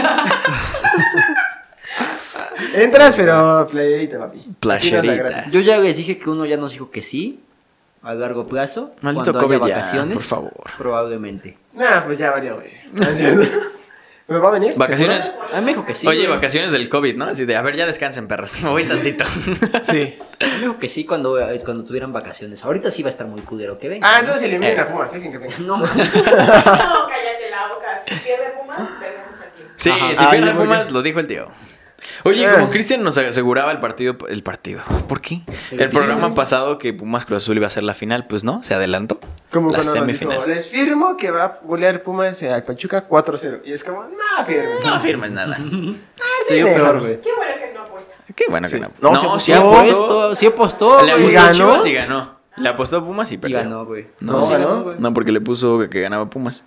Speaker 5: entras, pero playerita, papi.
Speaker 1: Playerita.
Speaker 5: Aquí no está gratis.
Speaker 2: Yo ya les dije que uno ya nos dijo que sí. A largo plazo.
Speaker 1: Maldito
Speaker 2: cuando haya
Speaker 1: COVID ya,
Speaker 2: vacaciones.
Speaker 1: por favor.
Speaker 2: Probablemente.
Speaker 5: Nah, pues ya valió, güey. ¿Me va a venir?
Speaker 1: Vacaciones.
Speaker 2: A mí me dijo que sí.
Speaker 1: Oye,
Speaker 2: güey.
Speaker 1: vacaciones del COVID, ¿no? Así de, a ver, ya descansen, perros. Me voy tantito.
Speaker 5: Sí.
Speaker 2: Me dijo que sí cuando, eh, cuando tuvieran vacaciones. Ahorita sí va a estar muy cudero que venga.
Speaker 5: Ah, entonces eliminen a Pumas, dejen que venga.
Speaker 2: No mames.
Speaker 4: No, cállate la boca. Si pierde Puma, perdemos al tiempo.
Speaker 1: Sí,
Speaker 5: Ajá.
Speaker 1: si
Speaker 5: Ah,
Speaker 1: pierde
Speaker 5: ya, muy
Speaker 1: Pumas,
Speaker 5: bien.
Speaker 1: lo dijo el tío. Eh. Oye,
Speaker 3: Ah.
Speaker 1: como Cristian nos aseguraba el partido, el partido, ¿por qué? El programa pasado que Pumas Cruz Azul iba a ser la final, pues no, se adelantó.
Speaker 3: Como
Speaker 1: la
Speaker 3: cuando nos dijo,
Speaker 1: semifinal.
Speaker 3: les firmo que va a golear Pumas al Pachuca 4-0. Y es como, no, firme.
Speaker 5: Ah,
Speaker 1: No firmes nada.
Speaker 3: sí,
Speaker 2: yo
Speaker 3: mejor,
Speaker 2: peor, güey.
Speaker 4: Qué bueno que no apuesta.
Speaker 1: Qué bueno que no.
Speaker 2: No,
Speaker 1: No,
Speaker 2: sí
Speaker 1: sí
Speaker 2: apostó,
Speaker 1: apostó.
Speaker 2: sí apostó,
Speaker 1: Le
Speaker 2: güey.
Speaker 1: apostó
Speaker 3: ¿Ganó?
Speaker 1: a Chivas y ganó. Le apostó a Pumas y
Speaker 2: Y
Speaker 1: perdió.
Speaker 2: ganó, güey.
Speaker 1: No,
Speaker 2: sí
Speaker 3: ganó.
Speaker 2: güey.
Speaker 1: No, porque le puso que, que ganaba Pumas.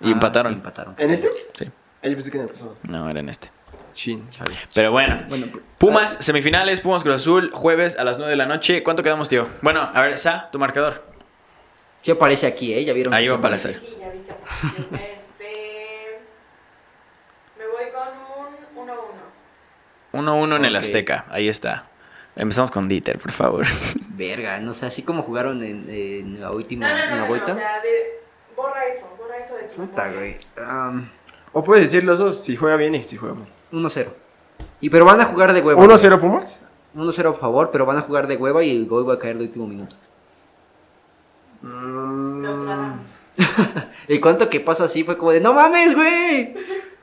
Speaker 1: Y
Speaker 2: Ah,
Speaker 1: empataron.
Speaker 2: sí, empataron.
Speaker 3: ¿En este?
Speaker 1: Sí.
Speaker 3: Ah, yo pensé que en el pasado.
Speaker 1: No, era en este.
Speaker 3: Chin.
Speaker 1: Pero bueno.
Speaker 2: Bueno, pues,
Speaker 1: Pumas, semifinales, Pumas Cruz Azul, jueves a las 9 de la noche. ¿Cuánto quedamos, tío? Bueno, a ver, Sa, tu marcador.
Speaker 2: sí aparece aquí, ¿eh? Ya vieron.
Speaker 1: Ahí
Speaker 2: que
Speaker 1: va
Speaker 2: sí
Speaker 1: para
Speaker 2: aparece.
Speaker 1: hacer.
Speaker 4: Sí, ya vi que no. Este. Me voy con un 1-1.
Speaker 1: 1-1 en el
Speaker 2: Ok.
Speaker 1: Azteca. Ahí está. Empezamos con Dieter, por favor.
Speaker 2: Verga, no sé, así como jugaron en, en la
Speaker 4: No,
Speaker 2: última
Speaker 4: no,
Speaker 2: en la
Speaker 4: no, no, no,
Speaker 2: vuelta.
Speaker 4: o sea, de, borra eso, borra eso de tu
Speaker 2: Puta, güey. um, Am,
Speaker 3: O puedes decir los dos, si juega bien y si juega mal.
Speaker 2: 1-0. Y pero van a jugar de hueva.
Speaker 3: 1-0 Pumas.
Speaker 2: güey. 1-0 a favor, pero van a jugar de hueva y el gol va a caer de último minuto.
Speaker 4: Nos
Speaker 3: Mm,
Speaker 4: tratamos.
Speaker 2: El cuánto que pasa así fue como de, no mames, güey.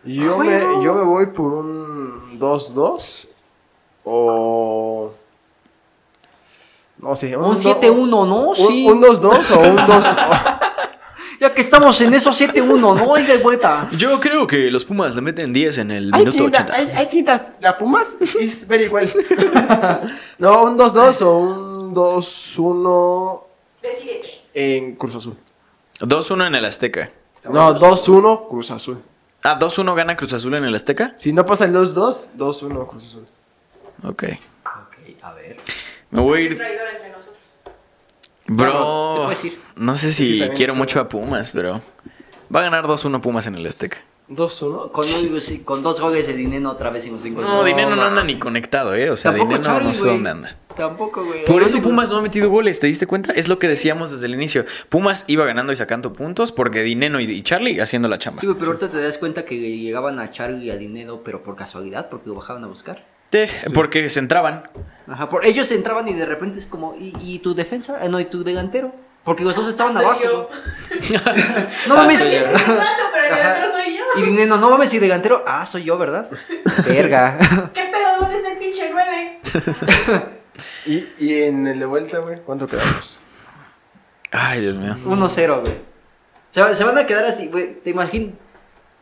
Speaker 3: yo, me,
Speaker 5: Ah,
Speaker 3: yo me voy por un 2-2 o... No sé,
Speaker 2: Un
Speaker 3: do-
Speaker 2: 7-1, ¿no? Sí.
Speaker 3: Un un 2-2 o un 2 o-
Speaker 2: Ya que estamos en esos 7-1, ¿no? Oiga, vuelta.
Speaker 1: Yo creo que los Pumas le meten 10 en el
Speaker 5: Hay
Speaker 1: minuto
Speaker 5: quinta,
Speaker 1: 80.
Speaker 5: hay, hay quintas. La Pumas es very well.
Speaker 3: No, un 2-2 o un 2-1
Speaker 4: Decídete.
Speaker 3: en Cruz Azul.
Speaker 1: 2-1 en el Azteca.
Speaker 3: No, 2-1 Cruz Azul.
Speaker 1: Ah, 2-1 gana Cruz Azul en el Azteca.
Speaker 3: Si no pasa el 2-2, 2-1 Cruz Azul.
Speaker 1: Ok.
Speaker 2: Ok, a ver.
Speaker 1: Me voy a
Speaker 4: Un
Speaker 1: ir.
Speaker 4: traidor entre nosotros.
Speaker 2: Te
Speaker 1: Bro.
Speaker 2: puedes ir.
Speaker 1: No sé
Speaker 3: Sí,
Speaker 1: si
Speaker 3: también.
Speaker 1: quiero mucho a Pumas, pero. Va a ganar 2-1 Pumas en el Azteca.
Speaker 3: 2-1.
Speaker 2: Con, un- sí, con dos goles de Dineno otra vez en los 5
Speaker 1: Pues No, Dinero no anda ni conectado, ¿eh? O sea,
Speaker 2: Tampoco
Speaker 1: Dinero
Speaker 2: Charlie,
Speaker 1: no sé
Speaker 2: güey.
Speaker 1: dónde anda.
Speaker 2: Tampoco, güey.
Speaker 1: Por eso Pumas no ha metido goles, ¿te diste cuenta? Es lo que decíamos desde el inicio. Pumas iba ganando y sacando puntos porque Dineno y, y Charlie haciendo la chamba.
Speaker 2: Sí, güey, pero ahorita te das cuenta que llegaban a Charlie y a Dinero, pero por casualidad, porque lo bajaban a buscar.
Speaker 1: Te- Porque se entraban.
Speaker 2: Ajá, por ellos entraban y de repente es como, ¿y, y tu defensa? Ah, no, ¿y tu delantero? Porque los dos estaban
Speaker 4: Ah, Soy
Speaker 2: abajo.
Speaker 4: yo.
Speaker 2: No mames.
Speaker 4: Soy yo. Claro, pero el
Speaker 2: Ajá.
Speaker 4: otro soy yo.
Speaker 2: Y Dinero, no mames, y delantero, ah, soy yo, ¿verdad? Verga.
Speaker 4: ¿Qué pedo? ¿Dónde está el pinche 9?
Speaker 3: ¿Y, y en el de vuelta, güey, ¿cuánto quedamos?
Speaker 1: Ay, Dios mío.
Speaker 2: 1-0, güey. Se, va- se van a quedar así, güey. Te imagino.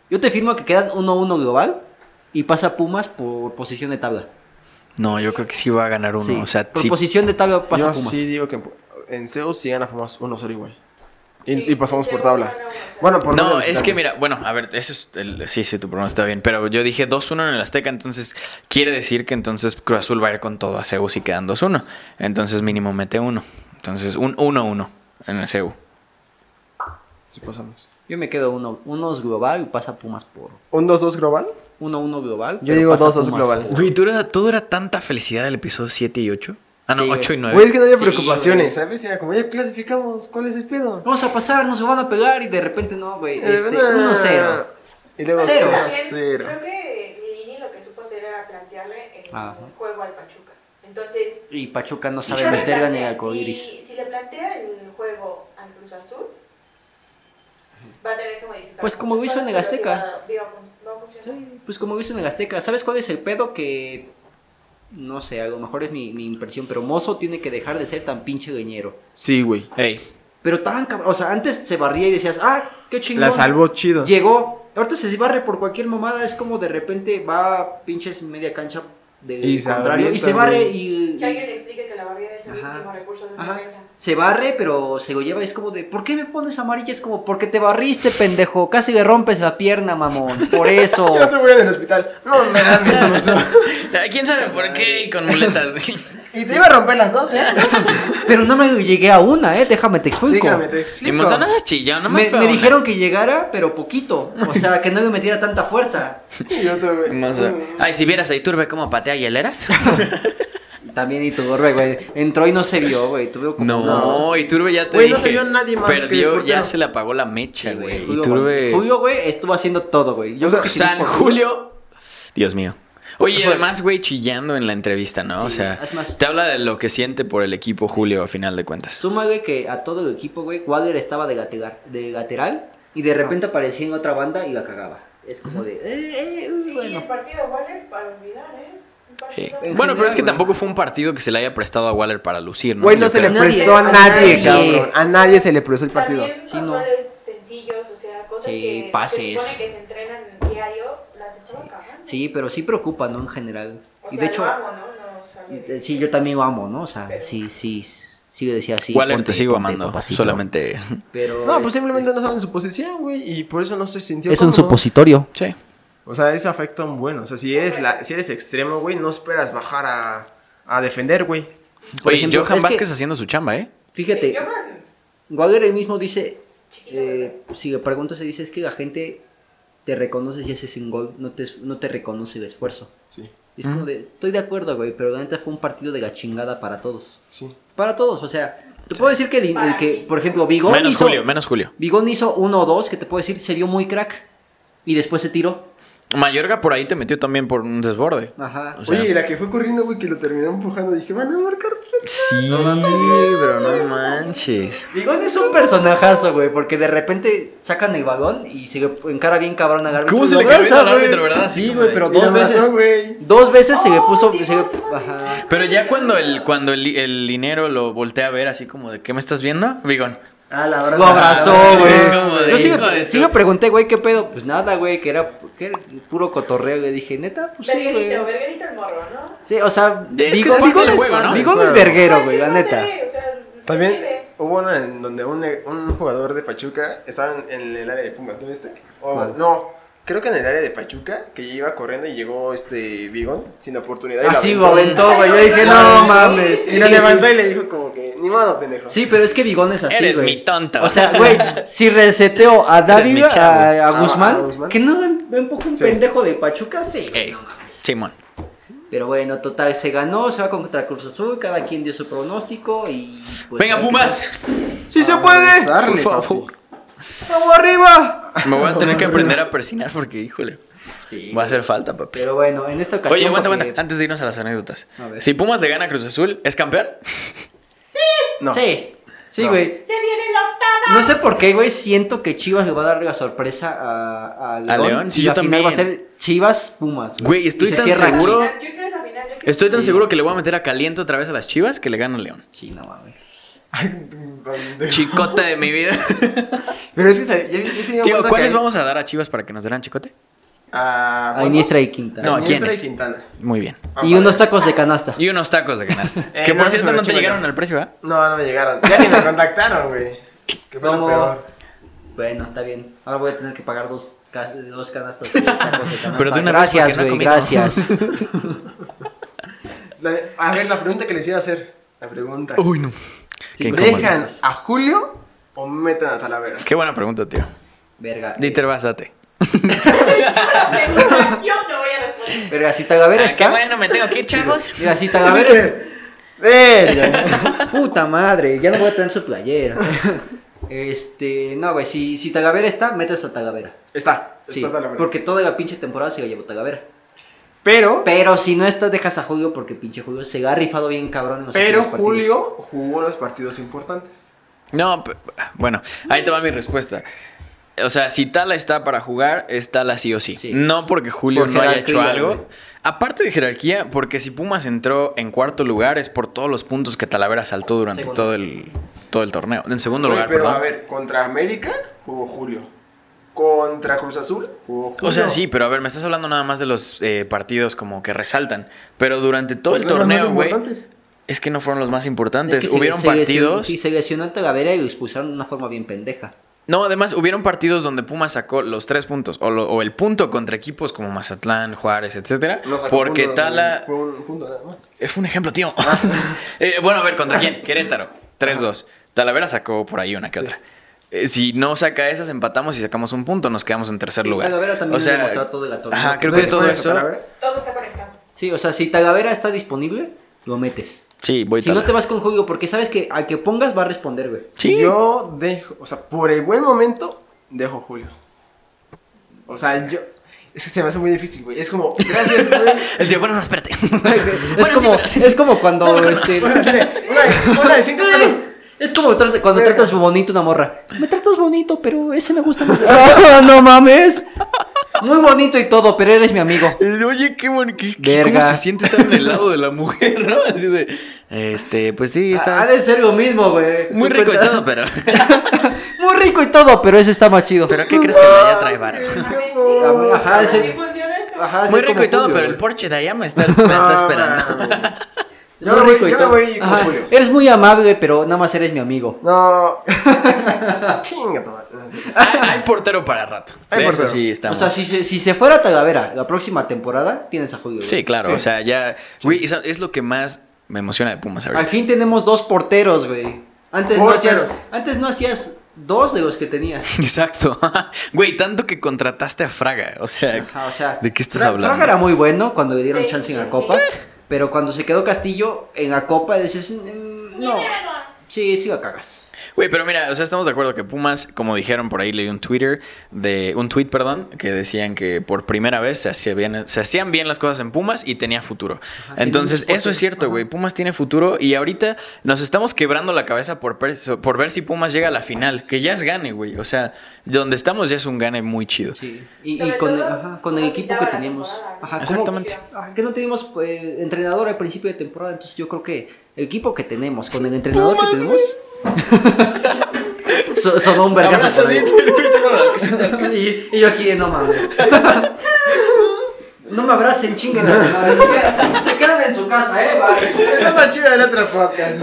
Speaker 2: Yo te firmo que quedan 1-1 global y pasa Pumas por posición de tabla.
Speaker 1: No, yo creo que sí va a ganar uno.
Speaker 2: Sí,
Speaker 1: O sea,
Speaker 2: por
Speaker 1: sí.
Speaker 2: posición de tabla pasa
Speaker 3: Yo
Speaker 2: Pumas.
Speaker 3: sí digo que en, en Zeus sí gana Pumas 1-0 igual. Y,
Speaker 4: Sí,
Speaker 3: y pasamos por
Speaker 4: Zeus
Speaker 3: tabla.
Speaker 4: gana 1-0.
Speaker 3: Bueno, por
Speaker 1: No,
Speaker 3: goles,
Speaker 1: es
Speaker 3: claro.
Speaker 1: que mira, bueno, a ver, ese es el, sí, sí, tu pronóstico está bien, pero yo dije 2-1 en el Azteca, entonces quiere decir que entonces Cruz Azul va a ir con todo a CEU si quedan 2-1. Entonces mínimo mete uno. Entonces un 1-1 en el CEU.
Speaker 3: Sí pasamos.
Speaker 2: Yo me quedo uno, unos global y pasa Pumas por
Speaker 3: ¿Un 2-2 global?
Speaker 2: 1-1 global.
Speaker 3: Yo
Speaker 2: pero
Speaker 3: digo
Speaker 2: pasa
Speaker 3: 2-2
Speaker 2: Pumas
Speaker 3: global.
Speaker 2: por-
Speaker 1: Güey, ¿tú era- todo era tanta felicidad del episodio 7 y 8. Ah, no,
Speaker 2: Sí,
Speaker 1: 8 y
Speaker 2: güey.
Speaker 1: 9.
Speaker 3: Güey, es que no había
Speaker 2: Sí,
Speaker 3: preocupaciones, ¿eh?
Speaker 2: güey.
Speaker 3: ¿sabes? Era como ya clasificamos, ¿cuál es el pedo?
Speaker 2: Vamos a pasar, nos van a pegar y de repente no, güey.
Speaker 3: Eh,
Speaker 2: Este,
Speaker 3: nah.
Speaker 2: 1-0.
Speaker 3: Y luego
Speaker 2: Cero.
Speaker 3: 0-0.
Speaker 4: Creo que Lilini lo que supo hacer era plantearle el
Speaker 2: Ajá.
Speaker 4: juego al Pachuca. Entonces,
Speaker 2: Y Pachuca Ah. no
Speaker 4: si yo
Speaker 2: sabe
Speaker 4: le
Speaker 2: meterla ni
Speaker 4: plantea-
Speaker 2: al coiris.
Speaker 4: Si, si le plantea el juego al Cruz Azul, va a tener que modificar.
Speaker 2: Pues como
Speaker 4: muchas
Speaker 2: lo hizo en
Speaker 4: cosas,
Speaker 2: el
Speaker 4: pero sí
Speaker 2: Azteca.
Speaker 4: Va, digo, fun- va a funcionar.
Speaker 2: Pues como dicen en el Azteca, ¿sabes cuál es el pedo que.? No sé, a lo mejor es mi, mi impresión, pero Mozo tiene que dejar de ser tan pinche leñero.
Speaker 3: Sí, güey.
Speaker 1: Ey,
Speaker 2: Pero tan cabrón. O sea, antes se barría y decías, ah, qué chingón.
Speaker 3: La salvó chido.
Speaker 2: Llegó. Ahorita se barre por cualquier mamada. Es como de repente va a pinches media cancha de
Speaker 3: Y se
Speaker 2: contrario y
Speaker 3: avienta,
Speaker 2: se barre
Speaker 3: güey.
Speaker 2: y.
Speaker 4: Que alguien le explique que la barrida es el
Speaker 2: Ajá.
Speaker 4: último recurso de una
Speaker 2: Ajá.
Speaker 4: defensa.
Speaker 2: Se barre, pero se lo lleva. Es como de, ¿por qué me pones amarilla? Es como, porque te barriste, pendejo. Casi le rompes la pierna, mamón. Por eso.
Speaker 3: Yo te voy al hospital. No me mames, no
Speaker 1: ¿quién sabe por qué? Y con muletas. güey.
Speaker 3: Y te iba a romper las dos, ¿eh?
Speaker 2: pero no me llegué a una, ¿eh? Déjame te explico.
Speaker 3: Dígame, te
Speaker 1: y
Speaker 3: explico.
Speaker 1: Mozana es chillado, nomás
Speaker 2: me,
Speaker 1: fue
Speaker 2: me
Speaker 1: una.
Speaker 2: dijeron que llegara, pero poquito. O sea, que no le metiera tanta fuerza.
Speaker 3: Y otro, güey.
Speaker 1: Moza- Ay, si vieras a Iturbe cómo patea hieleras.
Speaker 2: También Iturbe, güey. Entró y no se vio, güey. Tuvo como
Speaker 1: No,
Speaker 2: una-
Speaker 1: Iturbe ya te
Speaker 5: Güey, no
Speaker 1: dije.
Speaker 5: se vio nadie más que el
Speaker 1: perdió,
Speaker 5: portero.
Speaker 1: ya se le apagó la mecha, güey.
Speaker 2: Julio,
Speaker 1: Iturbe.
Speaker 2: Julio, güey, estuvo haciendo todo, güey. Yo creo que si no es
Speaker 1: San
Speaker 2: por
Speaker 1: Julio. Dios mío. Oye, y además, güey, chillando en la entrevista, ¿no? o
Speaker 2: Sí,
Speaker 1: sea,
Speaker 2: es más-
Speaker 1: te habla de lo que siente por el equipo Julio a final de cuentas.
Speaker 2: Suma, güey, que a todo
Speaker 3: Ah.
Speaker 2: el equipo, güey, Waller estaba de, gategar- de lateral y de repente aparecía en otra banda y la cagaba. es como de. eh, eh, uh,
Speaker 4: Sí,
Speaker 2: bueno.
Speaker 4: el partido Waller para olvidar, ¿eh? Un
Speaker 1: Sí.
Speaker 4: partido-
Speaker 2: En
Speaker 1: Bueno, pero es que
Speaker 2: general,
Speaker 1: tampoco fue un partido que se le haya prestado a Waller para lucir, ¿no?
Speaker 3: Güey, no
Speaker 1: Yo
Speaker 3: se le
Speaker 1: creo.
Speaker 2: Nadie,
Speaker 3: prestó a
Speaker 2: a
Speaker 3: nadie,
Speaker 2: nadie.
Speaker 3: cabrón. A nadie se le prestó el partido.
Speaker 4: También
Speaker 2: Sí, no.
Speaker 4: controles sencillos, o sea, cosas
Speaker 2: Sí,
Speaker 4: que
Speaker 2: pases.
Speaker 4: se supone que se entrenan diario, las estaban cagando.
Speaker 2: Sí, pero sí preocupa, ¿no? En general.
Speaker 4: O
Speaker 2: Y
Speaker 4: sea,
Speaker 2: de hecho,
Speaker 4: lo amo, ¿no? No, o sea, me-
Speaker 2: eh, sí, yo también lo amo, ¿no? O sea, sí, sí. Sí, yo decía sí.
Speaker 1: Waller
Speaker 2: ponte-
Speaker 1: te sigo
Speaker 2: ponte,
Speaker 1: amando,
Speaker 2: papacito.
Speaker 1: solamente.
Speaker 2: Pero.
Speaker 3: No, pues
Speaker 2: es,
Speaker 3: simplemente no saben su posición, güey, y por eso no se sintió
Speaker 2: es un
Speaker 3: cómodo.
Speaker 2: supositorio.
Speaker 1: Sí.
Speaker 3: O sea, eso afecta un buen. O sea, si eres, la, si eres extremo, güey, no esperas bajar a, a defender, güey.
Speaker 2: Por
Speaker 1: Oye,
Speaker 2: ejemplo,
Speaker 1: Johan
Speaker 2: es que-
Speaker 1: Vázquez haciendo su chamba, ¿eh?
Speaker 2: Fíjate,
Speaker 4: Sí, yo con-
Speaker 2: Waller él mismo dice.
Speaker 4: Chiquito,
Speaker 2: eh, si le preguntas, se dice es que la gente te reconoce si haces un gol, no te, no te reconoce el esfuerzo.
Speaker 3: Sí,
Speaker 2: Y Es como de, estoy de acuerdo, güey, pero la neta fue un partido de la chingada para todos.
Speaker 3: sí.
Speaker 2: Para todos, o sea, te puedo decir que, el
Speaker 4: Para
Speaker 2: que
Speaker 4: mí.
Speaker 2: por ejemplo, Vigón
Speaker 1: Menos
Speaker 2: hizo,
Speaker 1: Julio, menos Julio.
Speaker 2: Vigón hizo uno o dos, que te puedo decir, se vio muy crack. Y después se tiró.
Speaker 1: Mayorga por ahí te metió también por un desborde.
Speaker 2: Ajá.
Speaker 1: O sea-
Speaker 3: Oye, y la que fue corriendo, güey, que lo terminó empujando, dije, van a marcar.
Speaker 1: Sí, pero no manches.
Speaker 2: Vigón es un personajazo, güey, porque de repente sacan el balón y se le encara bien cabrón al árbitro.
Speaker 1: ¿Cómo
Speaker 2: y
Speaker 1: se
Speaker 2: lo
Speaker 1: le cabeza
Speaker 2: abraza,
Speaker 1: al
Speaker 2: güey.
Speaker 1: árbitro, verdad? Así
Speaker 2: Sí,
Speaker 1: como
Speaker 2: güey,
Speaker 1: de-
Speaker 2: pero
Speaker 3: Y la
Speaker 2: dos veces.
Speaker 3: abrazó, güey.
Speaker 2: Dos veces se le
Speaker 4: Oh,
Speaker 2: puso.
Speaker 4: sí,
Speaker 2: se le-
Speaker 4: sí, sí, sí.
Speaker 2: ajá.
Speaker 1: Pero ya cuando el cuando el, el dinero lo voltea a ver así como de ¿qué me estás viendo? Vigón.
Speaker 3: Ah, la verdad.
Speaker 2: Lo abrazó,
Speaker 1: Es como
Speaker 2: güey.
Speaker 1: de,
Speaker 2: Yo sí
Speaker 1: hijo de
Speaker 2: le, sí le
Speaker 1: su-
Speaker 2: pregunté, güey, ¿qué pedo? Pues nada, güey, que era, que era puro cotorreo. Le dije, neta, pues sí, güey.
Speaker 4: Verguerito, verguerito el morro, ¿no?
Speaker 2: Sí, o sea,
Speaker 1: Es que es
Speaker 2: Bigón-
Speaker 1: parte
Speaker 2: Bigón
Speaker 1: del
Speaker 2: es-
Speaker 1: juego, ¿no?
Speaker 2: Bigón es
Speaker 3: Claro.
Speaker 2: verguero,
Speaker 4: Pues,
Speaker 2: güey,
Speaker 4: es
Speaker 2: la
Speaker 4: parte
Speaker 2: neta.
Speaker 4: de, o sea,
Speaker 3: También
Speaker 4: tiene-
Speaker 3: hubo una en donde un, un jugador de Pachuca estaba en, en el área de Pumas, ¿no viste? O,
Speaker 2: ¿Cuál?
Speaker 3: no, creo que en el área de Pachuca, que iba corriendo y llegó este Vigón sin oportunidad. y
Speaker 1: Ah,
Speaker 3: la
Speaker 2: Así lo
Speaker 3: aventó.
Speaker 2: aventó, güey. Yo dije, no mames.
Speaker 3: Y lo levantó y le dijo como que, ni modo, pendejo.
Speaker 2: Sí, pero es que Bigón es así,
Speaker 1: Eres
Speaker 2: güey.
Speaker 1: mi tonto.
Speaker 2: O sea, güey, si reseteo a David,
Speaker 1: mi chavo.
Speaker 2: a, a
Speaker 3: Ah,
Speaker 2: Guzmán,
Speaker 3: a Guzmán.
Speaker 2: que no em- empuja un
Speaker 3: Sí.
Speaker 2: pendejo de Pachuca, sí. güey,
Speaker 1: Ey,
Speaker 2: no mames.
Speaker 1: Simón.
Speaker 2: Pero bueno, total, se ganó, se va contra Cruz Azul, cada quien dio su pronóstico y... pues, a
Speaker 1: Venga
Speaker 2: ver qué
Speaker 1: Pumas.
Speaker 3: ¡Sí se puede!
Speaker 1: Por
Speaker 3: Por
Speaker 1: favor.
Speaker 3: favor.
Speaker 2: ¡Vamos arriba!
Speaker 1: Me voy a tener que aprender a persinar porque híjole, va a hacer falta, papi.
Speaker 2: Pero bueno, en esta ocasión...
Speaker 1: Oye, aguanta,
Speaker 2: porque-
Speaker 1: aguanta. Antes de irnos a las anécdotas.
Speaker 2: A ver.
Speaker 1: Si Pumas le gana a Cruz Azul, ¿es campeón?
Speaker 3: No.
Speaker 2: Sí, sí,
Speaker 3: No.
Speaker 2: güey.
Speaker 4: ¡Se viene la octava!
Speaker 2: No sé por qué, güey, siento que Chivas le va a dar la sorpresa a, a León.
Speaker 1: León? Sí,
Speaker 2: y
Speaker 1: yo
Speaker 2: la final
Speaker 1: también.
Speaker 2: va a ser Chivas Pumas,
Speaker 1: Güey,
Speaker 2: Y
Speaker 1: estoy
Speaker 2: se
Speaker 1: tan
Speaker 2: cierra aquí.
Speaker 1: seguro.
Speaker 4: Yo quiero esa final, yo quiero-
Speaker 1: Estoy tan
Speaker 2: Sí.
Speaker 1: seguro que le voy a meter a caliente otra vez a las Chivas que le gana a León.
Speaker 2: Sí, no mames.
Speaker 1: Chicote de mi vida.
Speaker 3: Pero es que se- ya- ya se dio
Speaker 1: Tío,
Speaker 3: cuenta
Speaker 1: ¿cuáles
Speaker 3: que-
Speaker 1: vamos a dar a Chivas para que nos den chicote?
Speaker 3: A
Speaker 2: A Iniestra y Quintana.
Speaker 1: No, ¿a
Speaker 3: No, ¿quién
Speaker 1: quiénes?
Speaker 3: y Quintana.
Speaker 1: Muy bien.
Speaker 3: Ah,
Speaker 2: Y
Speaker 3: vale.
Speaker 2: unos tacos de canasta.
Speaker 1: Y unos tacos de canasta.
Speaker 3: Eh,
Speaker 1: que por
Speaker 3: no,
Speaker 1: cierto
Speaker 3: eso me lo
Speaker 1: no te
Speaker 3: chingo
Speaker 1: llegaron
Speaker 3: yo.
Speaker 1: al precio, ¿eh? ¿verdad?
Speaker 3: No, no me llegaron. Ya ni me contactaron, güey. Que fue lo
Speaker 2: ¿Cómo?
Speaker 3: peor.
Speaker 2: Bueno, está bien. Ahora voy a tener que pagar dos, ca- dos canastas de tacos de canasta.
Speaker 1: Pero de una vez, porque
Speaker 2: gracias,
Speaker 1: no he
Speaker 2: güey,
Speaker 1: comido.
Speaker 2: gracias.
Speaker 3: La- A ver, la pregunta que les iba a hacer. La pregunta.
Speaker 1: Uy, no. Qué,
Speaker 2: Sí,
Speaker 1: incómodo.
Speaker 3: ¿Dejan a Julio o meten a Talavera?
Speaker 1: Qué buena pregunta, tío.
Speaker 2: Verga.
Speaker 1: Dieter, básate.
Speaker 4: Pero pregunta, yo no voy a responder.
Speaker 2: Verga, si Talavera
Speaker 1: Ah, qué
Speaker 2: está...
Speaker 1: bueno, me tengo que ir, chavos.
Speaker 2: Mira, si Talavera... Puta madre, ya no voy a tener su playera. Este, no, güey, si, si Talavera está, metes a Talavera.
Speaker 3: Está,
Speaker 2: Sí,
Speaker 3: está Talavera.
Speaker 2: porque toda la pinche temporada se la llevó Talavera.
Speaker 3: Pero,
Speaker 2: Pero si no estás, dejas a Julio porque pinche Julio se la ha rifado bien cabrón en los
Speaker 3: pero
Speaker 2: últimos partidos.
Speaker 3: Julio jugó los partidos importantes.
Speaker 1: No, p- bueno, ahí te va mi respuesta. O sea, si Tala está para jugar, es Tala sí o sí.
Speaker 2: Sí.
Speaker 1: No porque Julio
Speaker 2: Por
Speaker 1: no haya
Speaker 2: jerarquía,
Speaker 1: hecho algo.
Speaker 2: güey.
Speaker 1: Aparte de jerarquía, porque si Pumas entró en cuarto lugar es por todos los puntos que Talavera saltó durante
Speaker 2: Segundo.
Speaker 1: todo el todo el torneo. En segundo
Speaker 3: Güey,
Speaker 1: lugar,
Speaker 3: pero
Speaker 1: perdón.
Speaker 3: a ver, contra América jugó Julio. Contra Cruz Azul jugó Julio.
Speaker 1: O sea, sí, pero a ver, me estás hablando nada más de los eh, partidos como que resaltan. Pero durante todo
Speaker 3: Pues
Speaker 1: el
Speaker 3: son los más
Speaker 1: torneo, güey,
Speaker 3: importantes.
Speaker 1: es que no fueron los más importantes.
Speaker 2: Es que se-
Speaker 1: hubieron
Speaker 2: se lesionó-
Speaker 1: partidos.
Speaker 2: Sí, se lesionó a Talavera y lo expulsaron de una forma bien pendeja.
Speaker 1: No, además hubieron partidos donde Pumas sacó los tres puntos o, lo- o el punto contra equipos como Mazatlán, Juárez, etcétera,
Speaker 3: No sacó
Speaker 1: porque
Speaker 3: punto,
Speaker 1: Tala
Speaker 3: Fue un punto nada más.
Speaker 1: es un ejemplo, tío. Eh, bueno, a ver contra quién? Querétaro, 3-2. Talavera sacó por ahí una que otra. Eh, si no saca esas, empatamos y sacamos un punto, nos quedamos en tercer
Speaker 2: Sí,
Speaker 1: lugar.
Speaker 2: Talavera también
Speaker 1: o sea,
Speaker 2: demostró todo el atorno.
Speaker 1: Ajá, creo que
Speaker 3: Entonces,
Speaker 1: todo
Speaker 3: por eso,
Speaker 1: eso.
Speaker 3: Talavera,
Speaker 4: Todo está conectado.
Speaker 2: Sí, o sea, si Talavera está disponible, lo metes.
Speaker 1: Sí, voy
Speaker 2: si no
Speaker 1: Tala.
Speaker 2: te vas con Julio, porque sabes que al que pongas va a responder, güey.
Speaker 1: Sí.
Speaker 3: Yo dejo, o sea, por el buen momento, dejo Julio. O sea, yo. Es que se me hace muy difícil, güey. Es como, gracias, güey.
Speaker 1: El tío, bueno, no, espérate.
Speaker 2: Es,
Speaker 1: Bueno,
Speaker 2: como,
Speaker 1: sí, pero-
Speaker 2: es como cuando. este,
Speaker 3: Una, una de cinco cosas.
Speaker 2: es como tra- cuando
Speaker 3: Verga.
Speaker 2: tratas bonito una morra. Me tratas bonito, pero ese me gusta más. ¡Ah, no mames! Muy bonito y todo, pero eres mi amigo.
Speaker 1: Oye, qué bonito. qué- qué- ¿Cómo
Speaker 2: Verga.
Speaker 1: se siente estar en el lado de la mujer, no? Así de. Este, pues sí,
Speaker 2: Ha ha
Speaker 1: está.
Speaker 2: de ser lo mismo, güey.
Speaker 1: Muy rico y todo, pero.
Speaker 2: Muy rico y todo, pero ese está más chido.
Speaker 1: ¿Pero qué crees que me haya trae varo?
Speaker 4: También,
Speaker 2: Ajá,
Speaker 4: sí.
Speaker 2: ese-
Speaker 4: ¿Sí funciona esto?
Speaker 2: Ajá, sí,
Speaker 1: Muy rico
Speaker 2: como
Speaker 1: y todo,
Speaker 2: Julio,
Speaker 1: pero el
Speaker 2: güey.
Speaker 1: Porsche de allá me está, me está esperando.
Speaker 3: Yo
Speaker 2: Muy
Speaker 3: me
Speaker 2: rico
Speaker 3: voy,
Speaker 2: y
Speaker 3: yo me
Speaker 2: todo.
Speaker 3: voy con
Speaker 2: Ajá,
Speaker 3: Julio.
Speaker 2: Eres muy amable, pero nada más eres mi amigo.
Speaker 3: No. Chinga tu madre.
Speaker 1: Hay, hay portero para rato.
Speaker 3: Hay
Speaker 1: De eso
Speaker 3: portero.
Speaker 1: Sí, estamos.
Speaker 2: O sea, si se, si se fuera a Talavera la próxima temporada, tienes a Julio. güey.
Speaker 1: Sí, claro, o sea, ya. Güey, esa- es lo que más me emociona de Pumas
Speaker 2: Al
Speaker 1: ahorita.
Speaker 2: fin tenemos dos porteros, güey. Antes no
Speaker 3: Porteros.
Speaker 2: hacías, antes no hacías dos de los que tenías.
Speaker 1: Exacto. Güey, tanto que contrataste a Fraga. O sea,
Speaker 2: Ajá, o sea,
Speaker 1: ¿de qué estás
Speaker 2: Fra-
Speaker 1: hablando?
Speaker 2: Fraga era muy bueno cuando le dieron
Speaker 4: Sí,
Speaker 2: chance en
Speaker 4: sí,
Speaker 2: la
Speaker 4: sí.
Speaker 2: Copa, pero cuando se quedó Castillo en la Copa decías, "Mm, no, sí, sí la cagas.
Speaker 1: Güey, pero mira, o sea, estamos de acuerdo que Pumas, como dijeron por ahí, leí un Twitter de un tweet, perdón, que decían que por primera vez se hacía bien- se hacían bien las cosas en Pumas y tenía futuro.
Speaker 2: tiene
Speaker 1: Entonces,
Speaker 2: muchos
Speaker 1: eso es
Speaker 2: porteros,
Speaker 1: cierto,
Speaker 2: ajá.
Speaker 1: güey. Pumas tiene futuro y ahorita nos estamos quebrando la cabeza por, per- por ver si Pumas llega a la final, que ya es gane, güey. O sea, donde estamos ya es un gane muy chido.
Speaker 2: Sí. Y, y
Speaker 4: Sobre
Speaker 2: con, el,
Speaker 4: todo,
Speaker 2: ajá, con el
Speaker 4: cómo
Speaker 2: equipo
Speaker 4: quitaba
Speaker 2: que
Speaker 4: la
Speaker 2: teníamos.
Speaker 4: temporada, ¿no?
Speaker 2: Ajá, ¿cómo-
Speaker 1: Exactamente.
Speaker 2: ajá, que no teníamos pues, entrenador al principio de temporada, entonces yo creo que el equipo que tenemos, con el entrenador que tenemos... so- Sonó un vergazo. por ahí. y, y yo aquí, de, no mames. No me abracen, chingan a su madre. Se quedan, se quedan en su casa, eh. Vale.
Speaker 3: Está más chida del otro podcast.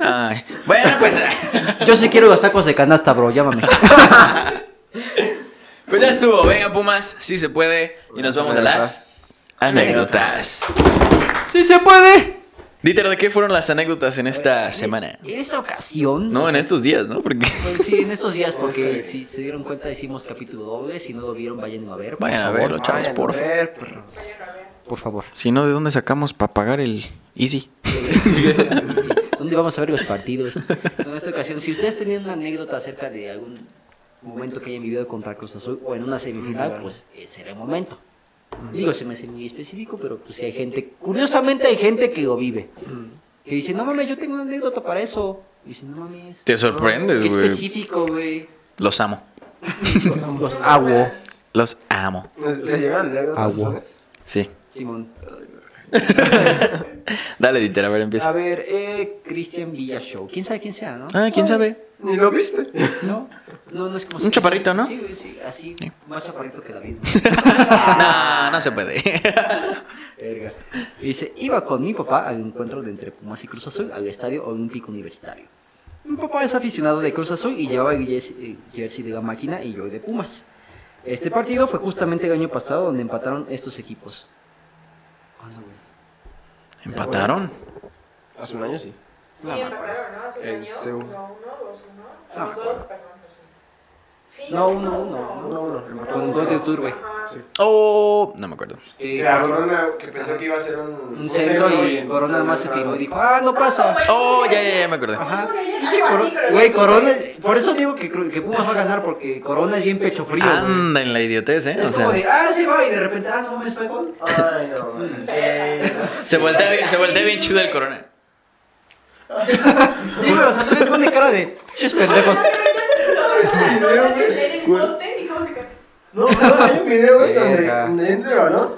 Speaker 1: Ay. Bueno, pues,
Speaker 2: Yo sí quiero los tacos de canasta, bro. Llámame.
Speaker 1: pues ya estuvo. Venga, Pumas, si se puede. Y nos vamos a
Speaker 2: pues,
Speaker 1: las anécdotas.
Speaker 2: ¡Sí se puede!
Speaker 1: Dieter, ¿de qué fueron las anécdotas en esta semana?
Speaker 2: En esta ocasión.
Speaker 1: No, en estos días, ¿no? Porque
Speaker 2: Pues sí, en estos días, porque si se dieron cuenta, hicimos capítulo doble. Si no lo vieron, vayan a ver. por
Speaker 1: vayan a
Speaker 2: favor.
Speaker 1: verlo, chavos,
Speaker 3: Vayan a
Speaker 1: por favor.
Speaker 3: ver, pues, perros.
Speaker 2: Por favor.
Speaker 1: Si no, ¿de dónde sacamos para pagar el Easy?
Speaker 2: Sí. ¿Dónde vamos a ver los partidos? No, en esta ocasión, si ustedes tenían una anécdota acerca de algún momento que hayan vivido contra Cruz Azul o en una semifinal, pues ese era el momento. Digo, se me hace muy específico, pero pues sí hay gente, curiosamente hay gente que lo vive. Que dice, no mames, yo tengo una anécdota para eso. Y dice, no mames.
Speaker 1: Te sorprendes,
Speaker 2: Qué
Speaker 1: güey.
Speaker 2: específico, güey.
Speaker 1: Los amo.
Speaker 2: Los Pues, agua.
Speaker 1: Los amo.
Speaker 3: ¿Le llegaron anécdotas a
Speaker 2: Agua.
Speaker 3: ustedes?
Speaker 1: Sí.
Speaker 2: Simón.
Speaker 1: Dale, Dieter, a ver,
Speaker 2: A
Speaker 1: empieza.
Speaker 2: ver, eh, Cristian Villashow. ¿Quién sabe quién sea, no?
Speaker 1: Ah, ¿quién sabe?
Speaker 3: Ni lo viste.
Speaker 2: No, no, no es como
Speaker 1: Un chaparrito, ¿no?
Speaker 2: Sí, güey, sí, así, más chaparrito que David. Ah.
Speaker 1: No, no se puede.
Speaker 2: Verga. Y Dice, iba con mi papá al encuentro de entre Pumas y Cruz Azul al Estadio Olímpico Universitario. Mi papá es aficionado de Cruz Azul y llevaba el yes- eh, jersey de la máquina y yo de Pumas. Este partido fue justamente el año pasado donde empataron estos equipos. ¿Cuándo, güey?
Speaker 1: ¿Empataron?
Speaker 3: Hace un año sí.
Speaker 4: Sí, empataron, ¿no? Hace un
Speaker 3: El
Speaker 4: año.
Speaker 3: segundo.
Speaker 4: No, uno, dos, uno.
Speaker 2: No Ah, me
Speaker 4: Los dos,
Speaker 2: acuerdo.
Speaker 4: perdón. dos, uno. Sí,
Speaker 2: No, uno, uno,
Speaker 4: no.
Speaker 3: Uno, uno.
Speaker 4: No,
Speaker 2: Con
Speaker 4: uno.
Speaker 2: gol de Tour, güey.
Speaker 4: Ajá.
Speaker 3: Sí.
Speaker 1: Oh, no me acuerdo.
Speaker 2: Eh,
Speaker 3: Que la corona que pensó que iba a ser un,
Speaker 2: un centro y Corona más se tiró y dijo, ah, no pasa.
Speaker 1: Oh, ya, ya, ya me acordé.
Speaker 2: Ajá.
Speaker 4: Pinche Coro-
Speaker 2: Güey, Corona, por eso digo que, Cru- que Pumas va a ganar porque Corona es bien pecho frío. güey.
Speaker 1: Anda en la idiotez, ¿eh?
Speaker 2: Es
Speaker 1: Ah, O
Speaker 2: como
Speaker 1: sea,
Speaker 2: de, ah, sí va, y de repente, ah, no me fue gol.
Speaker 3: Ay, no, man, sí.
Speaker 1: se voltea, bien- se voltea bien chido el corona.
Speaker 2: Sí, güey, o sea, se me pone cara de, chis pendejos.
Speaker 4: No, no, no, en el poste y cómo se casa.
Speaker 3: No, no, hay un video, güey, donde,
Speaker 2: Verga.
Speaker 3: donde entra, ¿no?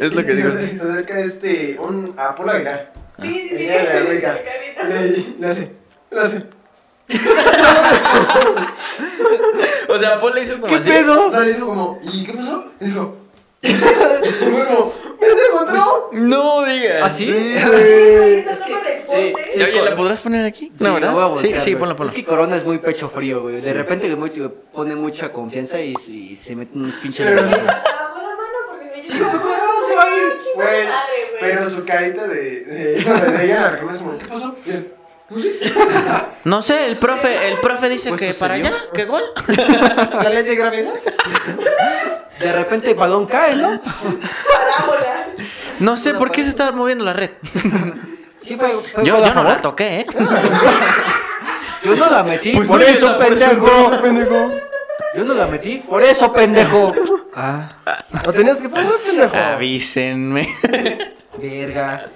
Speaker 1: Es lo que
Speaker 3: Y se
Speaker 1: digo.
Speaker 3: acer- Se acerca este, un Apolo Aguilar.
Speaker 4: Sí, sí, sí.
Speaker 3: Y ella le brinca.
Speaker 4: Carita.
Speaker 3: Le, le hace, le hace.
Speaker 1: O sea, Paul le hizo como
Speaker 2: ¿Qué
Speaker 1: así.
Speaker 2: pedo?
Speaker 3: O sea, le hizo como, ¿y qué pasó? Y dijo, se fue como, ¿me te encontró?
Speaker 1: No digas.
Speaker 2: ¿Así?
Speaker 3: güey.
Speaker 4: Esta sopa del
Speaker 2: sí,
Speaker 4: poste.
Speaker 2: sí.
Speaker 1: Oye,
Speaker 2: Cor-
Speaker 1: ¿la podrás poner aquí?
Speaker 2: Sí,
Speaker 1: No, ¿verdad?
Speaker 2: lo voy a buscar,
Speaker 1: sí, sí,
Speaker 2: güey.
Speaker 1: ponla, ponla.
Speaker 2: Es que Corona es muy pecho frío, güey. De repente que muy- que pone mucha confianza y, y se mete unos pinches
Speaker 3: Pero-
Speaker 2: balazos.
Speaker 4: Bajó la mano porque yo
Speaker 3: güey, ¿cómo se va a ir? Güey, pero su carita de, de, de, de ella, la que me hace como, ¿qué pasó? Y él, "No sé".
Speaker 1: No sé, el profe, el profe dice
Speaker 2: Pues
Speaker 1: que para
Speaker 2: sucedió.
Speaker 1: allá, que gol.
Speaker 3: ¿La ley de gravedad?
Speaker 2: De repente el balón cae, ¿no?
Speaker 4: Parábolas.
Speaker 1: No sé por qué se estaba moviendo la red.
Speaker 2: Sí, fue, fue
Speaker 1: Yo,
Speaker 2: gol a
Speaker 1: yo no
Speaker 2: favor.
Speaker 1: la toqué, ¿eh?
Speaker 2: Yo no la metí,
Speaker 1: Pues
Speaker 2: por
Speaker 1: tú eres
Speaker 2: eso,
Speaker 1: la- por eso,
Speaker 2: pendejo. Yo no la metí, por eso, pendejo. Ah.
Speaker 3: ¿Lo tenías que poner, pendejo?
Speaker 1: Avísenme.
Speaker 2: Verga.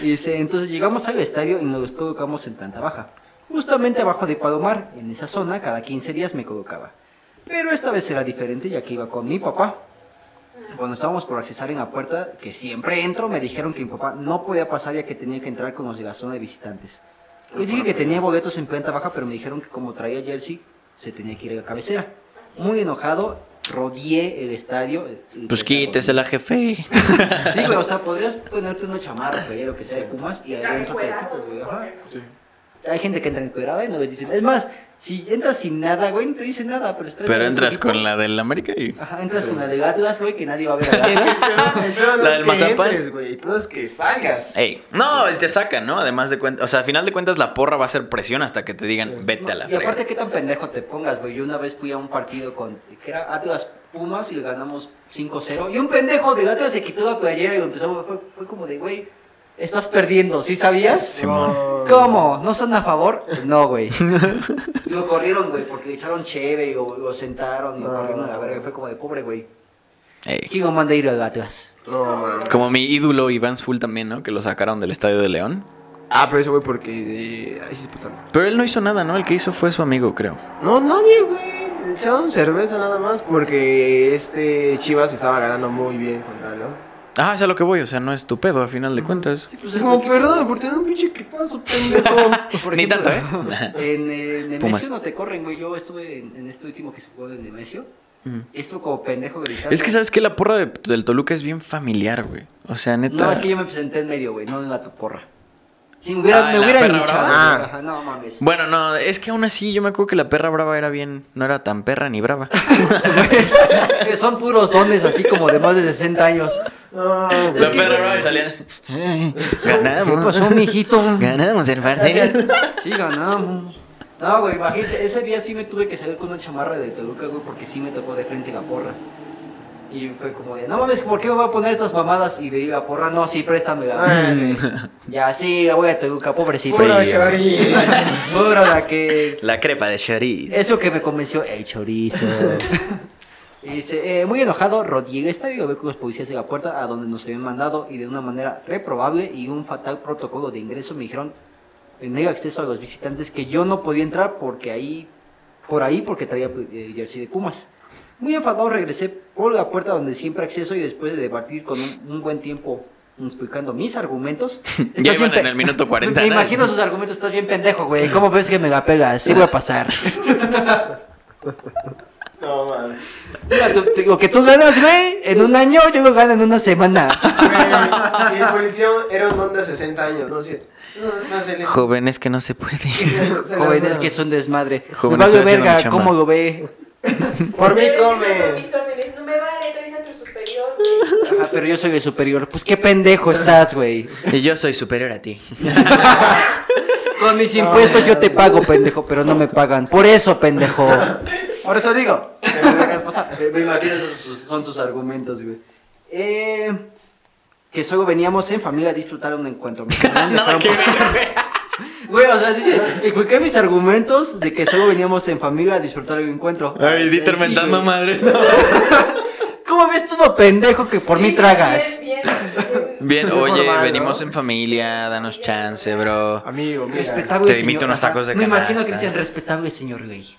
Speaker 2: Y dice, entonces llegamos al estadio y nos colocamos en planta baja. Justamente abajo de Palomar, en esa zona, cada 15 días me colocaba. Pero esta vez era diferente ya que iba con mi papá. cuando estábamos por accesar en la puerta, que siempre entro, me dijeron que mi papá no podía pasar ya que tenía que entrar con los de la zona de visitantes. Les dije que tenía boletos en planta baja, pero me dijeron que como traía jersey, se tenía que ir a la cabecera. Muy enojado, rodeé el estadio. eh, el-
Speaker 1: Pues
Speaker 2: el-
Speaker 1: quítesela, jefe.
Speaker 2: Sí, güey, o sea, podrías ponerte una chamarra, güey, lo que sea de Pumas y adentro te la quitas, güey. ajá. Hay gente que entra encuerada y no les dicen. Es más, si entras sin nada, güey, no te dicen nada, pero estás
Speaker 1: Pero
Speaker 2: en otro
Speaker 1: entras
Speaker 2: equipo.
Speaker 1: con la del América y.
Speaker 2: Ajá, entras con la de Atlas, güey, que nadie va a ver a Atlas.
Speaker 3: El pedo no
Speaker 1: La
Speaker 3: es
Speaker 1: del
Speaker 3: que
Speaker 1: mazapán.
Speaker 3: entres, güey, el pedo es que salgas.
Speaker 1: Ey. No, y te sacan, ¿no? Además de cuentas. O sea, al final de cuentas, la porra va a ser presión hasta que te digan, vete a la
Speaker 2: y aparte,
Speaker 1: frega.
Speaker 2: qué tan pendejo te pongas, güey. Yo una vez fui a un partido con. que era Atlas Pumas y le ganamos 5-0. Y un pendejo de Atlas se quitó la playera y lo empezó. Fue, fue como de, güey, estás perdiendo, ¿sí sabías?
Speaker 1: Simón.
Speaker 2: ¿Cómo? ¿No son a favor? No, güey. Lo corrieron, güey, porque le echaron cheve y lo, lo sentaron y lo corrieron a la verga. Fue como de pobre, güey.
Speaker 1: Ey.
Speaker 2: ¿Quién lo manda a ir al Atlas?
Speaker 3: No, mames.
Speaker 1: Como mi ídolo Iván Full también, ¿no? Que lo sacaron del Estadio de León.
Speaker 3: Ah, pero eso, güey, porque. eh, ahí sí se pasaron.
Speaker 1: Pero él no hizo nada, ¿no? El que hizo fue su amigo, creo.
Speaker 3: No, nadie, güey. Le Echaron cerveza nada más porque este Chivas estaba ganando muy bien contra el León.
Speaker 1: Ah, es a lo que voy, o sea, no es tu pedo, a final de cuentas.
Speaker 2: Sí, pues es
Speaker 3: Como,
Speaker 2: tu
Speaker 3: perdón, por tener un pinche equipazo, pendejo.
Speaker 2: Por
Speaker 1: Ni
Speaker 2: ejemplo,
Speaker 1: tanto, ¿eh?
Speaker 2: En, eh, en
Speaker 1: Pumas.
Speaker 2: Nemesio no te corren, güey. Yo estuve en, en este último que se jugó en Nemesio.
Speaker 1: Mm.
Speaker 2: Esto como pendejo gritando.
Speaker 1: Es que sabes que la porra de- del Toluca es bien familiar, güey. O sea, neta.
Speaker 2: No, es que yo me senté en medio, güey, no en la porra. Si me hubieran,
Speaker 1: Ah,
Speaker 2: me
Speaker 1: en la
Speaker 2: hubieran
Speaker 1: perra
Speaker 2: linchado,
Speaker 1: brava. Ah.
Speaker 2: güey. Ajá, no mames.
Speaker 1: Bueno, no, es que aún así yo me acuerdo que la perra brava era bien, no era tan perra ni brava.
Speaker 2: Que son puros dones así como de más de 60 años.
Speaker 3: No, güey.
Speaker 1: la perra brava salía.
Speaker 2: ¿Qué
Speaker 1: ganamos,
Speaker 2: pasó, mijito?
Speaker 1: ganamos el partido.
Speaker 2: Sí, ganamos. No, güey, imagínate, ese día sí me tuve que salir con una chamarra de Toluca, güey, porque sí me tocó de frente la porra. Y fue como de, no mames, ¿por qué me voy a poner estas mamadas? Y le digo, a porra, no, sí, préstamela.
Speaker 3: Ah, sí.
Speaker 2: Ya, sí, la voy a Toluca, pobrecito.
Speaker 1: Frío.
Speaker 3: Puro chori.
Speaker 2: Puro la que...
Speaker 1: La crepa de Choriz.
Speaker 2: Eso que me convenció, el chorizo. Y dice, eh, muy enojado, Rodríguez está estadio, ve con los policías de la puerta a donde nos habían mandado y de una manera reprobable y un fatal protocolo de ingreso me dijeron, en medio acceso a los visitantes, que yo no podía entrar porque ahí, por ahí, porque traía eh, jersey de Pumas. Muy enfadado regresé por la puerta donde siempre acceso y después de debatir con un, un buen tiempo explicando mis argumentos. estás
Speaker 1: Ya iban
Speaker 2: bien pe-
Speaker 1: en el minuto 40.
Speaker 2: Me
Speaker 1: ¿no?
Speaker 2: imagino sus argumentos, estás bien pendejo, güey. ¿Cómo ves que me la pegas? Sí voy a pasar.
Speaker 3: No, mames.
Speaker 2: Mira, tú- tú- lo que tú ganas, güey, en un año, yo lo gano en una semana.
Speaker 3: Güey, Y el policía era un don de 60 años, no sé. No, no sé. le-
Speaker 1: Jóvenes que no se puede.
Speaker 2: Jóvenes que son desmadre.
Speaker 1: Jóvenes estoy
Speaker 2: me vale
Speaker 1: haciendo mi
Speaker 2: verga
Speaker 1: chamba.
Speaker 2: cómo lo ve.
Speaker 3: Por mí
Speaker 4: Pero es que esas son
Speaker 3: come.
Speaker 4: mis órdenes, no me vale, traes a tu superior. güey.
Speaker 2: Ajá, pero yo soy el superior. Pues qué pendejo estás, güey.
Speaker 1: Y yo soy superior a ti.
Speaker 2: Con mis impuestos yo te pago, pendejo, pero no me pagan. Por eso, pendejo.
Speaker 3: Por eso digo. que me dejas pasar.
Speaker 2: Me imagino esos son sus argumentos, güey. Eh, que solo veníamos en familia a disfrutar un encuentro. Me dejaron
Speaker 1: Nada
Speaker 2: un
Speaker 1: que
Speaker 2: poco-
Speaker 1: ver, güey.
Speaker 2: Güey, o sea, dice, expliqué mis argumentos de que solo veníamos en familia a disfrutar el encuentro.
Speaker 1: Ay, Dieter
Speaker 2: Sí,
Speaker 1: mentando
Speaker 2: güey.
Speaker 1: madres. no.
Speaker 2: ¿Cómo ves todo pendejo que por mí tragas?
Speaker 4: Bien, pues, bien, bien.
Speaker 1: Bien,
Speaker 3: Es
Speaker 1: oye,
Speaker 3: normal, ¿no?
Speaker 1: venimos en familia, danos chance, bro.
Speaker 3: Amigo, mira.
Speaker 2: Respetable
Speaker 1: Te
Speaker 2: señor.
Speaker 1: invito unos tacos de
Speaker 2: Me imagino
Speaker 1: canasta.
Speaker 2: que dicen respetable señor ley.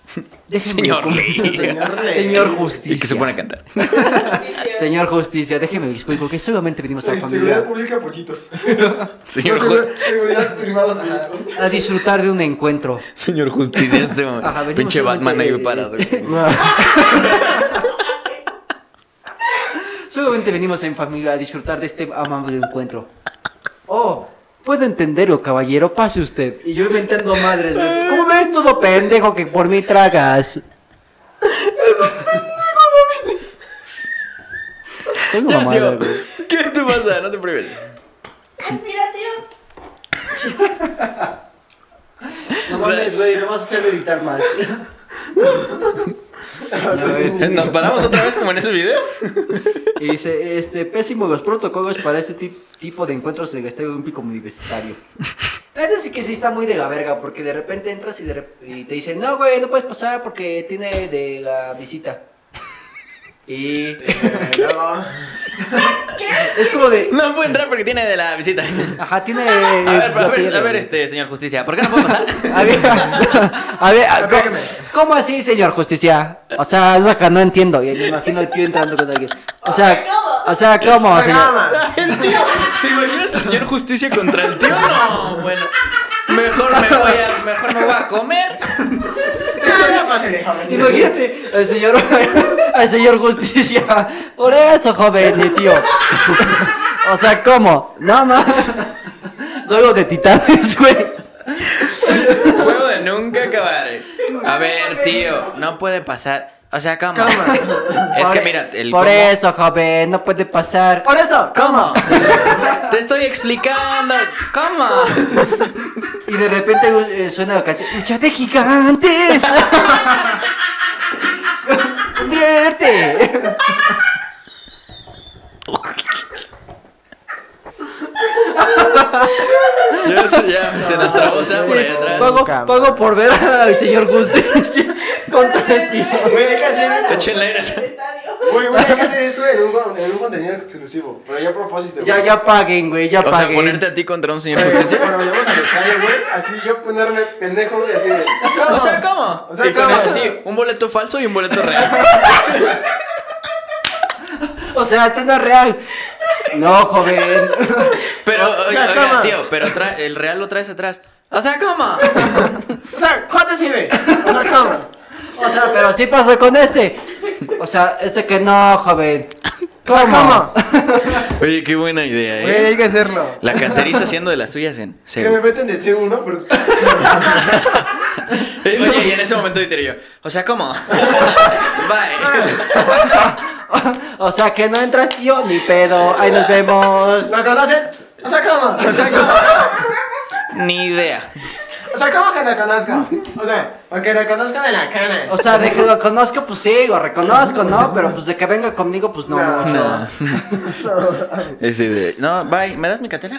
Speaker 1: Señor ley.
Speaker 2: Señor,
Speaker 3: Señor ley.
Speaker 2: señor justicia.
Speaker 1: Y que se pone a cantar.
Speaker 2: Señor justicia, déjeme explico que solamente venimos a la
Speaker 3: Seguridad
Speaker 2: familia
Speaker 3: pública, pollitos.
Speaker 1: Señor,
Speaker 3: No,
Speaker 1: ju-
Speaker 3: segura- seguridad privada, pollitos.
Speaker 2: a disfrutar de un encuentro.
Speaker 1: señor Justicia, este
Speaker 2: Ajá, venimos
Speaker 1: pinche Batman ahí
Speaker 2: solamente-
Speaker 1: parado. güey.
Speaker 2: Solamente venimos en familia a disfrutar de este amable encuentro. Oh, puedo entenderlo, caballero, pase usted. Y yo inventando madres, güey. ¿Cómo ves todo pendejo que por mí tragas?
Speaker 1: Ya,
Speaker 2: Eres un pendejo, David. Tengo mamada,
Speaker 1: tío,
Speaker 2: güey.
Speaker 1: ¿Qué te pasa? No te prives.
Speaker 4: Aspira, tío.
Speaker 2: No mames, güey, no vas a hacer editar más.
Speaker 1: Nos paramos otra vez como en ese video.
Speaker 2: Y dice, este, pésimo los protocolos para este ti- tipo de encuentros en el Estadio Olímpico Universitario. Este sí que sí está muy de la verga, porque de repente entras y, de rep- y te dicen, no, güey, no puedes pasar porque tiene de la visita. Y
Speaker 1: Eh,
Speaker 2: es como de,
Speaker 1: No puedo entrar porque tiene de la visita. Eh,
Speaker 2: ajá, tiene...
Speaker 1: A ver, a
Speaker 2: la
Speaker 1: ver,
Speaker 2: piedra,
Speaker 1: a ver,
Speaker 2: güey.
Speaker 1: este, señor Justicia, ¿por qué no puedo pasar?
Speaker 2: A ver, a ver, a-
Speaker 3: Apégame.
Speaker 2: ¿cómo, ¿Cómo así, señor justicia? O sea, es acá no entiendo. Y me imagino el tío entrando con alguien. O sea, o sea, ¿cómo, señor?
Speaker 3: Programa.
Speaker 1: El tío, ¿te imaginas al señor justicia contra el tío? No, bueno. Mejor me voy a, mejor me voy a comer.
Speaker 3: Ya, ya pásale, joven.
Speaker 2: Imagínate al señor, al señor justicia. Por eso, joven, y tío. O sea, ¿cómo? No, no. Luego de titanes, güey.
Speaker 1: Juego de nunca acabar. eh. A ver, tío, no puede pasar. O sea, ¿cómo? Es que
Speaker 2: Por-
Speaker 1: mira, el
Speaker 2: Por
Speaker 1: cómo-
Speaker 2: eso, joven, no puede pasar.
Speaker 3: Por eso,
Speaker 1: ¿Cómo? Te estoy explicando. ¿Cómo?
Speaker 2: Y de repente eh, suena la canción ¡Lucha de gigantes! ¡Convierte!
Speaker 1: Ya se, ya, se nos trabó Sam por ahí atrás.
Speaker 2: Pago, pago por ver al señor Justicia contra el tío.
Speaker 3: Güey, hay que hacer eso.
Speaker 1: Échenle aire a Sam.
Speaker 3: Güey, güey, hay que hacer eso en un, con- en un contenido exclusivo. Pero ya a propósito, Este, güey.
Speaker 2: Ya, ya paguen, güey, ya
Speaker 1: O sea,
Speaker 2: paguen.
Speaker 1: ponerte a ti contra un señor
Speaker 3: Pero
Speaker 1: justicia.
Speaker 3: Cuando vayamos al estadio, güey, así yo ponerme pendejo, güey, así de. ¿Cómo?
Speaker 1: O sea, ¿cómo?
Speaker 3: O sea,
Speaker 1: y con
Speaker 3: ¿cómo?
Speaker 1: eso, sí, un boleto falso y un boleto real.
Speaker 2: O sea, esto no es real. No, joven.
Speaker 1: Pero,
Speaker 3: O sea,
Speaker 1: oiga,
Speaker 3: ¿cómo?
Speaker 1: tío, pero tra- el real lo traes atrás. O sea, ¿cómo?
Speaker 3: O sea, ¿cuánto sirve? O sea, ¿cómo?
Speaker 2: O sea, pero sí pasó con este. O sea, este que no, joven. ¿Cómo?
Speaker 1: Oye, qué buena idea,
Speaker 5: Güey,
Speaker 1: ¿eh?
Speaker 5: hay que hacerlo.
Speaker 1: La canteriza haciendo de las suyas en. se-
Speaker 3: Que me meten de C1, pero.
Speaker 1: Eh, Oye, y en ese momento Dieter y yo. O sea, ¿cómo? Bye.
Speaker 2: O sea, que no entras, tío, ni pedo. Ahí nos vemos.
Speaker 3: ¿Lo conocen? O sea, ¿cómo? O sea, ¿cómo?
Speaker 1: Ni idea.
Speaker 3: O sea, ¿cómo que te conozca? O sea, o que te conozcan en la cana.
Speaker 2: O sea, de que lo conozco, pues sí, lo reconozco, ¿no? Pero pues de que venga conmigo, pues no.
Speaker 3: No.
Speaker 2: mucho.
Speaker 1: No. Es idea. No, bye. ¿Me das mi cartera?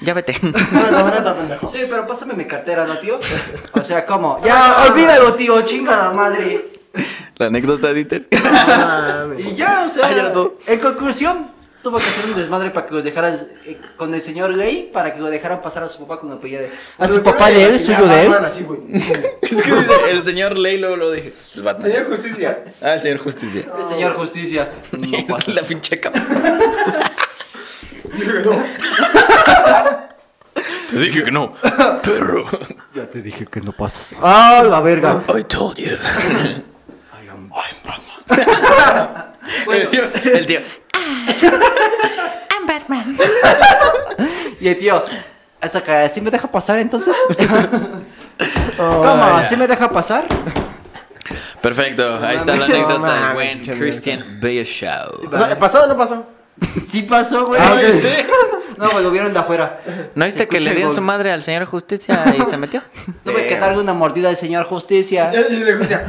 Speaker 1: Ya vete.
Speaker 3: No, no, no, no, pendejo.
Speaker 2: Sí, pero pásame mi cartera, ¿no, tío? O sea, ¿cómo? Ya, olvídalo, tío, chingada madre.
Speaker 1: La anécdota, Dieter.
Speaker 2: Y ya, o sea,
Speaker 1: Ah, ya lo tuvo.
Speaker 2: en conclusión, tuvo que hacer un desmadre para que lo dejaras eh, con el señor Gray, para que lo dejaran pasar a su papá con el apellido de... A su papá de él, suyo de él.
Speaker 3: Así, güey.
Speaker 1: Es que dice el señor Ley, luego lo dije. El Batman.
Speaker 3: Señor Justicia.
Speaker 1: Ah, el señor Justicia.
Speaker 2: El señor Justicia. No
Speaker 1: Es
Speaker 2: pasa.
Speaker 1: la pinche cama.
Speaker 3: Dije que no.
Speaker 1: Te dije que no, perro.
Speaker 2: Ya te dije que no pasas. ¡Ah, la verga!
Speaker 1: I told you.
Speaker 2: Bueno,
Speaker 1: El tío, el tío,
Speaker 2: y el tío, hasta que ¿sí me deja pasar entonces?
Speaker 1: Ah,
Speaker 2: ¿Cómo?
Speaker 1: ya.
Speaker 2: ¿Sí me deja pasar?
Speaker 1: Perfecto, ahí está la
Speaker 5: mames, no
Speaker 1: anécdota de
Speaker 5: mames,
Speaker 1: buen
Speaker 5: chingada.
Speaker 1: Christian Bieschau.
Speaker 3: O sea, ¿pasó o no pasó?
Speaker 2: Sí pasó, güey. No, güey, lo vieron de afuera.
Speaker 1: ¿No viste que
Speaker 2: Escucha
Speaker 1: le
Speaker 2: el
Speaker 1: dio
Speaker 2: gol.
Speaker 1: su madre al señor Justicia y se metió?
Speaker 2: Tuve que darle una mordida al señor Justicia. "Ah,
Speaker 3: Y el de Justicia.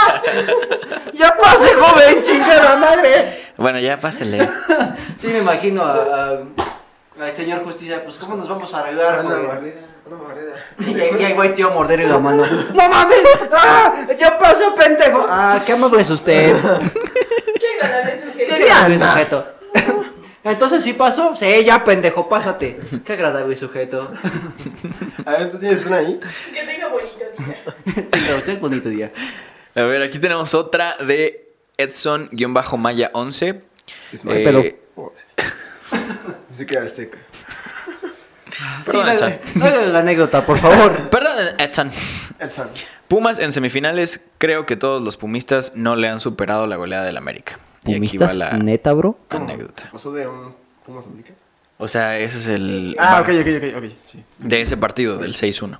Speaker 2: ¡Ya pase, joven! ¡Chingada madre!
Speaker 1: Bueno, ya pásele.
Speaker 2: Sí, me imagino a- a- al señor Justicia, pues, ¿cómo nos vamos a arreglar,
Speaker 3: Una
Speaker 2: joven?
Speaker 3: mordida, una mordida.
Speaker 2: Y ahí y ahí va el tío a morder la mano. ¡No mames! ¡Ah! ¡Ya pasó, pendejo! ¡Ah, qué amable es usted!
Speaker 4: Qué agradable sujeto.
Speaker 2: ¡Qué agradable sujeto! Entonces, ¿sí pasó? Sí, ya, pendejo, pásate. ¡Qué agradable sujeto!
Speaker 3: A ver, ¿tú tienes una ahí?
Speaker 4: Que tenga bonito día.
Speaker 2: Tenga usted bonito día.
Speaker 1: A ver, aquí tenemos otra de Edson-Maya11.
Speaker 3: Ismael
Speaker 1: Eh,
Speaker 3: Música azteca.
Speaker 2: Sí,
Speaker 1: Perdón, Sam.
Speaker 2: dale, dale la anécdota, por favor.
Speaker 1: Perdón, Edson.
Speaker 3: El San.
Speaker 1: Pumas en semifinales, creo que todos los pumistas no le han superado la goleada del América.
Speaker 2: ¿Pumistas? ¿Neta, bro?
Speaker 1: anécdota.
Speaker 3: ¿Pasó de un Pumas América?
Speaker 1: O sea, ese es el...
Speaker 5: Ah,
Speaker 1: bueno,
Speaker 5: ok, ok, ok, ok. Sí.
Speaker 1: de ese partido, del 6-1.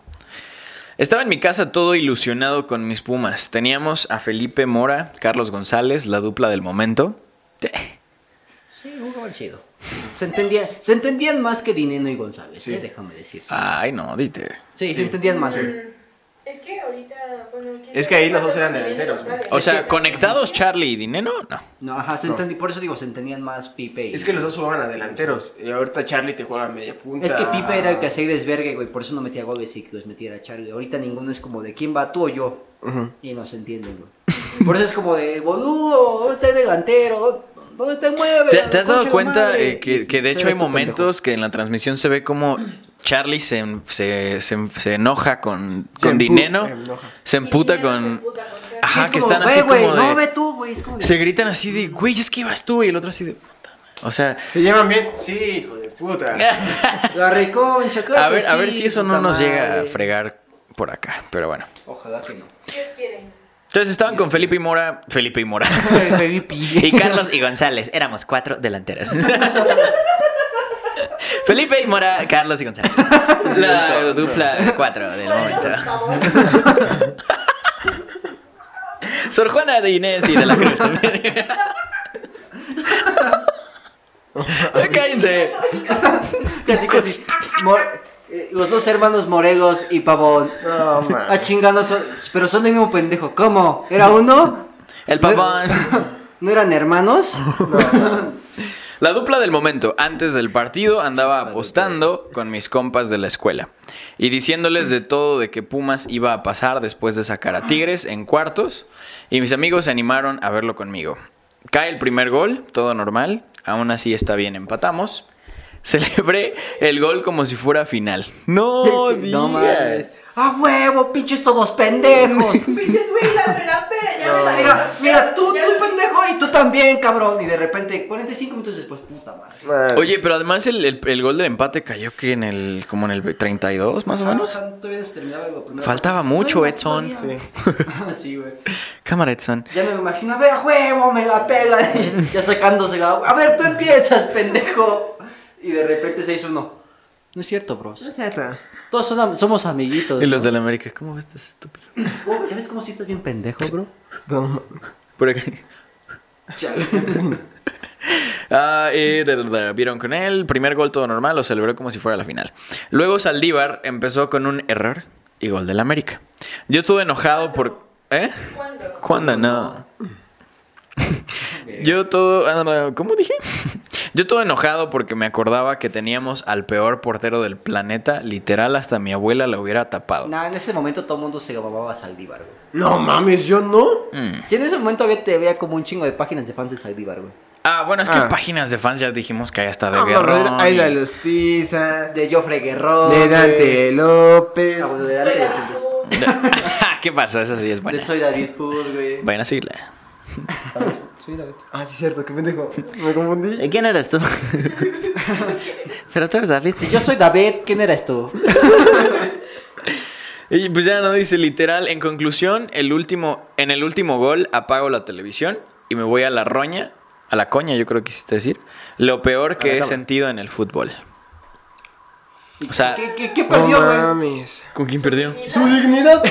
Speaker 1: Estaba en mi casa todo ilusionado con mis Pumas. Teníamos a Felipe Mora, Carlos González, la dupla del momento.
Speaker 2: Sí, jugaban chido. Se entendían, se entendían más que Dineno y González,
Speaker 3: Sí.
Speaker 2: eh, déjame decir.
Speaker 1: Ay, no, Dieter.
Speaker 2: Sí, se entendían más, güey.
Speaker 4: Mm, Es que ahorita, bueno, ¿quién
Speaker 3: Es
Speaker 4: sabe
Speaker 3: que ahí
Speaker 4: qué
Speaker 3: los dos
Speaker 4: pasa
Speaker 3: eran
Speaker 4: con Miguel
Speaker 3: delanteros,
Speaker 4: González?
Speaker 1: O sea, conectados Charlie y Dineno, no.
Speaker 2: No, ajá, se entendí- por eso digo, se entendían más Pipe. y-
Speaker 3: Es que los dos jugaban a delanteros. Y ahorita Charlie te juega a media punta.
Speaker 2: Es que Pipe era el
Speaker 1: Ah.
Speaker 2: que hacía desvergue, güey, por eso no metía goles y que los metiera Charlie. Ahorita ninguno es como de quién va tú o yo.
Speaker 3: Ujú.
Speaker 2: Y no se entienden, güey. Por eso es como de, boludo, este delantero, ¿dónde te mueves?
Speaker 1: ¿Te, te has dado
Speaker 2: Concha de
Speaker 1: cuenta
Speaker 2: madre?
Speaker 1: eh, que, que de
Speaker 2: Sí,
Speaker 1: hecho hay
Speaker 2: esto, pendejo.
Speaker 1: momentos que en la transmisión se ve como Charlie se, en- se, se, se enoja con,
Speaker 3: Se
Speaker 1: con
Speaker 3: empu-
Speaker 1: Dineno,
Speaker 3: se enoja.
Speaker 1: se emputa con... Ajá,
Speaker 2: Es
Speaker 1: que
Speaker 2: como,
Speaker 1: están
Speaker 2: "Ve,
Speaker 1: así
Speaker 2: güey,
Speaker 1: como de...
Speaker 2: No, ve tú, güey. Es como de-
Speaker 1: Se gritan así de, güey, es que ibas tú y el otro así de... "Puta madre". O sea,
Speaker 3: ¿Se llevan bien? Sí, hijo de puta.
Speaker 2: La reconcha, claro
Speaker 1: a
Speaker 2: que
Speaker 1: ver, a
Speaker 2: sí,
Speaker 1: ver si eso no
Speaker 2: puta
Speaker 1: nos llega a
Speaker 2: madre.
Speaker 1: fregar por acá, pero bueno.
Speaker 2: Ojalá que no.
Speaker 4: Ellos quieren.
Speaker 1: Entonces estaban con Felipe y Mora, Felipe y Mora. y Carlos y González, éramos cuatro delanteras. Felipe y Mora, Carlos y González. La dupla de cuatro del momento. Sor Juana de Inés y de la Cruz también. Ya Cállense.
Speaker 2: Casi, casi. Mor- eh, los dos hermanos Morelos y Pavón.
Speaker 3: No, man.
Speaker 2: Ah, chingando, son- pero son del mismo pendejo. ¿Cómo? ¿Era uno?
Speaker 1: El
Speaker 2: ¿No era-
Speaker 1: Pavón.
Speaker 2: ¿No eran hermanos?
Speaker 1: La dupla del momento, antes del partido, andaba apostando con mis compas de la escuela y diciéndoles de todo de que Pumas iba a pasar después de sacar a Tigres en cuartos y mis amigos se animaron a verlo conmigo. Cae el primer gol, todo normal, aún así está bien, empatamos. Celebré el gol como si fuera final. No,
Speaker 2: No
Speaker 1: digas.
Speaker 2: mames. ¡A huevo, pinches todos pendejos!
Speaker 4: Pinches güey, la de la pera, ya me la
Speaker 2: Mira, mira, tú,
Speaker 4: ya
Speaker 2: tú
Speaker 4: me-
Speaker 2: pendejo y tú también, cabrón. Y de repente, 45 minutos después, puta madre.
Speaker 3: Man.
Speaker 1: Oye, pero además el, el- el gol del empate cayó que en el como en el 32 más o menos.
Speaker 2: Ah, o sea, todavía no se terminaba lo primero.
Speaker 1: Faltaba mucho,
Speaker 2: Ay, no,
Speaker 1: Edson.
Speaker 2: todavía. Ah, Sí, güey.
Speaker 1: Cámara Edson.
Speaker 2: Ya me lo imagino, a ver, a huevo, me la pela. ya sacándose la. A ver, tú empiezas, pendejo. Y de repente se hizo uno. No es cierto, bros. Todos son am- somos amiguitos.
Speaker 1: Y
Speaker 2: ¿no?
Speaker 1: los de la América, ¿cómo estás estúpido?
Speaker 2: Oh, ¿Ya ves cómo si estás bien pendejo, bro?
Speaker 1: Por acá.
Speaker 2: Ya.
Speaker 1: Ah, eh, da, da, da, vieron con él, primer gol todo normal, lo celebró como si fuera la final. Luego Saldívar empezó con un error y gol del América. Yo estuve enojado por... ¿Eh?
Speaker 4: ¿Cuándo?
Speaker 1: ¿Cuándo no? Yo todo... ah, no, no, ¿Cómo dije? Yo todo enojado porque me acordaba que teníamos al peor portero del planeta, literal hasta mi abuela la hubiera tapado.
Speaker 2: Nah, en ese momento todo el mundo se llamaba a Saldívar, güey.
Speaker 3: No mames, yo no.
Speaker 1: Mm.
Speaker 2: Sí, en ese momento había, te veía como un chingo de páginas de fans de Saldívar, güey.
Speaker 1: Ah, bueno, es que
Speaker 3: Ah.
Speaker 1: en páginas de fans ya dijimos que hay hasta de
Speaker 3: No,
Speaker 1: Guerrón
Speaker 3: mames, Hay
Speaker 1: y-
Speaker 3: la Lustiza,
Speaker 2: De Joffre Guerrero.
Speaker 3: de Dante López.
Speaker 2: Ah, bueno, de Dante
Speaker 4: Soy la
Speaker 2: Fuentes.
Speaker 4: azul.
Speaker 1: Ah, ¿Qué pasó? Esa sí es buena.
Speaker 2: De Soy David Hood, güey.
Speaker 1: Vayan a seguirla.
Speaker 3: Ah, sí, cierto, qué pendejo. Me confundí.
Speaker 1: ¿Quién eres tú? Pero tú eres David.
Speaker 2: Si yo soy David, ¿quién eras tú?
Speaker 1: Y pues ya no dice literal. En conclusión, el último, en el último gol apago la televisión y me voy a la roña, a la coña, yo creo que quisiste decir. Lo peor que he sentido en el fútbol. O sea,
Speaker 2: ¿Qué, qué, qué
Speaker 3: No
Speaker 2: perdió, güey?
Speaker 3: mames.
Speaker 1: ¿con quién perdió?
Speaker 4: Ni
Speaker 3: Su
Speaker 4: la-
Speaker 3: dignidad.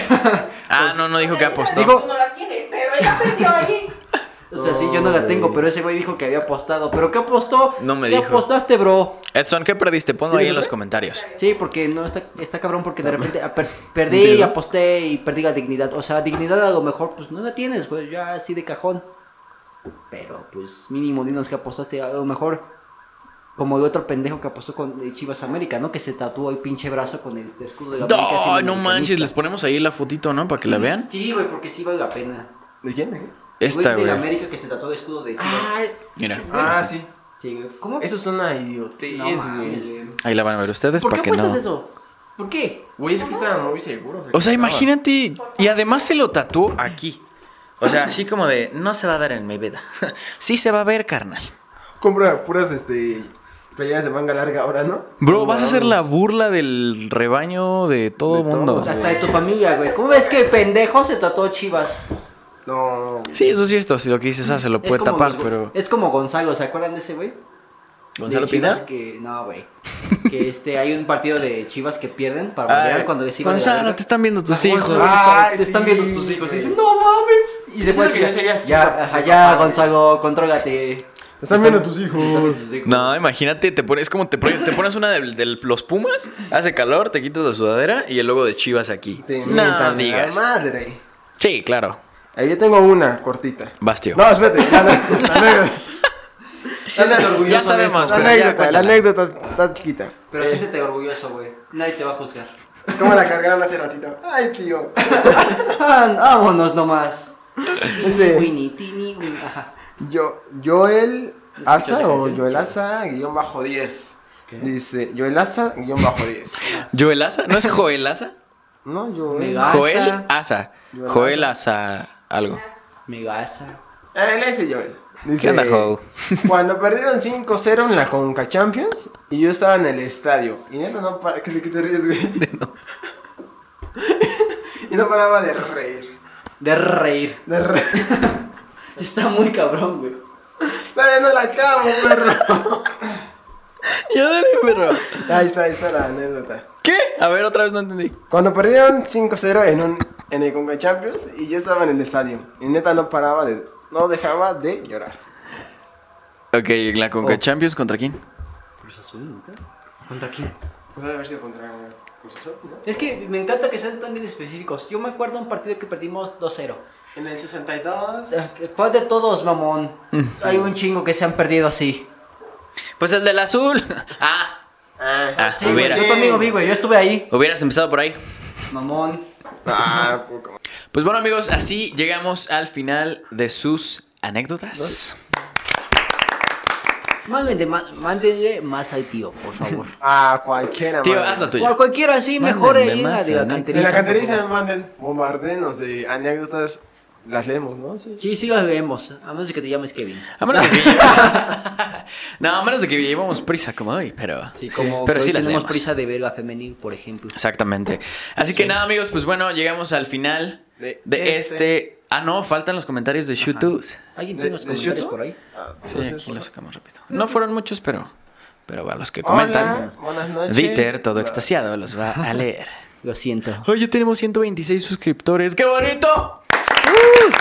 Speaker 1: Ah, no, no dijo que apostó.
Speaker 2: Digo-
Speaker 4: No la tienes, pero ella perdió ahí.
Speaker 2: O sea, sí, yo no la tengo, pero ese güey dijo que había apostado. ¿Pero qué apostó?
Speaker 1: No me
Speaker 2: ¿Qué
Speaker 1: dijo.
Speaker 2: apostaste, bro?
Speaker 1: Edson, ¿qué perdiste? Ponlo ahí en los comentarios.
Speaker 2: Sí, porque no está, está cabrón porque de repente ah, per- perdí y aposté y perdí la dignidad. O sea, dignidad a lo mejor pues no la tienes, güey, ya así de cajón. Pero pues mínimo dinos que apostaste a lo mejor como el otro pendejo que apostó con eh, Chivas América, ¿no? Que se tatuó el pinche brazo con el escudo de la América.
Speaker 1: No, no
Speaker 2: siendo
Speaker 1: manches, les
Speaker 2: americanista.
Speaker 1: ponemos ahí la fotito, ¿no? Para que la vean.
Speaker 2: Sí, güey, porque sí vale la pena.
Speaker 3: ¿De quién? eh?
Speaker 2: El
Speaker 1: Esta,
Speaker 2: güey. de la
Speaker 1: güey.
Speaker 2: América que se tatuó el escudo de Chivas.
Speaker 3: Ay,
Speaker 1: Mira,
Speaker 3: Ah, sí.
Speaker 2: Sí, güey. ¿Cómo?
Speaker 3: Eso es una
Speaker 2: No
Speaker 3: idiotez,
Speaker 2: mames,
Speaker 3: güey.
Speaker 2: güey.
Speaker 1: ahí la van a ver ustedes
Speaker 2: ¿Por qué
Speaker 1: para que no.
Speaker 2: apuestas eso? ¿Por qué?
Speaker 3: Güey, es que estaba muy seguro.
Speaker 1: O sea, imagínate. Y además se lo tatuó aquí. O sea, así como de, no se va a ver en mi vida. sí se va a ver, carnal.
Speaker 3: Compra puras, este, playeras de manga larga ahora, ¿no?
Speaker 1: Bro,
Speaker 3: No
Speaker 1: vas a hacer la
Speaker 3: mames.
Speaker 1: burla del rebaño de todo
Speaker 3: De
Speaker 1: mundo.
Speaker 3: todos,
Speaker 2: Hasta de tu familia, Pues, güey. ¿Cómo ves que el pendejo se trató Chivas?
Speaker 3: No, no, güey.
Speaker 1: Sí, eso es cierto. Si lo que dices, ah, se lo
Speaker 2: Es
Speaker 1: puede
Speaker 2: como
Speaker 1: tapar,
Speaker 2: los-
Speaker 1: pero.
Speaker 2: Es como Gonzalo, ¿se acuerdan de ese güey?
Speaker 1: ¿Gonzalo
Speaker 2: De Chivas
Speaker 1: Pina?
Speaker 2: Que... No, güey. Que este, hay un partido de Chivas que pierden para
Speaker 1: Ay,
Speaker 2: volver cuando decimos.
Speaker 1: Gonzalo, te están viendo tus
Speaker 2: Ah,
Speaker 1: hijos.
Speaker 3: Ay,
Speaker 2: te están
Speaker 3: sí,
Speaker 2: viendo tus hijos. Y
Speaker 3: güey.
Speaker 2: dicen, no mames. Y
Speaker 3: Yo
Speaker 2: después
Speaker 3: siento que ya sería así,
Speaker 2: Ya,
Speaker 3: papá,
Speaker 2: ajá, ya,
Speaker 3: papá.
Speaker 2: Gonzalo, contrólate.
Speaker 3: Están viendo tus hijos.
Speaker 2: están viendo tus hijos.
Speaker 1: No, imagínate, te pones, es como te pones, te pones una de, los Pumas, hace calor, te quitas la sudadera y el logo de Chivas aquí.
Speaker 3: Te
Speaker 1: no
Speaker 3: mientan la
Speaker 1: digas.
Speaker 3: madre.
Speaker 1: Sí, claro.
Speaker 3: Ahí yo tengo una cortita.
Speaker 1: Bastio.
Speaker 3: No, espérate. La, la- la anécdota.
Speaker 2: Siéntete orgulloso
Speaker 1: Ya sabemos,
Speaker 2: de
Speaker 3: La
Speaker 2: eso.
Speaker 1: pero ya,
Speaker 3: anécdota, la
Speaker 1: cuéntala.
Speaker 3: anécdota está chiquita.
Speaker 2: Pero siéntete orgulloso, güey. Nadie te va a juzgar.
Speaker 3: ¿Cómo la cargaron hace ratito? Ay, tío.
Speaker 2: Ah, vámonos nomás.
Speaker 3: Ese
Speaker 2: Winnie, tini, win- ajá.
Speaker 3: yo, Joel
Speaker 2: ¿No escuchas
Speaker 3: Asa
Speaker 2: la
Speaker 3: o
Speaker 2: canción?
Speaker 3: Joel Asa, guión bajo 10. Dice Joelaza, guión bajo 10.
Speaker 1: ¿Joelaza? ¿No es Joelaza?
Speaker 3: No, yo.
Speaker 2: Mega. Asa.
Speaker 1: Joel Asa.
Speaker 3: Joel
Speaker 1: Joel Asa algo.
Speaker 2: Megasa.
Speaker 3: Ah, él es el Joel. Dice,
Speaker 1: ¿Qué onda, Joe?
Speaker 3: Cuando perdieron 5-0 en la Conca Champions y yo estaba en el estadio. Y neta, no para. ¿Qué, qué te ríes, güey? y no paraba de reír.
Speaker 2: De reír.
Speaker 3: De reír.
Speaker 2: Está muy cabrón, güey.
Speaker 3: Todavía no la acabo, perro.
Speaker 1: Ya dale, perro.
Speaker 3: Ahí está, ahí está la anécdota.
Speaker 1: ¿Qué? A ver, otra vez no entendí.
Speaker 3: Cuando perdieron 5-0 en, un- en el Conca Champions y yo estaba en el estadio. Y neta, no paraba de. No dejaba de llorar.
Speaker 1: Ok, la Conca
Speaker 2: Oh.
Speaker 1: Champions contra quién?
Speaker 2: Cruz Azul, ¿no? ¿Contra quién?
Speaker 3: Pues debe haber sido contra Cruz Azul, ¿no?
Speaker 2: Es que me encanta que sean tan bien específicos. Yo me acuerdo un partido que perdimos 2-0.
Speaker 3: En el 62.
Speaker 2: ¿Cuál eh, de todos, mamón? Hay un chingo que se han perdido así.
Speaker 1: Pues el del azul. Ah, Ah,
Speaker 2: Sí, güey,
Speaker 1: hubiera.
Speaker 2: yo conmigo vi, güey. Yo estuve ahí.
Speaker 1: hubieras empezado por ahí.
Speaker 2: Mamón.
Speaker 3: Ah, poco más.
Speaker 1: Pues bueno, amigos, así llegamos al final de sus anécdotas.
Speaker 2: Mándenle, ma- mándenle más al tío, por favor.
Speaker 3: Ah, cualquiera.
Speaker 1: Tío,
Speaker 3: madre.
Speaker 1: haz la
Speaker 2: O a
Speaker 1: tuya.
Speaker 2: cualquiera así, mejor
Speaker 1: Mándenle
Speaker 2: ahí la
Speaker 1: más
Speaker 2: de la
Speaker 1: al-
Speaker 3: En
Speaker 2: canteriza.
Speaker 3: la
Speaker 2: por
Speaker 3: canteriza me
Speaker 2: favor.
Speaker 3: manden bombardenos de anécdotas. Las leemos, ¿no? Sí.
Speaker 2: Sí, sí las leemos. A menos de que te llames Kevin.
Speaker 1: A menos de que No, a menos de que llevamos prisa como hoy, pero.
Speaker 2: Sí, como
Speaker 1: pero
Speaker 2: que
Speaker 1: sí
Speaker 2: hoy
Speaker 1: las
Speaker 2: tenemos
Speaker 1: leemos.
Speaker 2: prisa de ver la femenil, por ejemplo.
Speaker 1: Exactamente. Así que nada, amigos, pues bueno, llegamos al final de,
Speaker 3: De
Speaker 1: este. Ah, no, faltan los comentarios de YouTube.
Speaker 2: ¿Alguien
Speaker 3: ¿De-
Speaker 2: tiene unos
Speaker 3: de
Speaker 2: comentarios
Speaker 3: Shoto?
Speaker 2: por ahí?
Speaker 3: Ah,
Speaker 1: Sí,
Speaker 3: entonces,
Speaker 1: aquí los sacamos rápido. No fueron muchos, pero. Pero a los que
Speaker 3: hola,
Speaker 1: comentan,
Speaker 3: buenas noches.
Speaker 1: Dieter, todo extasiado, los va a leer.
Speaker 2: Lo siento.
Speaker 1: Hoy ya tenemos 126 suscriptores. ¡Qué bonito! Uh.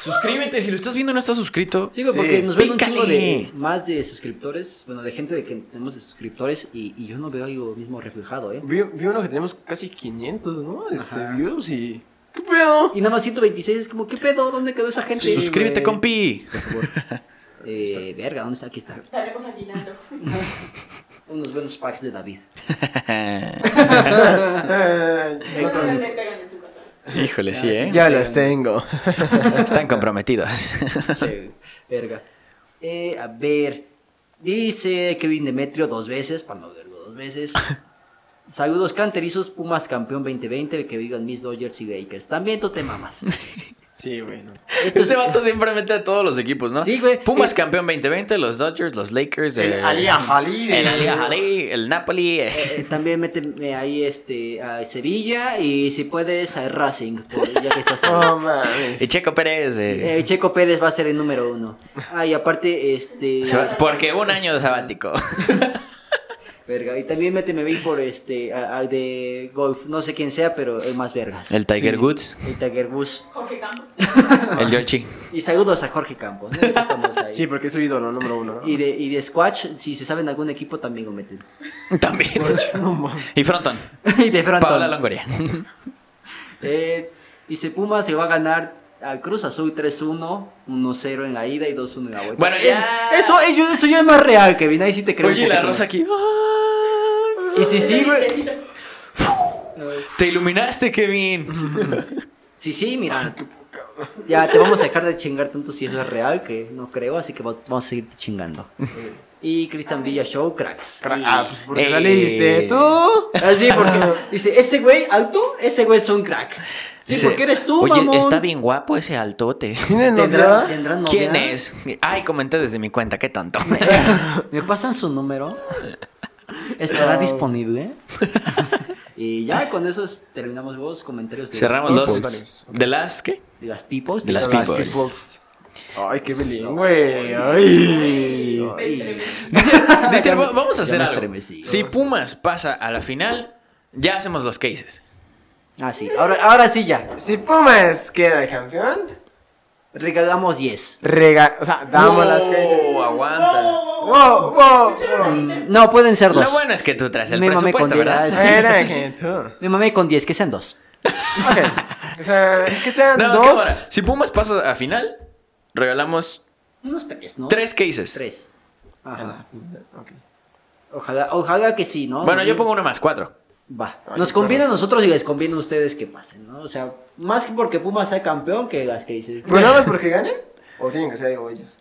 Speaker 1: Suscríbete, si lo estás viendo y no estás suscrito.
Speaker 2: Sí, güey, porque
Speaker 3: Sí.
Speaker 2: nos ven un chingo de
Speaker 1: Pícale.
Speaker 2: más de suscriptores, bueno, de gente de que tenemos de suscriptores y, y yo no veo algo mismo reflejado, ¿eh?
Speaker 3: Vi, vi uno que tenemos casi 500, ¿no? Este, views y. ¿Qué pedo?
Speaker 2: Y nada más 126 es como, ¿qué pedo? ¿Dónde quedó esa gente?
Speaker 1: Suscríbete,
Speaker 2: güey?
Speaker 1: compi.
Speaker 2: Por favor. Eh, verga, ¿dónde está? Aquí está.
Speaker 4: Estaremos atinando.
Speaker 2: Unos buenos packs de David.
Speaker 3: Eh,
Speaker 4: Pero no le pegan en su casa.
Speaker 1: Híjole, sí, ¿eh?
Speaker 3: ya los tengo.
Speaker 1: Están comprometidos.
Speaker 2: Che, verga. Eh, a ver. Dice Kevin Demetrio dos veces, para no verlo dos veces. Saludos canterizos, Pumas campeón 2020, que vivan mis Dodgers y Lakers. También tú te mamas.
Speaker 3: Sí, bueno.
Speaker 2: Esto
Speaker 1: Ese Este vato siempre mete a todos los equipos, ¿no?
Speaker 2: Sí, güey.
Speaker 1: Pumas
Speaker 2: Es-
Speaker 1: campeón 2020, los Dodgers, los Lakers. eh,
Speaker 3: Jalí.
Speaker 1: El Ali Ajalí, el Napoli. eh.
Speaker 2: Eh, eh, también méteme ahí este a Sevilla y si puedes a Racing, por- ya que estás ahí.
Speaker 3: No
Speaker 5: Oh,
Speaker 3: mames.
Speaker 1: Y Checo Pérez. eh.
Speaker 2: Eh, Checo Pérez va a ser el número uno. Ah, y aparte, este.
Speaker 1: Se va- Porque un año de sabático.
Speaker 2: Verga. Y también méteme bien por este. a- al de golf. No sé quién sea, pero el más vergas.
Speaker 1: El Tiger
Speaker 3: Sí.
Speaker 1: Woods,
Speaker 2: El Tiger Bus.
Speaker 4: Jorge Campos.
Speaker 1: el Georgie.
Speaker 2: Y saludos a Jorge Campos. ¿no? Que estamos ahí.
Speaker 3: Sí, porque es su ídolo número uno. ¿no?
Speaker 2: Y de, y de Squatch, si se saben algún equipo, también lo meten.
Speaker 1: También.
Speaker 3: No mames.
Speaker 1: Y Fronton.
Speaker 2: y de pronto.
Speaker 1: Paola Longoria.
Speaker 2: Eh, dice Puma se va a ganar al Cruz Azul 3-1, 1-0 en la ida y 2-1 en la vuelta.
Speaker 1: Bueno,
Speaker 2: Es-
Speaker 1: ya.
Speaker 2: eso, eh, yo- eso ya es más real, Kevin. Ahí sí te creo. un
Speaker 1: Oye, la
Speaker 2: poquito
Speaker 1: rosa
Speaker 2: más.
Speaker 1: aquí. ¡Ah!
Speaker 2: Y si sí, güey.
Speaker 1: Te iluminaste, Kevin.
Speaker 2: Sí, sí, mira. Ya te vamos a dejar de chingar tanto si eso es real, que no creo, así que va- vamos a seguirte chingando. Y Cristian Villa Show, cracks.
Speaker 3: Cra-
Speaker 2: Y-
Speaker 3: Ah, pues porque
Speaker 1: Eh.
Speaker 3: saliste tú.
Speaker 2: Ah, sí, porque dice, ese güey alto, ese güey es un crack. Sí,
Speaker 1: Dice,
Speaker 2: porque eres tú,
Speaker 1: Oye,
Speaker 2: mamón.
Speaker 1: está bien guapo ese altote.
Speaker 3: ¿Tienen
Speaker 2: ¿Tendrán,
Speaker 3: novia?
Speaker 2: tendrán novia?
Speaker 1: ¿Quién es? Ay, comenté desde mi cuenta, qué tanto.
Speaker 2: ¿Me pasan su número? ¿Estará disponible? y ya con eso es- terminamos los comentarios de
Speaker 1: Cerramos
Speaker 2: los
Speaker 1: los.
Speaker 2: peoples.
Speaker 1: ¿De las qué?
Speaker 2: de las people.
Speaker 1: De las
Speaker 3: Las
Speaker 1: peoples.
Speaker 3: peoples. Ay, qué bilingüe. Ay.
Speaker 1: Dieter, Dieter, va- vamos a
Speaker 2: Ya
Speaker 1: hacer
Speaker 2: me
Speaker 1: algo.
Speaker 2: estremecí.
Speaker 1: Si Pumas pasa a la final, ya hacemos los cases.
Speaker 2: Ah, sí. Ahora, ahora sí ya.
Speaker 3: Si Pumas queda campeón,
Speaker 2: Regalamos 10.
Speaker 3: rega. O sea, damos las que
Speaker 1: Oh, aguanta.
Speaker 3: Wow, wow, wow.
Speaker 2: No, pueden ser dos.
Speaker 1: Lo bueno es que tú traes el
Speaker 2: Me mamé
Speaker 1: presupuesto,
Speaker 2: con
Speaker 1: ¿verdad?
Speaker 2: ideas.
Speaker 3: Era que tú.
Speaker 2: Me mamé con 10, que sean dos.
Speaker 3: Ok. O sea, que sean
Speaker 1: No,
Speaker 3: dos.
Speaker 1: cámara. Si Pumas pasa a final, regalamos
Speaker 2: Unos tres, ¿no?
Speaker 1: tres cases.
Speaker 2: Tres. Ajá.
Speaker 3: Ok.
Speaker 2: Ojalá, ojalá que sí, ¿no?
Speaker 1: Bueno, yo pongo uno más, cuatro.
Speaker 2: Va.
Speaker 3: Ay,
Speaker 2: Nos
Speaker 3: qué
Speaker 2: conviene a nosotros y les conviene a ustedes que pasen, ¿no? O sea, más que porque Puma sea campeón que las que dices.
Speaker 3: ¿Ganamos porque ganen? ¿O tienen que ser algo ellos?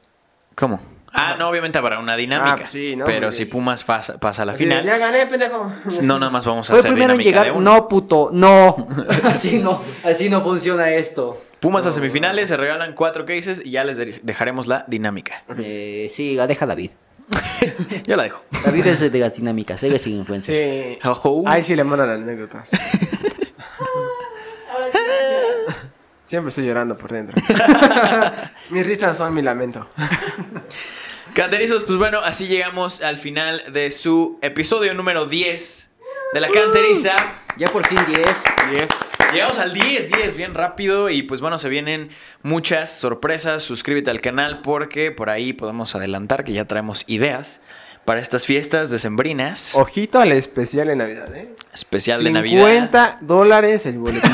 Speaker 1: ¿Cómo? Ah, no, obviamente habrá una dinámica.
Speaker 5: Ah, sí, no,
Speaker 1: pero
Speaker 5: hombre.
Speaker 1: si Pumas pasa, pasa a la
Speaker 5: Así de,
Speaker 1: final,
Speaker 5: Ya gané, pendejo.
Speaker 1: no nada más vamos a
Speaker 2: Fue el
Speaker 1: hacer
Speaker 2: primero en
Speaker 1: dinámica de
Speaker 2: llegar.
Speaker 1: uno.
Speaker 2: No, puto, no. Así no, así no funciona esto.
Speaker 1: Pumas a semifinales, se regalan cuatro cases y ya les de- dejaremos la dinámica.
Speaker 2: Eh, sí, la deja David.
Speaker 1: Yo la dejo.
Speaker 2: David es de las dinámicas, él es sin influencia.
Speaker 5: Sí.
Speaker 1: Ojo.
Speaker 5: Ahí sí le mandan anécdotas.
Speaker 4: Ahora sí, ya.
Speaker 5: Siempre estoy llorando por dentro. Mis risas son mi lamento.
Speaker 1: Canterizos, pues bueno, así llegamos al final de su episodio número 10 de la canteriza.
Speaker 2: Ya por fin 10.
Speaker 5: Yes.
Speaker 1: Llegamos al 10, 10, bien rápido. Y pues bueno, se vienen muchas sorpresas. Suscríbete al canal porque por ahí podemos adelantar que ya traemos ideas para estas fiestas decembrinas.
Speaker 5: Ojito al especial de Navidad, ¿eh?
Speaker 1: especial de Navidad.
Speaker 5: 50 dólares el boleto.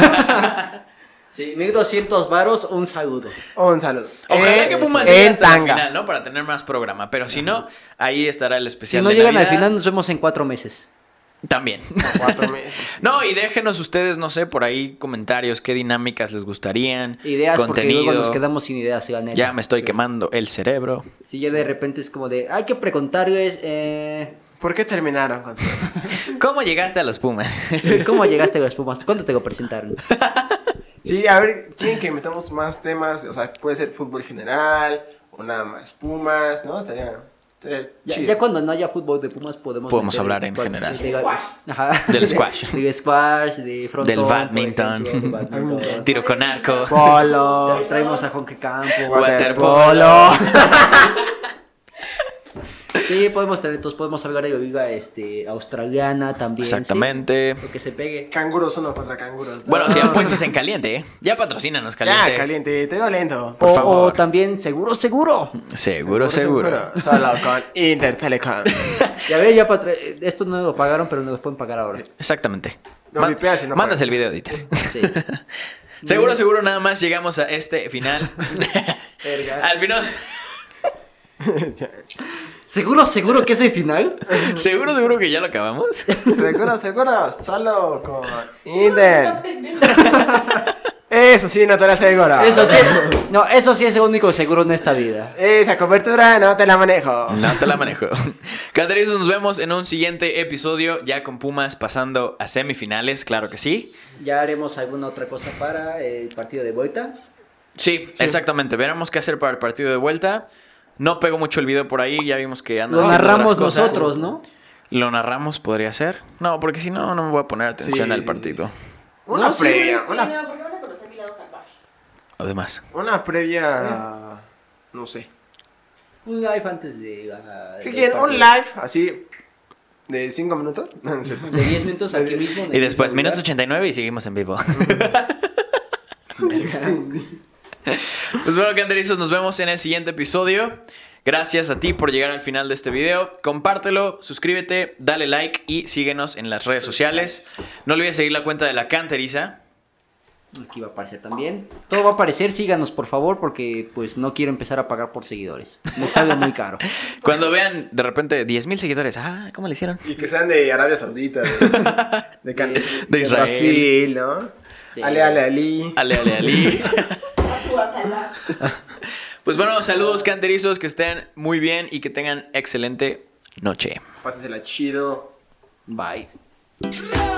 Speaker 2: Sí, 1200 varos, un saludo.
Speaker 5: Un saludo.
Speaker 1: Ojalá
Speaker 5: Eh,
Speaker 1: que Pumas
Speaker 5: en
Speaker 1: llegue hasta el
Speaker 5: tanga.
Speaker 1: final, ¿no? Para tener más programa. Pero si no, ahí estará el
Speaker 2: Si
Speaker 1: especial
Speaker 2: no
Speaker 1: de
Speaker 2: llegan al
Speaker 1: Navidad.
Speaker 2: final, nos vemos en cuatro meses.
Speaker 1: También.
Speaker 5: Cuatro meses.
Speaker 1: No, y déjenos ustedes, no sé, por ahí comentarios, qué dinámicas les gustarían.
Speaker 2: Ideas, porque luego
Speaker 1: contenido.
Speaker 2: nos quedamos sin ideas, la neta.
Speaker 1: Ya me estoy quemando el cerebro.
Speaker 2: Si ya de repente es como de, hay que preguntarles, eh,
Speaker 5: ¿Por qué terminaron con su
Speaker 1: ¿Cómo llegaste a los Pumas?
Speaker 2: ¿cómo llegaste a los Pumas? ¿Cuándo te lo presentaron?
Speaker 5: Sí, a ver, quieren que metamos más temas, o sea, puede ser fútbol general, o nada más Pumas, ¿no? Estaría, estaría
Speaker 2: Ya,
Speaker 5: chido.
Speaker 2: ya cuando no haya fútbol de Pumas podemos...
Speaker 1: Podemos
Speaker 2: meter
Speaker 1: hablar en
Speaker 2: cual-
Speaker 1: general.
Speaker 2: de-
Speaker 4: Squash.
Speaker 2: ajá.
Speaker 1: Del squash.
Speaker 2: Del squash, de frontón,
Speaker 1: Del
Speaker 2: por
Speaker 1: badminton.
Speaker 2: ejemplo, del badminton.
Speaker 1: Tiro con arco.
Speaker 5: Polo,
Speaker 2: Tra- Traemos a Jonque Campo.
Speaker 1: Waterpolo.
Speaker 2: Sí, podemos tener, entonces podemos hablar de la liga este, australiana también. ¿sí?
Speaker 1: Exactamente.
Speaker 2: Lo que se pegue.
Speaker 5: canguros uno contra canguros. ¿no?
Speaker 1: Bueno, si apuestas en caliente, ¿eh? Ya patrocínanos caliente.
Speaker 5: Ya, caliente, te veo lento.
Speaker 1: Por
Speaker 2: o,
Speaker 1: favor.
Speaker 2: o también, seguro, seguro.
Speaker 1: Seguro, seguro.
Speaker 5: Solo con Intertelecom.
Speaker 2: Ya ve, ya para Esto no lo pagaron, pero nos lo pueden pagar ahora.
Speaker 1: Exactamente.
Speaker 5: No
Speaker 1: Man-
Speaker 5: vipeas y no
Speaker 1: mandas
Speaker 5: pagas.
Speaker 1: el video, Dieter.
Speaker 2: Sí.
Speaker 1: seguro, seguro, nada más llegamos a este final.
Speaker 2: Verga.
Speaker 1: Al final.
Speaker 2: Seguro, seguro que es el final.
Speaker 1: Seguro, seguro que ya lo acabamos.
Speaker 5: seguro, seguro, solo con Inter. Eso sí, no te la aseguro.
Speaker 2: Eso sí, Ah, no, eso sí es el único seguro en esta vida.
Speaker 5: Esa cobertura no te la manejo.
Speaker 1: No te la manejo. Canterizos, nos vemos en un siguiente episodio, ya con Pumas pasando a semifinales, claro que sí.
Speaker 2: Ya haremos alguna otra cosa para el partido de vuelta.
Speaker 1: Sí, exactamente. Veremos qué hacer para el partido de vuelta. No pegó mucho el video por ahí, ya vimos que andan
Speaker 2: Lo
Speaker 1: haciendo
Speaker 2: narramos
Speaker 1: otras cosas.
Speaker 2: nosotros, ¿no?
Speaker 1: Lo narramos, podría ser. No, porque si no, no me voy a poner atención
Speaker 5: Sí,
Speaker 1: al
Speaker 5: sí,
Speaker 1: partido.
Speaker 5: Una
Speaker 2: No, sí,
Speaker 5: previa,
Speaker 4: Sí,
Speaker 5: una
Speaker 4: no, porque van a conocer mi lado salvaje.
Speaker 1: Además.
Speaker 5: Una previa. No sé.
Speaker 2: Un live antes de la.
Speaker 5: ¿Qué
Speaker 2: del
Speaker 5: quieren? ¿Un
Speaker 2: partido.
Speaker 5: live así de 5 minutos? No, no sé.
Speaker 2: De 10 minutos aquí mismo. en
Speaker 1: Y
Speaker 2: el
Speaker 1: después,
Speaker 2: mismo
Speaker 1: minuto
Speaker 2: lugar.
Speaker 1: 89 y seguimos en vivo. Pues bueno, canterizos, nos vemos en el siguiente episodio. Gracias a ti por llegar al final de este video. Compártelo, suscríbete, dale like y síguenos en las redes sociales. No olvides seguir la cuenta de la canteriza.
Speaker 2: Aquí va a aparecer también. Todo va a aparecer, síganos por favor, porque pues no quiero empezar a pagar por seguidores. Me sale muy caro.
Speaker 1: Cuando vean de repente 10.000 seguidores, ah, ¿cómo le hicieron?
Speaker 5: Y que sean de Arabia Saudita, de, de, Can- de
Speaker 1: Israel.
Speaker 5: Brasil, ¿no?
Speaker 2: Sí.
Speaker 5: Ale, ale, ali.
Speaker 1: Ale, ale, ali.
Speaker 4: Tú vas a la-
Speaker 1: Pues bueno, saludos canterizos, que estén muy bien y que tengan excelente noche.
Speaker 5: Pásasela chido.
Speaker 2: Bye.
Speaker 6: Love